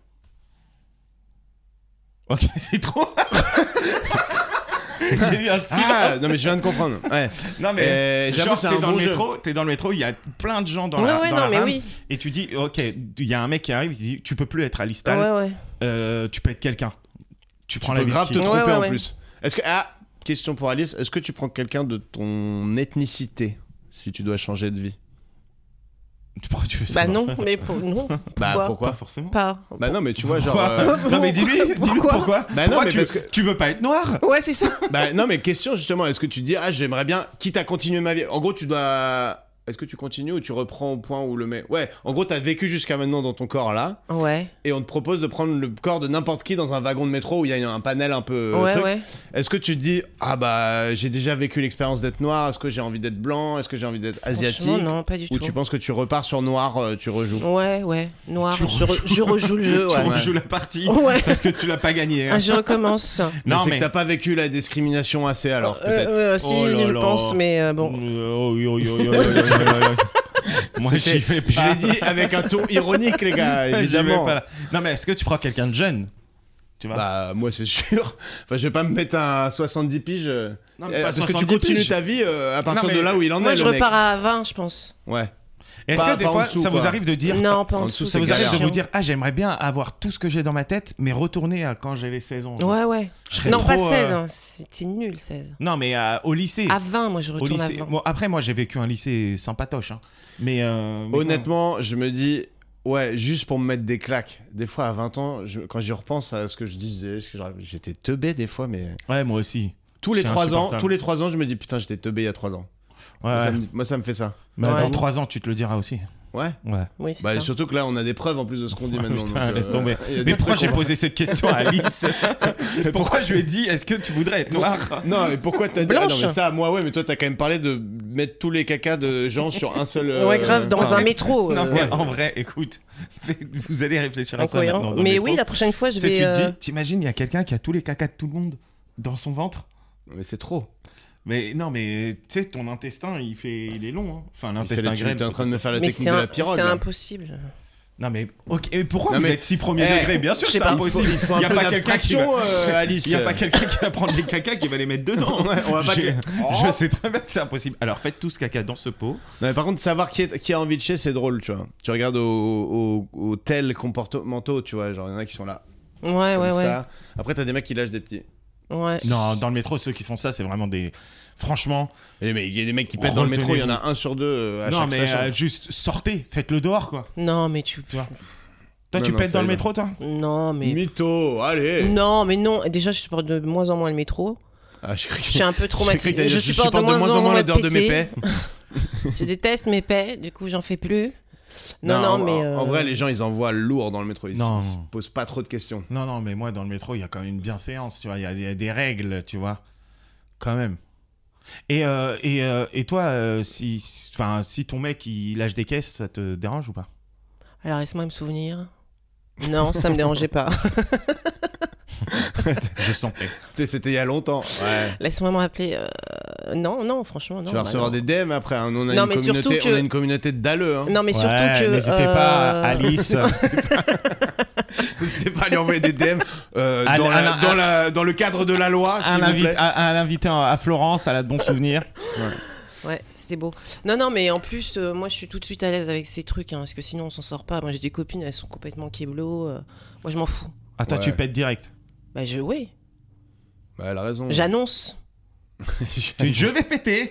Ok, [LAUGHS] c'est trop. J'ai eu un euh, silence. Ah non mais je viens de comprendre. [LAUGHS] Ouais. non mais Euh, j'avoue, genre c'est t'es un dans bon le jeu. métro, t'es dans le métro, il y a plein de gens dans ouais, la ouais, dans non, la mais rame, oui. et tu dis ok, il y a un mec qui arrive, il dit tu peux plus être à Ouais, l'istal, ouais. euh, tu peux être quelqu'un. Tu Tu prends la peux vie de grave qui te tromper Ouais, ouais, en ouais. plus. Est-ce que ah question pour Alice, est-ce que tu prends quelqu'un de ton ethnicité si tu dois changer de vie Pourquoi tu fais ça Bah non, mais [LAUGHS] pour... non. Bah Pourquoi Pas pourquoi forcément. Pas. Bah non mais tu vois genre Pourquoi euh, non mais dis-lui, dis-lui Pourquoi pourquoi. Bah non, Pourquoi mais tu, parce que- tu veux pas être noir Ouais, c'est ça. Bah non, mais question justement, est-ce que tu dis ah j'aimerais bien quitte à continuer ma vie. En gros, tu dois est-ce que tu continues ou tu reprends au point où le mets Ouais, en gros, t'as vécu jusqu'à maintenant dans ton corps là Ouais, et on te propose de prendre le corps de n'importe qui dans un wagon de métro où il y a un panel un peu euh, ouais, truc. ouais. Est-ce que tu te dis ah bah j'ai déjà vécu l'expérience d'être noir, est-ce que j'ai envie d'être blanc, est-ce que j'ai envie d'être asiatique Franchement, Non, pas du ou tout. tu penses que tu repars sur noir, euh, tu rejoues Ouais, ouais. Noir, Tu je, re- je rejoue le jeu, Tu ouais. rejoues la partie Ouais, parce que tu l'as pas gagné. hein. Ah, [LAUGHS] je recommence. Mais Non c'est mais que t'as pas vécu la discrimination assez alors Euh, peut-être. euh, si, Oh là je là. pense, mais euh, bon. Oh, oui, oui, oui, oui, oui, oui, oui, oui, oui. Moi, C'était- j'y vais pas. Je l'ai dit avec un ton ironique les [LAUGHS] gars, J'y vais évidemment. pas là. Non, mais est-ce que tu prends quelqu'un de jeune Tu vois Bah moi c'est sûr. Enfin je vais pas me mettre un 70 piges. euh, Non, mais euh, pas parce que tu 70 continues piges. ta vie euh, à partir mais- de là où il en Moi, est je le mec. repars à 20, je pense. Ouais. Est-ce pas- que des pas en fois, dessous, ça quoi. vous arrive de dire. Non, pas en en dessous, dessous. c'est Ça vous arrive c'est de galère. vous chiant. dire Ah, j'aimerais bien avoir tout ce que j'ai dans ma tête, mais retourner à quand j'avais 16 ans. genre. Ouais, ouais. Je serais Non, trop, pas euh, 16, hein. c'est c'est nul 16. Non, mais euh, au lycée. À 20, moi je Au retourne à lycée. 20. Bon, après, moi, j'ai vécu un lycée sympatoche. hein. Mais. euh, mais Honnêtement je me dis ouais juste pour me mettre des claques. Des fois à 20 ans je- quand j'y repense à ce que je disais je- genre, j'étais teubé des fois mais quand- Ouais, moi aussi. tous les J'étais 3 ans insupportable. tous les 3 ans je me dis putain j'étais teubé il y a 3 ans. Ouais, Moi, ouais. ça me- moi ça me fait ça. Mais Ouais. dans 3 ans, tu te le diras aussi. Ouais. Ouais. Oui, c'est Bah ça. surtout que là on a des preuves en plus de ce qu'on dit maintenant. Putain, donc, euh, laisse tomber. [LAUGHS] il y a des Mais pourquoi trucs j'ai qu'on- posé cette question à [LAUGHS] Alice Pourquoi je lui ai dit est-ce que tu voudrais être noir Non, mais pourquoi t'as dit ah, Blanche. non, mais ça, moi, ouais, mais toi, t'as quand même parlé de mettre tous les cacas de gens sur un seul. euh, ouais, grave, dans enfin, un métro. [LAUGHS] Non euh, mais en vrai, écoute, [LAUGHS] faites- vous allez réfléchir à ça incohérent. maintenant. dans Mais le oui, métro. la prochaine fois, je Tu sais, vais. tu te euh, dis, t'imagines, il y a quelqu'un qui a tous les cacas de tout le monde dans son ventre. Mais c'est trop. Mais non, mais tu sais, ton intestin, il fait, il est long. hein. Enfin, Il fallait- l'intestin Tu grêle. t'es en train de me faire la Mais technique c'est de un- la pirogue. c'est là. impossible. Non mais ok. Et pourquoi Non, vous mais- êtes si premier Eh, degré Bien sûr, je sais c'est pas. impossible. Il faut un y a peu pas quelqu'un qui va... d'abstraction, euh, Alice. Il n'y a pas quelqu'un qui va prendre les cacas qui va les mettre dedans. [LAUGHS] Ouais, on va pas Oh. je... [LAUGHS] que- je sais très bien que c'est impossible. Alors faites tous caca dans ce pot. Non, mais par contre, savoir qui, est- qui a envie de chier, c'est drôle, tu vois. Tu regardes aux, aux, aux tels comportementaux, tu vois. Genre, il y en a qui sont là, Ouais, comme ouais, ouais. ça. Après, t'as des mecs qui lâchent des petits. Ouais. Non, dans le métro, ceux qui font ça, c'est vraiment des. Franchement, Et mais Il y a des mecs qui pètent dans le métro, il y en a un sur deux euh, à Oh, non chaque mais station. euh, juste sortez, faites-le dehors quoi. Non, mais tu. Tu vois. Toi, Ouais, tu non, pètes ça dans y le va. métro, toi Non, mais. Mytho, allez euh, Non, mais non. Déjà, je supporte de moins en moins le métro. Ah, [LAUGHS] je crie. Je suis un peu cru que t'allais traumatisée. dire, Je supporte de moins en moins l'odeur de mes péter. paix. [LAUGHS] Je déteste mes paix, du coup, j'en fais plus. Non, en- non, mais. En, en euh, vrai, les gens, ils envoient lourd dans le métro. Ils, Non. ils se posent pas trop de questions. Non, non, mais moi, dans le métro, il y a quand même une bienséance, tu vois. Il y, a- il y a des règles, tu vois. Quand même. Et, euh, et, euh, et toi, euh, si, enfin, si ton mec, il lâche des caisses, ça te dérange ou [LAUGHS] pas [LAUGHS] Alors, laisse-moi me souvenir. Non, ça me dérangeait pas. je sentais. Tu sais, C'était il y a longtemps. Ouais. Laisse-moi m'en rappeler. euh, Non, non, franchement, non. tu vas bah recevoir non. des DM après. hein. Nous, on a, Non, une, mais communauté, surtout que- on a une communauté de dalleux. Hein. Non, mais surtout Ouais, que. N'hésitez pas, euh, Alice. [LAUGHS] N'hésitez pas à lui envoyer des DM euh, Un- dans, un- la- un- dans la- dans le cadre de la loi, s'il un, vous invi- plaît. un- un invité à à Florence, à la de bons souvenirs. [LAUGHS] Ouais, c'était beau. Non, non, mais en plus, euh, moi, je suis tout de suite à l'aise avec ces trucs, hein, parce que sinon, on s'en sort pas. Moi, j'ai des copines, elles sont complètement keblo. euh, moi, je m'en fous. Ah, toi, Ouais. tu pètes direct. Bah, je, oui, Bah, elle a Mm. raison. [LAUGHS] [LAUGHS] j'annonce. Tu dis, je vais péter.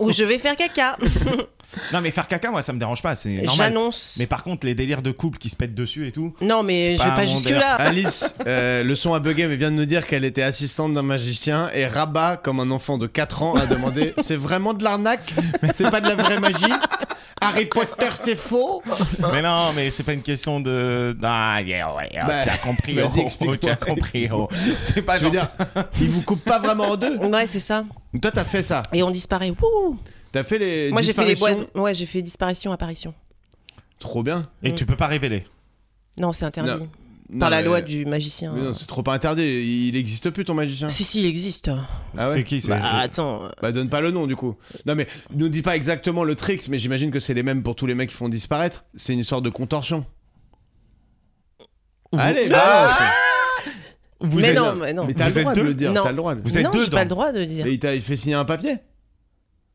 Ou je vais faire caca. Non, mais faire caca, moi, ça me dérange pas. C'est normal. j'annonce. Mais par contre, les délires de couple qui se pètent dessus et [LAUGHS] tout. Non, mais C'est je vais pas pas mon jusque-là. Alice, euh, le son a bugué, mais vient de nous dire qu'elle était assistante d'un magicien. Et Rabat, comme un enfant de 4 ans, a demandé [LAUGHS] C'est vraiment de l'arnaque C'est pas de la vraie magie Harry Potter, c'est faux mais non, mais c'est pas une question de. Ah, yeah, ouais, oh, Bah, tu as compris. vas-y, oh, oh, explique-moi. tu as compris. oh. C'est pas Je veux genre. dire, il vous coupe pas vraiment en deux. Ouais, c'est ça. Toi, t'as fait ça. Et on disparaît. Wouh T'as fait les Moi, j'ai fait les disparitions. boîtes. Ouais, j'ai fait disparition, apparition. Trop bien. Et que tu peux pas révéler. Non, c'est interdit. Non, Par la mais- euh, loi du magicien. Mais non, c'est trop pas interdit. Il existe plus ton magicien. Si, si, il existe. Ah ouais C'est qui c'est... Bah, attends. Bah donne pas le nom du coup. Non mais nous dis pas exactement le tricks, mais j'imagine que c'est les mêmes pour tous les mecs qui font disparaître. C'est une histoire de contorsion. Vous- Allez, balance Vous mais êtes- non, mais non. Mais t'as Vous le êtes droit de deux le dire, Non. t'as le droit. de- Vous êtes non, deux j'ai pas dans- le droit de dire. Et il t'a il fait signer un papier.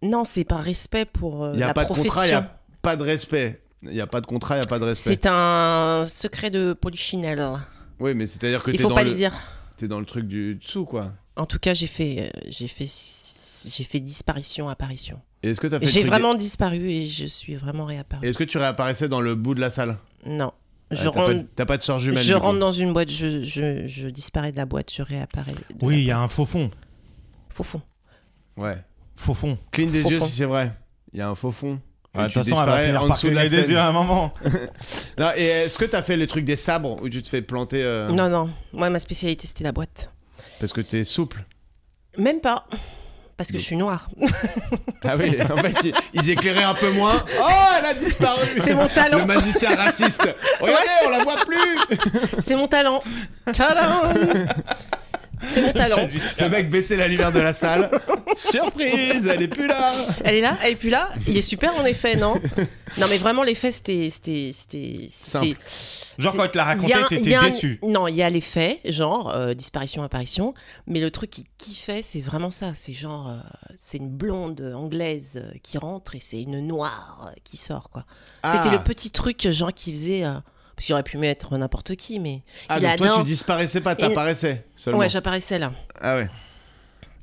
Non, c'est par respect pour euh, Il y a la pas de profession. contrat, il y a pas de respect. Il y a pas de contrat, il y a pas de respect. C'est un secret de polichinelle. Oui, mais c'est-à-dire que Il t'es faut dans pas le le dire. t'es dans le truc du dessous quoi. En tout cas, j'ai fait, euh, j'ai fait, j'ai fait disparition, apparition. Et est-ce que t'as fait le J'ai truc- vraiment disparu et je suis vraiment réapparu. Est-ce que tu réapparaissais dans le bout de la salle Non, Ah, je t'as pas rentre, de- T'as pas de sœur jumelle. je du coup. rentre dans une boîte, je, je, je disparais de la boîte, je réapparais. de Oui, la il y a boîte. un faux fond. Faux fond. Ouais. Faux fond. Cligne des Faux yeux fond. si c'est vrai. Il y a un faux fond. Et Ouais, De Ah, tu toute façon, elle va disparais finir en par dessous de la cligner des scène. yeux hein. à un moment. Non, et est-ce que t'as fait les trucs des sabres où tu te fais planter euh, Non, non. Moi, ma spécialité, c'était la boîte. parce que t'es souple Même pas. Parce que je suis noire. [LAUGHS] Ah oui, [LAUGHS] en fait, ils, ils éclairaient un peu moins. Oh, elle a disparu [LAUGHS] C'est mon Le talent. magicien raciste. Regardez, on la voit plus C'est mon talent. [LAUGHS] Tadam C'est mon talent. Le mec baissait la lumière de la salle. Surprise, elle est plus là Elle est là, elle est plus là. Il est super en effet, non Non, mais vraiment, l'effet, c'était. c'était- C'était. c'était- Simple. Genre, C'est- quand elle te l'a Il y raconté, a un- il y t'étais a un- déçu. Non, il y a les faits, genre euh, disparition, apparition. Mais le truc qui kiffait, c'est vraiment ça. C'est genre, euh, c'est une blonde anglaise euh, qui rentre et c'est une noire euh, qui sort, quoi. Ah. C'était le petit truc, genre, qui faisait. euh, parce qu'il aurait pu mettre n'importe qui, mais. Ah, il donc a- toi, non. tu disparaissais pas, t'apparaissais seulement. Ouais, j'apparaissais là. ah ouais.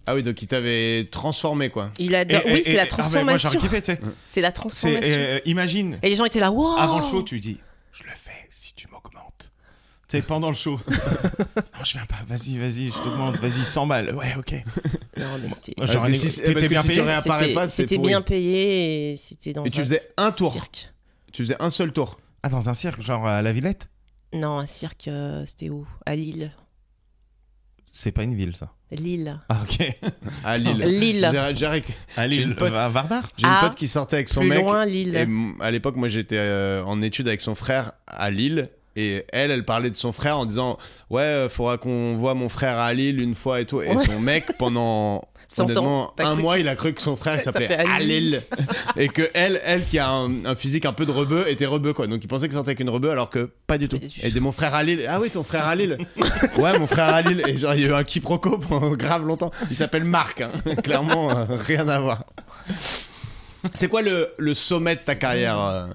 Ah oui, donc il t'avait transformé, quoi. Il adore. Et- oui, et- c'est et- la ah, mais Moi, j'aurais transformation. kiffé, tu sais. c'est la C'est- transformation. euh, Imagine, Et les gens étaient là, wow avant le show, tu dis Je le fais si tu m'augmentes. Tu sais, pendant le [LAUGHS] show. non, je viens pas, vas-y, vas-y, je t'augmente, vas-y, 100 balles. Ouais, ok. Non, mais c'était- Genre, que allez, si- t'étais parce que bien si payé tu réapparais C'était pas, c'est c'était pourri. bien payé et c'était dans Et tu un faisais un tour. cirque. Tu faisais un seul tour. Ah, dans un cirque, genre à la Villette Non, un cirque, euh, c'était où À Lille. C'est pas une ville, ça. Lille. Ah, ok. À Lille. Lille. J'ai- j'ai- À J'ai Lille, une pote- à Vardar J'ai une Ah. pote qui sortait avec son Plus mec. loin, Lille. Et m- à l'époque, moi, j'étais euh, en études avec son frère à Lille. Et elle, elle parlait de son frère en disant Ouais, euh, faudra qu'on voit mon frère à Lille une fois et tout. Et Ouais. son mec, pendant Cent ans, honnêtement, t'as un cru mois, qu'il il a cru que son [LAUGHS] frère il s'appelait s'appelait à à [LAUGHS] Lille. et que elle, elle qui a un, un physique un peu de rebeu, était rebeu quoi. Donc il pensait qu'il sortait avec une rebeu alors que pas du tout. du tout. Et il dit Mon frère à Lille. Ah oui, ton frère à Lille. [LAUGHS] ouais, mon frère à Lille. Et genre, il y a eu un quiproquo pendant grave longtemps. Il s'appelle Marc. hein. [LAUGHS] Clairement, euh, rien à voir. C'est quoi le, le sommet de ta carrière euh,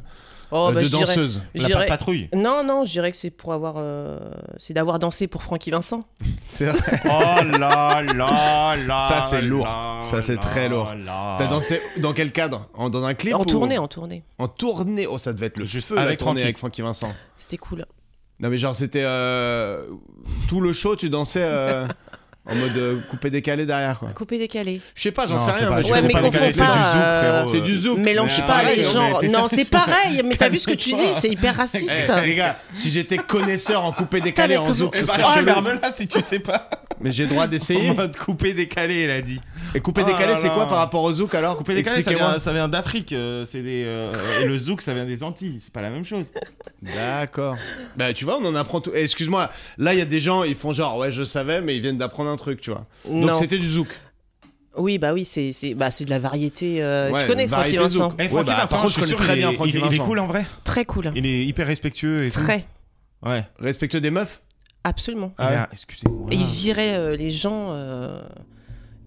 Oh, euh, bah, de je dirais- danseuse je La pa- dirais- patrouille. Non, non, je dirais que c'est pour avoir. euh, C'est d'avoir dansé pour Francky Vincent. C'est vrai. Oh là là là. Ça, c'est lourd. là Ça, c'est là très lourd. là. T'as dansé dans quel cadre en, Dans un clip En ou- tournée, en tournée. En tournée Oh, ça devait être le Juste feu, la avec tournée Francky. avec Francky Vincent. C'était cool. Non, mais genre, c'était. euh, Tout le show, tu dansais euh, en mode euh, coupé-décalé derrière, quoi. Coupé décalé. Je sais pas, j'en Non, sais c'est rien. pas- mais c'est je ouais, mais comprends confonds décalé, c'est décalé, pas. du zouk, euh, frérot. C'est du zouk. Mélange Mais pas pareil, les non, genres. mais t'es Non, c'est pareil. Mais t'as vu ce que tu [LAUGHS] dis C'est hyper raciste. Eh, les gars, si j'étais connaisseur en coupé décalé mais en comment- zouk, Eh ce bah, serait non, chelou. ferme-la si tu sais pas. Mais j'ai droit d'essayer. En mode coupé décalé, il a dit. Et couper Oh décalé, là c'est là. quoi par rapport au zouk alors Coupé décalé, ça Expliquez-moi. vient, ça vient d'Afrique. euh, c'est des euh, et le zouk, ça vient des Antilles. C'est pas la même chose. D'accord. Bah tu vois, on en apprend tout. Eh, Excuse-moi, là il y a des gens, ils font genre ouais je savais, mais ils viennent d'apprendre un truc, tu vois. eh, Donc non. c'était du zouk. Oui, bah oui, c'est c'est- bah, c'est de la variété. euh, Ouais, tu connais une Francky variété Vincent zouk. Eh, Ouais, Francky bah, par Vincent, contre, je je suis sûr, connais très il bien est- Francky il, est- il Vincent. est cool en vrai. Très cool. Il est hyper respectueux et tout. Très, Ouais. Respectueux des meufs. absolument. Ah Il ouais. a- Excusez-moi. Et il virait euh, les gens euh,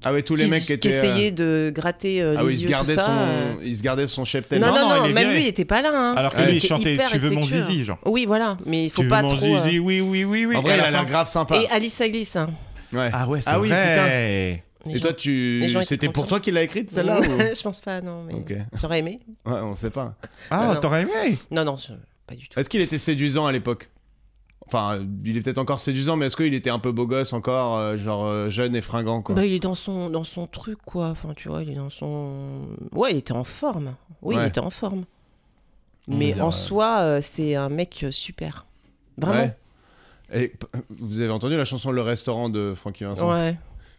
Ah ouais, tous les qui, mecs qui étaient. qui euh, essayaient de gratter euh, Ah les oui, ils se yeux, tout gardaient ça. son, euh. ils se gardaient son cheptel. Non, Non, non, non, non, il est même viré. lui, il était pas là. hein. Alors que Il lui, il était chantait hyper Tu veux mon respectueux. zizi, genre. Oui, voilà, mais il faut Tu pas veux mon trop. euh, zizi, oui, oui, oui, oui. En Et vrai, à il la a l'air fin- grave sympa. Et Alice Aglisse. hein. Ouais. Ah ouais, c'est Ah oui, vrai. Les Et gens- toi, tu, les gens étaient c'était pour contents. toi qu'il l'a écrite celle-là ou... [LAUGHS] Je pense pas, non, mais Ok. Ouais, j'aurais aimé. on sait pas. Ah, non. t'aurais aimé Non, non, je- pas du tout. Est-ce qu'il était séduisant à l'époque Enfin, euh, il est peut-être encore séduisant, mais est-ce qu'il était un peu beau gosse encore, euh, genre euh, jeune et fringant quoi Bah, il est dans son, dans son truc, quoi. Enfin, tu vois, il est dans son. Ouais, il était en forme. Oui, il Ouais. était en forme. Ça veut Mais dire, en euh, soi, euh, c'est un mec euh, super. Vraiment Ouais. Et p- vous avez entendu la chanson Le restaurant de Francky Ouais. Vincent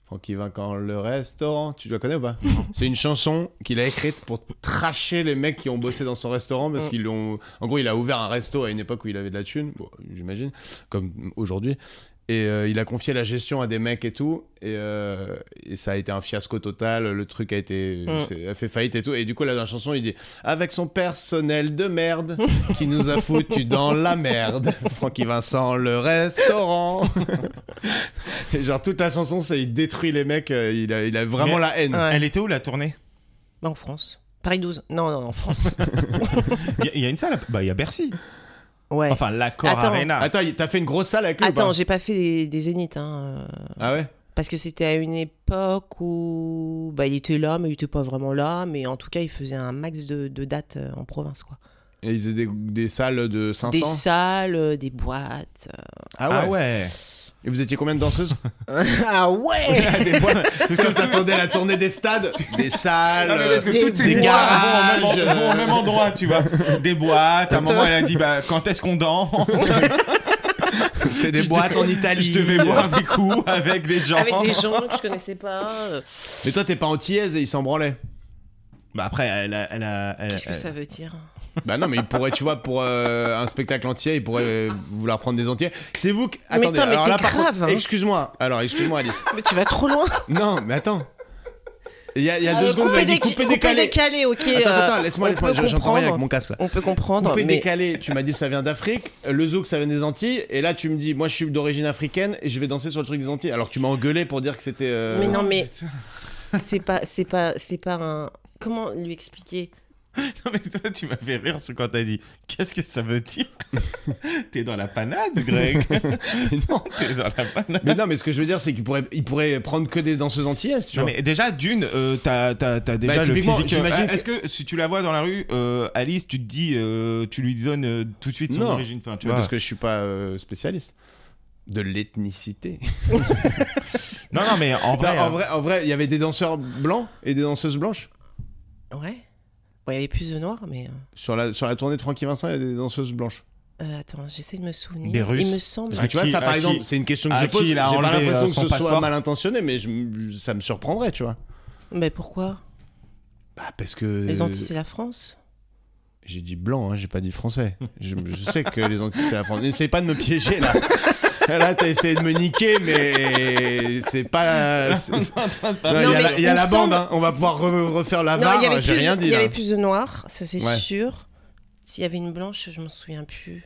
Francky Vincent, le restaurant, tu la connais ou pas C'est une chanson qu'il a écrite pour tracher les mecs qui ont bossé dans son restaurant parce Mm. qu'ils l'ont. En gros, il a ouvert un resto à une époque où il avait de la thune, bon, j'imagine, comme aujourd'hui. Et euh, il a confié la gestion à des mecs et tout. Et, euh, et ça a été un fiasco total. Le truc a été Mm. c'est- a fait faillite et tout. Et du coup, là, dans la chanson, il dit Avec son personnel de [LAUGHS] merde qui nous a foutu dans la merde. Francky Vincent, le [LAUGHS] restaurant. Et genre, toute la chanson, c'est il détruit les mecs. euh, Il a, il a vraiment Mais- la haine. Ouais. Elle était où la tournée Bah, en France. Paris 12. Non, non, en France. [LAUGHS] Il y a- il y, a une salle à- Bah, il y a Bercy. Ouais. Enfin, l'accord Attends. Arena. Attends, y- t'as fait une grosse salle avec lui ou Attends, pas j'ai pas fait des, des zéniths. Hein. euh, Ah ouais Parce que c'était à une époque où bah, il était là, mais il était pas vraiment là. Mais en tout cas, il faisait un max de, de dates euh, en province. quoi. Et il faisait des, des salles de 500 Des salles, euh, des boîtes. ah, ouais. Ah ouais. Et vous étiez combien [LAUGHS] de danseuses [LAUGHS] euh. ah ouais Des boîtes Parce que vous attendez la tournée des stades, des salles. Ah, mais parce que Des- toutes ces des boîtes garages, vont au même, en- euh. vont au même endroit, tu vois. Des boîtes. À un moment, elle a dit bah, Quand est-ce qu'on danse euh, C'est des boîtes en Italie. Je devais boire des coups avec des gens. [LAUGHS] Avec des gens que je connaissais pas. euh. Mais toi, t'es pas antillaise et il s'en branlait. Bah, après, elle a. elle a- elle- Qu'est-ce que elle- ça veut dire Bah non, mais il pourrait, tu vois, pour euh, un spectacle entier, il pourrait euh, vouloir prendre des entiers. C'est vous qui. Attendez, attends, mais alors t'es là, par grave, contre, hein. Excuse-moi. Alors, excuse-moi, Alice. Mais tu vas trop loin. Non, mais attends. Il y a, Ah, il y a deux secondes, vous couper, avez dit couper, décaler. ok. Attends, euh, attends, laisse-moi, on laisse-moi, peut je- j'entends rien avec comprendre. mon casque là. On peut comprendre, Coupé mais décalé, tu m'as dit ça vient d'Afrique, le zouk ça vient des Antilles, et là tu me dis moi je suis d'origine africaine et je vais danser sur le truc des Antilles, alors que tu m'as engueulé pour dire que c'était. euh, Mais non, mais- c'est pas, c'est pas, c'est pas un. Comment lui expliquer [LAUGHS] Non, mais toi, tu m'as fait rire quand t'as dit Qu'est-ce que ça veut [LAUGHS] dire T'es dans la panade, Greg. mais non. [LAUGHS] T'es dans la panade. Mais non, mais ce que je veux dire c'est qu'il pourrait, il pourrait prendre que des danseuses antillaises, tu Non, vois. Bah, mais déjà, d'une, euh, t'as, t'as- t'as déjà le typiquement, physique. euh, j'imagine Est-ce que... si tu la vois dans la rue, euh, Alice, tu te dis, euh, tu lui donnes euh, tout de suite son Non. origine enfin, tu Mais vois. parce que je suis pas euh, spécialiste de l'ethnicité. Non, non, mais en [LAUGHS] Non, vrai. en euh, vrai, en vrai, il y avait des danseurs blancs et des danseuses blanches. Ouais. Bon, il y avait plus de noirs, mais Sur la, sur la tournée de Francky Vincent, il y a des danseuses blanches. euh, attends, j'essaie de me souvenir. Des Russes. Il me semble. Parce À que tu vois, qui- ça à par qui- exemple, c'est une question que à je qui pose. J'ai il a pas enlevé, l'impression euh, que son ce soit passeport mal intentionné, mais je- ça me surprendrait, tu vois. Mais pourquoi Bah, parce que. Les Antilles, c'est la France. J'ai dit blanc, hein, j'ai pas dit français. Je, je sais que les Antilles, c'est la France. N'essaye pas de me piéger là. Là, t'as essayé de me niquer, mais c'est pas. c'est- Non, Il y Non, a mais la, il y a il me la semble- bande, hein. on va pouvoir re- refaire la barre. il y avait Ah, J'ai plus- rien dit Il y là. avait plus de noirs, ça c'est Ouais. sûr. S'il y avait une blanche, je me souviens plus.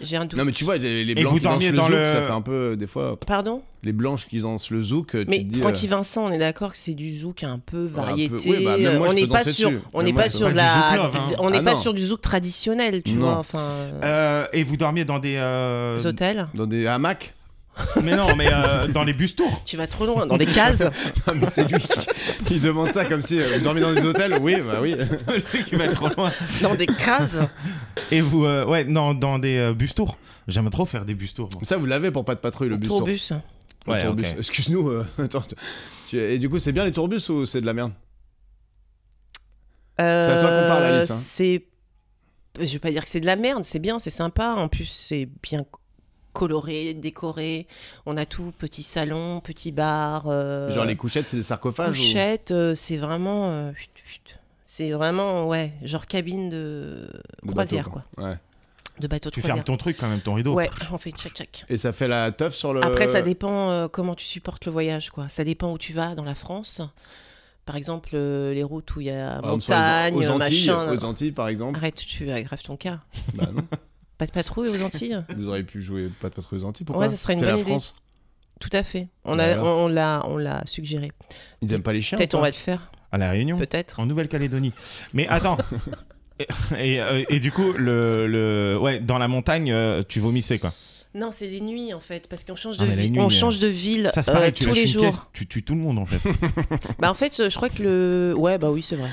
J'ai un doute. Non, mais tu vois, les, les Et blancs vous qui dansent dormiez le dans zouk, le- ça fait un peu euh, des fois. Pardon Les blanches qui dansent le zouk, euh, tu Mais te dis. euh, Francky Vincent, on est d'accord que c'est du zouk un peu peu- variété. oui, bah, même moi, euh, je peux on n'est pas danser sur, dessus. on Même n'est moi, pas je sur peux. de Pas la, du zouk love, hein. on n'est Ah, pas non. sur du zouk traditionnel, tu Non. vois. Enfin, euh, euh, et vous dormiez dans des. euh, les hôtels. Dans des [LAUGHS] hamacs Mais non, mais [LAUGHS] euh, dans les bus tours. [LAUGHS] Tu vas trop loin dans des cases. Non, Ah, mais c'est lui qui- qui demande ça comme si. euh, vous dormez dans des hôtels Oui, bah oui. Le truc qui va trop loin. dans des cases. Et vous, euh, ouais, non, dans des euh, bus tours. J'aime trop faire des bus tours. moi. Ça, vous l'avez pour pas de patrouille, le bus tour. Tourbus. Le Ouais, tourbus. ok. Excuse-nous. euh, attends, tu- tu- Et du coup, c'est bien les tourbus ou c'est de la merde à toi qu'on parle, Euh, Alice, hein. C'est, je vais pas dire que c'est de la merde. C'est bien, c'est sympa. En plus, c'est bien coloré, décoré. On a tout, petit salon, petit bar. euh, Genre les couchettes, c'est des sarcophages ou- couchettes, euh, c'est vraiment. euh, chut, chut. c'est vraiment, ouais, genre cabine de De croisière, bateau, quoi. Ouais. De bateau de Tu fermes croisière. ton truc quand même, ton rideau. Ouais, on fait tchac tchac. Et ça fait la teuf sur le. Après, ça dépend euh, comment tu supportes le voyage, quoi. Ça dépend où tu vas dans la France. Par exemple, euh, les routes où il y a Par exemple, sur Ah, les- montagne, aux Antilles, machin. Ah. Aux Antilles, par exemple. Arrête, tu aggraves ton cas. Bah non. Pas de patrouille aux Antilles Vous auriez pu jouer pas de patrouille aux Antilles. Pourquoi Ouais, ça serait une C'est bonne la idée. France. Tout à fait. On Bah a- alors. on on l'a on l'a suggéré. Ils aiment pas les chiens. Peut-être ou on pas va le faire, À la Réunion. peut-être. En Nouvelle-Calédonie. Mais [LAUGHS] attends. Et, et, euh, et du coup, le, le- ouais, dans la montagne, euh, tu vomissais quoi. Non, c'est des nuits en fait, parce qu'on change Ah, de mais la ville, nuit, on euh, change de ville Ça se euh, paraît, tu tous lâches les une jours. caisse, tu tues tout le monde en [LAUGHS] fait. Bah en fait, je crois que le ouais bah oui [LAUGHS] c'est vrai.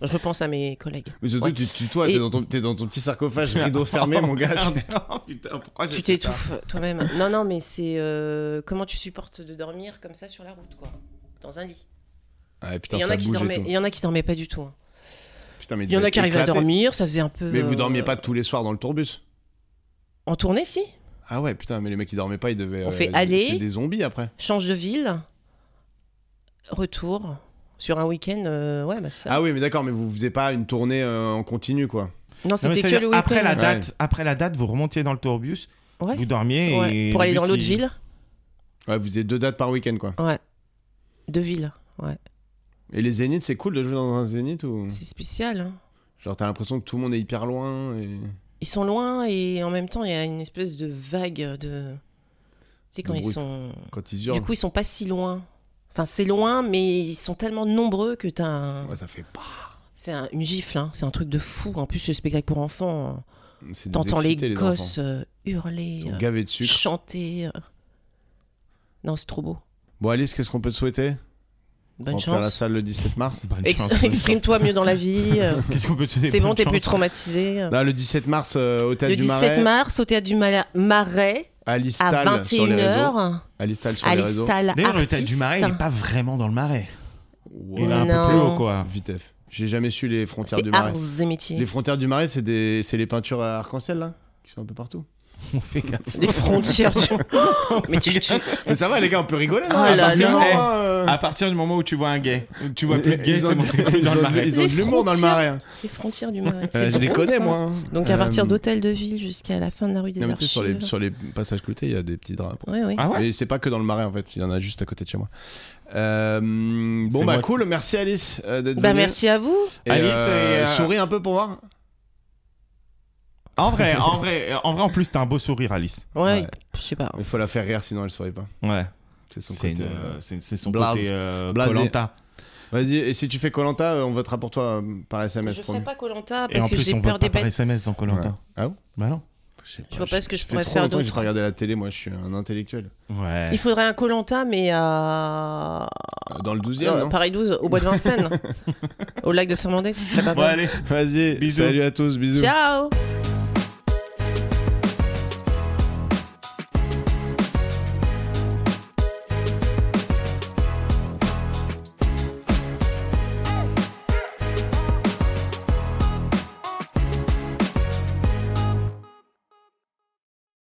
Je repense à mes collègues. Mais surtout, Ouais. tu, tu- toi, Et- t'es dans, ton- t'es dans ton petit [LAUGHS] sarcophage, rideau fermé, mon [LAUGHS] gars. tu- oh putain, pourquoi Tu t'étouffes toi-même. Non non mais c'est euh, comment tu supportes de dormir comme ça sur la route quoi, dans un lit. Ah, putain, Il y en ça a qui bouge et dormaient, tout. il y en a qui dormaient pas du tout. hein. Putain, mais Il y en a qui arrivaient à éclaté. dormir, ça faisait un peu. Mais vous euh, dormiez pas tous les soirs dans le tourbus En tournée si. Ah ouais, putain, mais les mecs qui dormaient pas, ils devaient. On fait ils- aller. C'est des zombies après. Change de ville, retour sur un week-end. euh, ouais bah ça. Ah oui, mais d'accord, mais vous faisiez pas une tournée euh, en continu, quoi. Non, Non, mais c'était que c'est-à-dire, le après la week-end. date, après la date, vous remontiez dans le tourbus, Ouais. vous dormiez Ouais, et Pour le aller bus, dans l'autre il- ville. Ouais, vous faisiez deux dates par week-end, quoi. Ouais. Deux villes. Et les zéniths, c'est cool de jouer dans un zénith ou. C'est spécial. hein. Genre, t'as l'impression que tout le monde est hyper loin et. Ils sont loin et en même temps, il y a une espèce de vague de. Tu sais, quand De ils bruit. sont. Quand ils hurlent. Du coup, ils sont pas si loin. Enfin, c'est loin, mais ils sont tellement nombreux que t'as un... Ouais, ça fait pas. C'est un- une gifle, hein. c'est un truc de fou. En plus, le spectacle pour enfants, hein. C'est des t'entends les excités, les enfants. gosses euh, Ils hurler, sont euh, gavés de sucre. chanter. euh. Non, c'est trop beau. Bon, Alice, qu'est-ce qu'on peut te souhaiter Bonne On va faire la chance. salle le 17 [LAUGHS] mars. Bonne Ex- chance. Exprime-toi mieux dans la vie. [LAUGHS] euh. [LAUGHS] Qu'est-ce qu'on peut te souhaiter c'est bon, bonne t'es plus chance traumatisé. euh. Là, le 17 mars euh, au Théâtre Le du Marais. 17 mars au théâtre du Mala- Marais Alice à Tal sur les réseaux. 21h. Alice Tal sur les Alice réseaux. Tal, D'ailleurs, le tête artiste. du marais, il est pas vraiment dans le marais. Il est Wow. un peu plus Non. haut quoi. [LAUGHS] Vitef. J'ai jamais su les frontières du C'est Marais. arts et métiers. Les frontières du Marais, c'est des... c'est les peintures à arc-en-ciel, là Qui sont un peu [LAUGHS] partout. On fait gaffe. Les frontières. du- [LAUGHS] Mais tu, tu- Mais ça va, les gars, on peut rigoler, non Oh À là partir du là. moment, euh, À partir du moment où tu vois un gay, où Ah, tu vois plus de gay, Ils ont [LAUGHS] c'est bon, t'es plus dans le ils ont de- marais. ils ont de Les l'humour dans le frontières. Marais. hein. les frontières du Marais. Euh, C'est Je les drôle, connais, ça. moi. hein. Donc à partir Euh, d'Hôtel de Ville jusqu'à la fin de la rue des Non, mais tu sais, Archives. sur les, sur les passages cloutés, il y a des petits draps. Oui, oui. Ah ouais Et c'est pas que dans le marais en fait, il y en a juste à côté de chez moi. Euh, bon C'est bah moi. cool, merci Alice euh, d'être Bah venue. merci à vous. Et, Alice, euh, et, euh, souris un peu pour voir. En vrai, en vrai, en vrai, en plus, t'as un beau sourire, Alice. Ouais, Ouais. je sais pas. Il faut la faire rire sinon elle sourit pas. Ouais. C'est son C'est côté. une- euh, c'est- c'est son blase- côté euh, blasé. Koh-Lanta. Ah, Vas-y et si tu fais Colanta, on votera pour toi euh, par SMS. Je promis. ferai pas Colanta Et en parce que plus, j'ai on peur vote des pas par bêtes. SMS dans Koh-Lanta. Ah bon Bah non. sais Je vois pas ce que je ça pourrais fait trop faire longtemps que J'ai d'autre. pas regardé la télé, moi je suis euh, un intellectuel. Ouais. Il faudrait un Colanta, mais à Euh, Dans le 12 e Non, Paris 12, au bois de Vincennes, au lac de Saint-Mandé, ce serait pas Bon, mal. allez. Vas-y, Bisous. salut à tous, bisous. Ciao.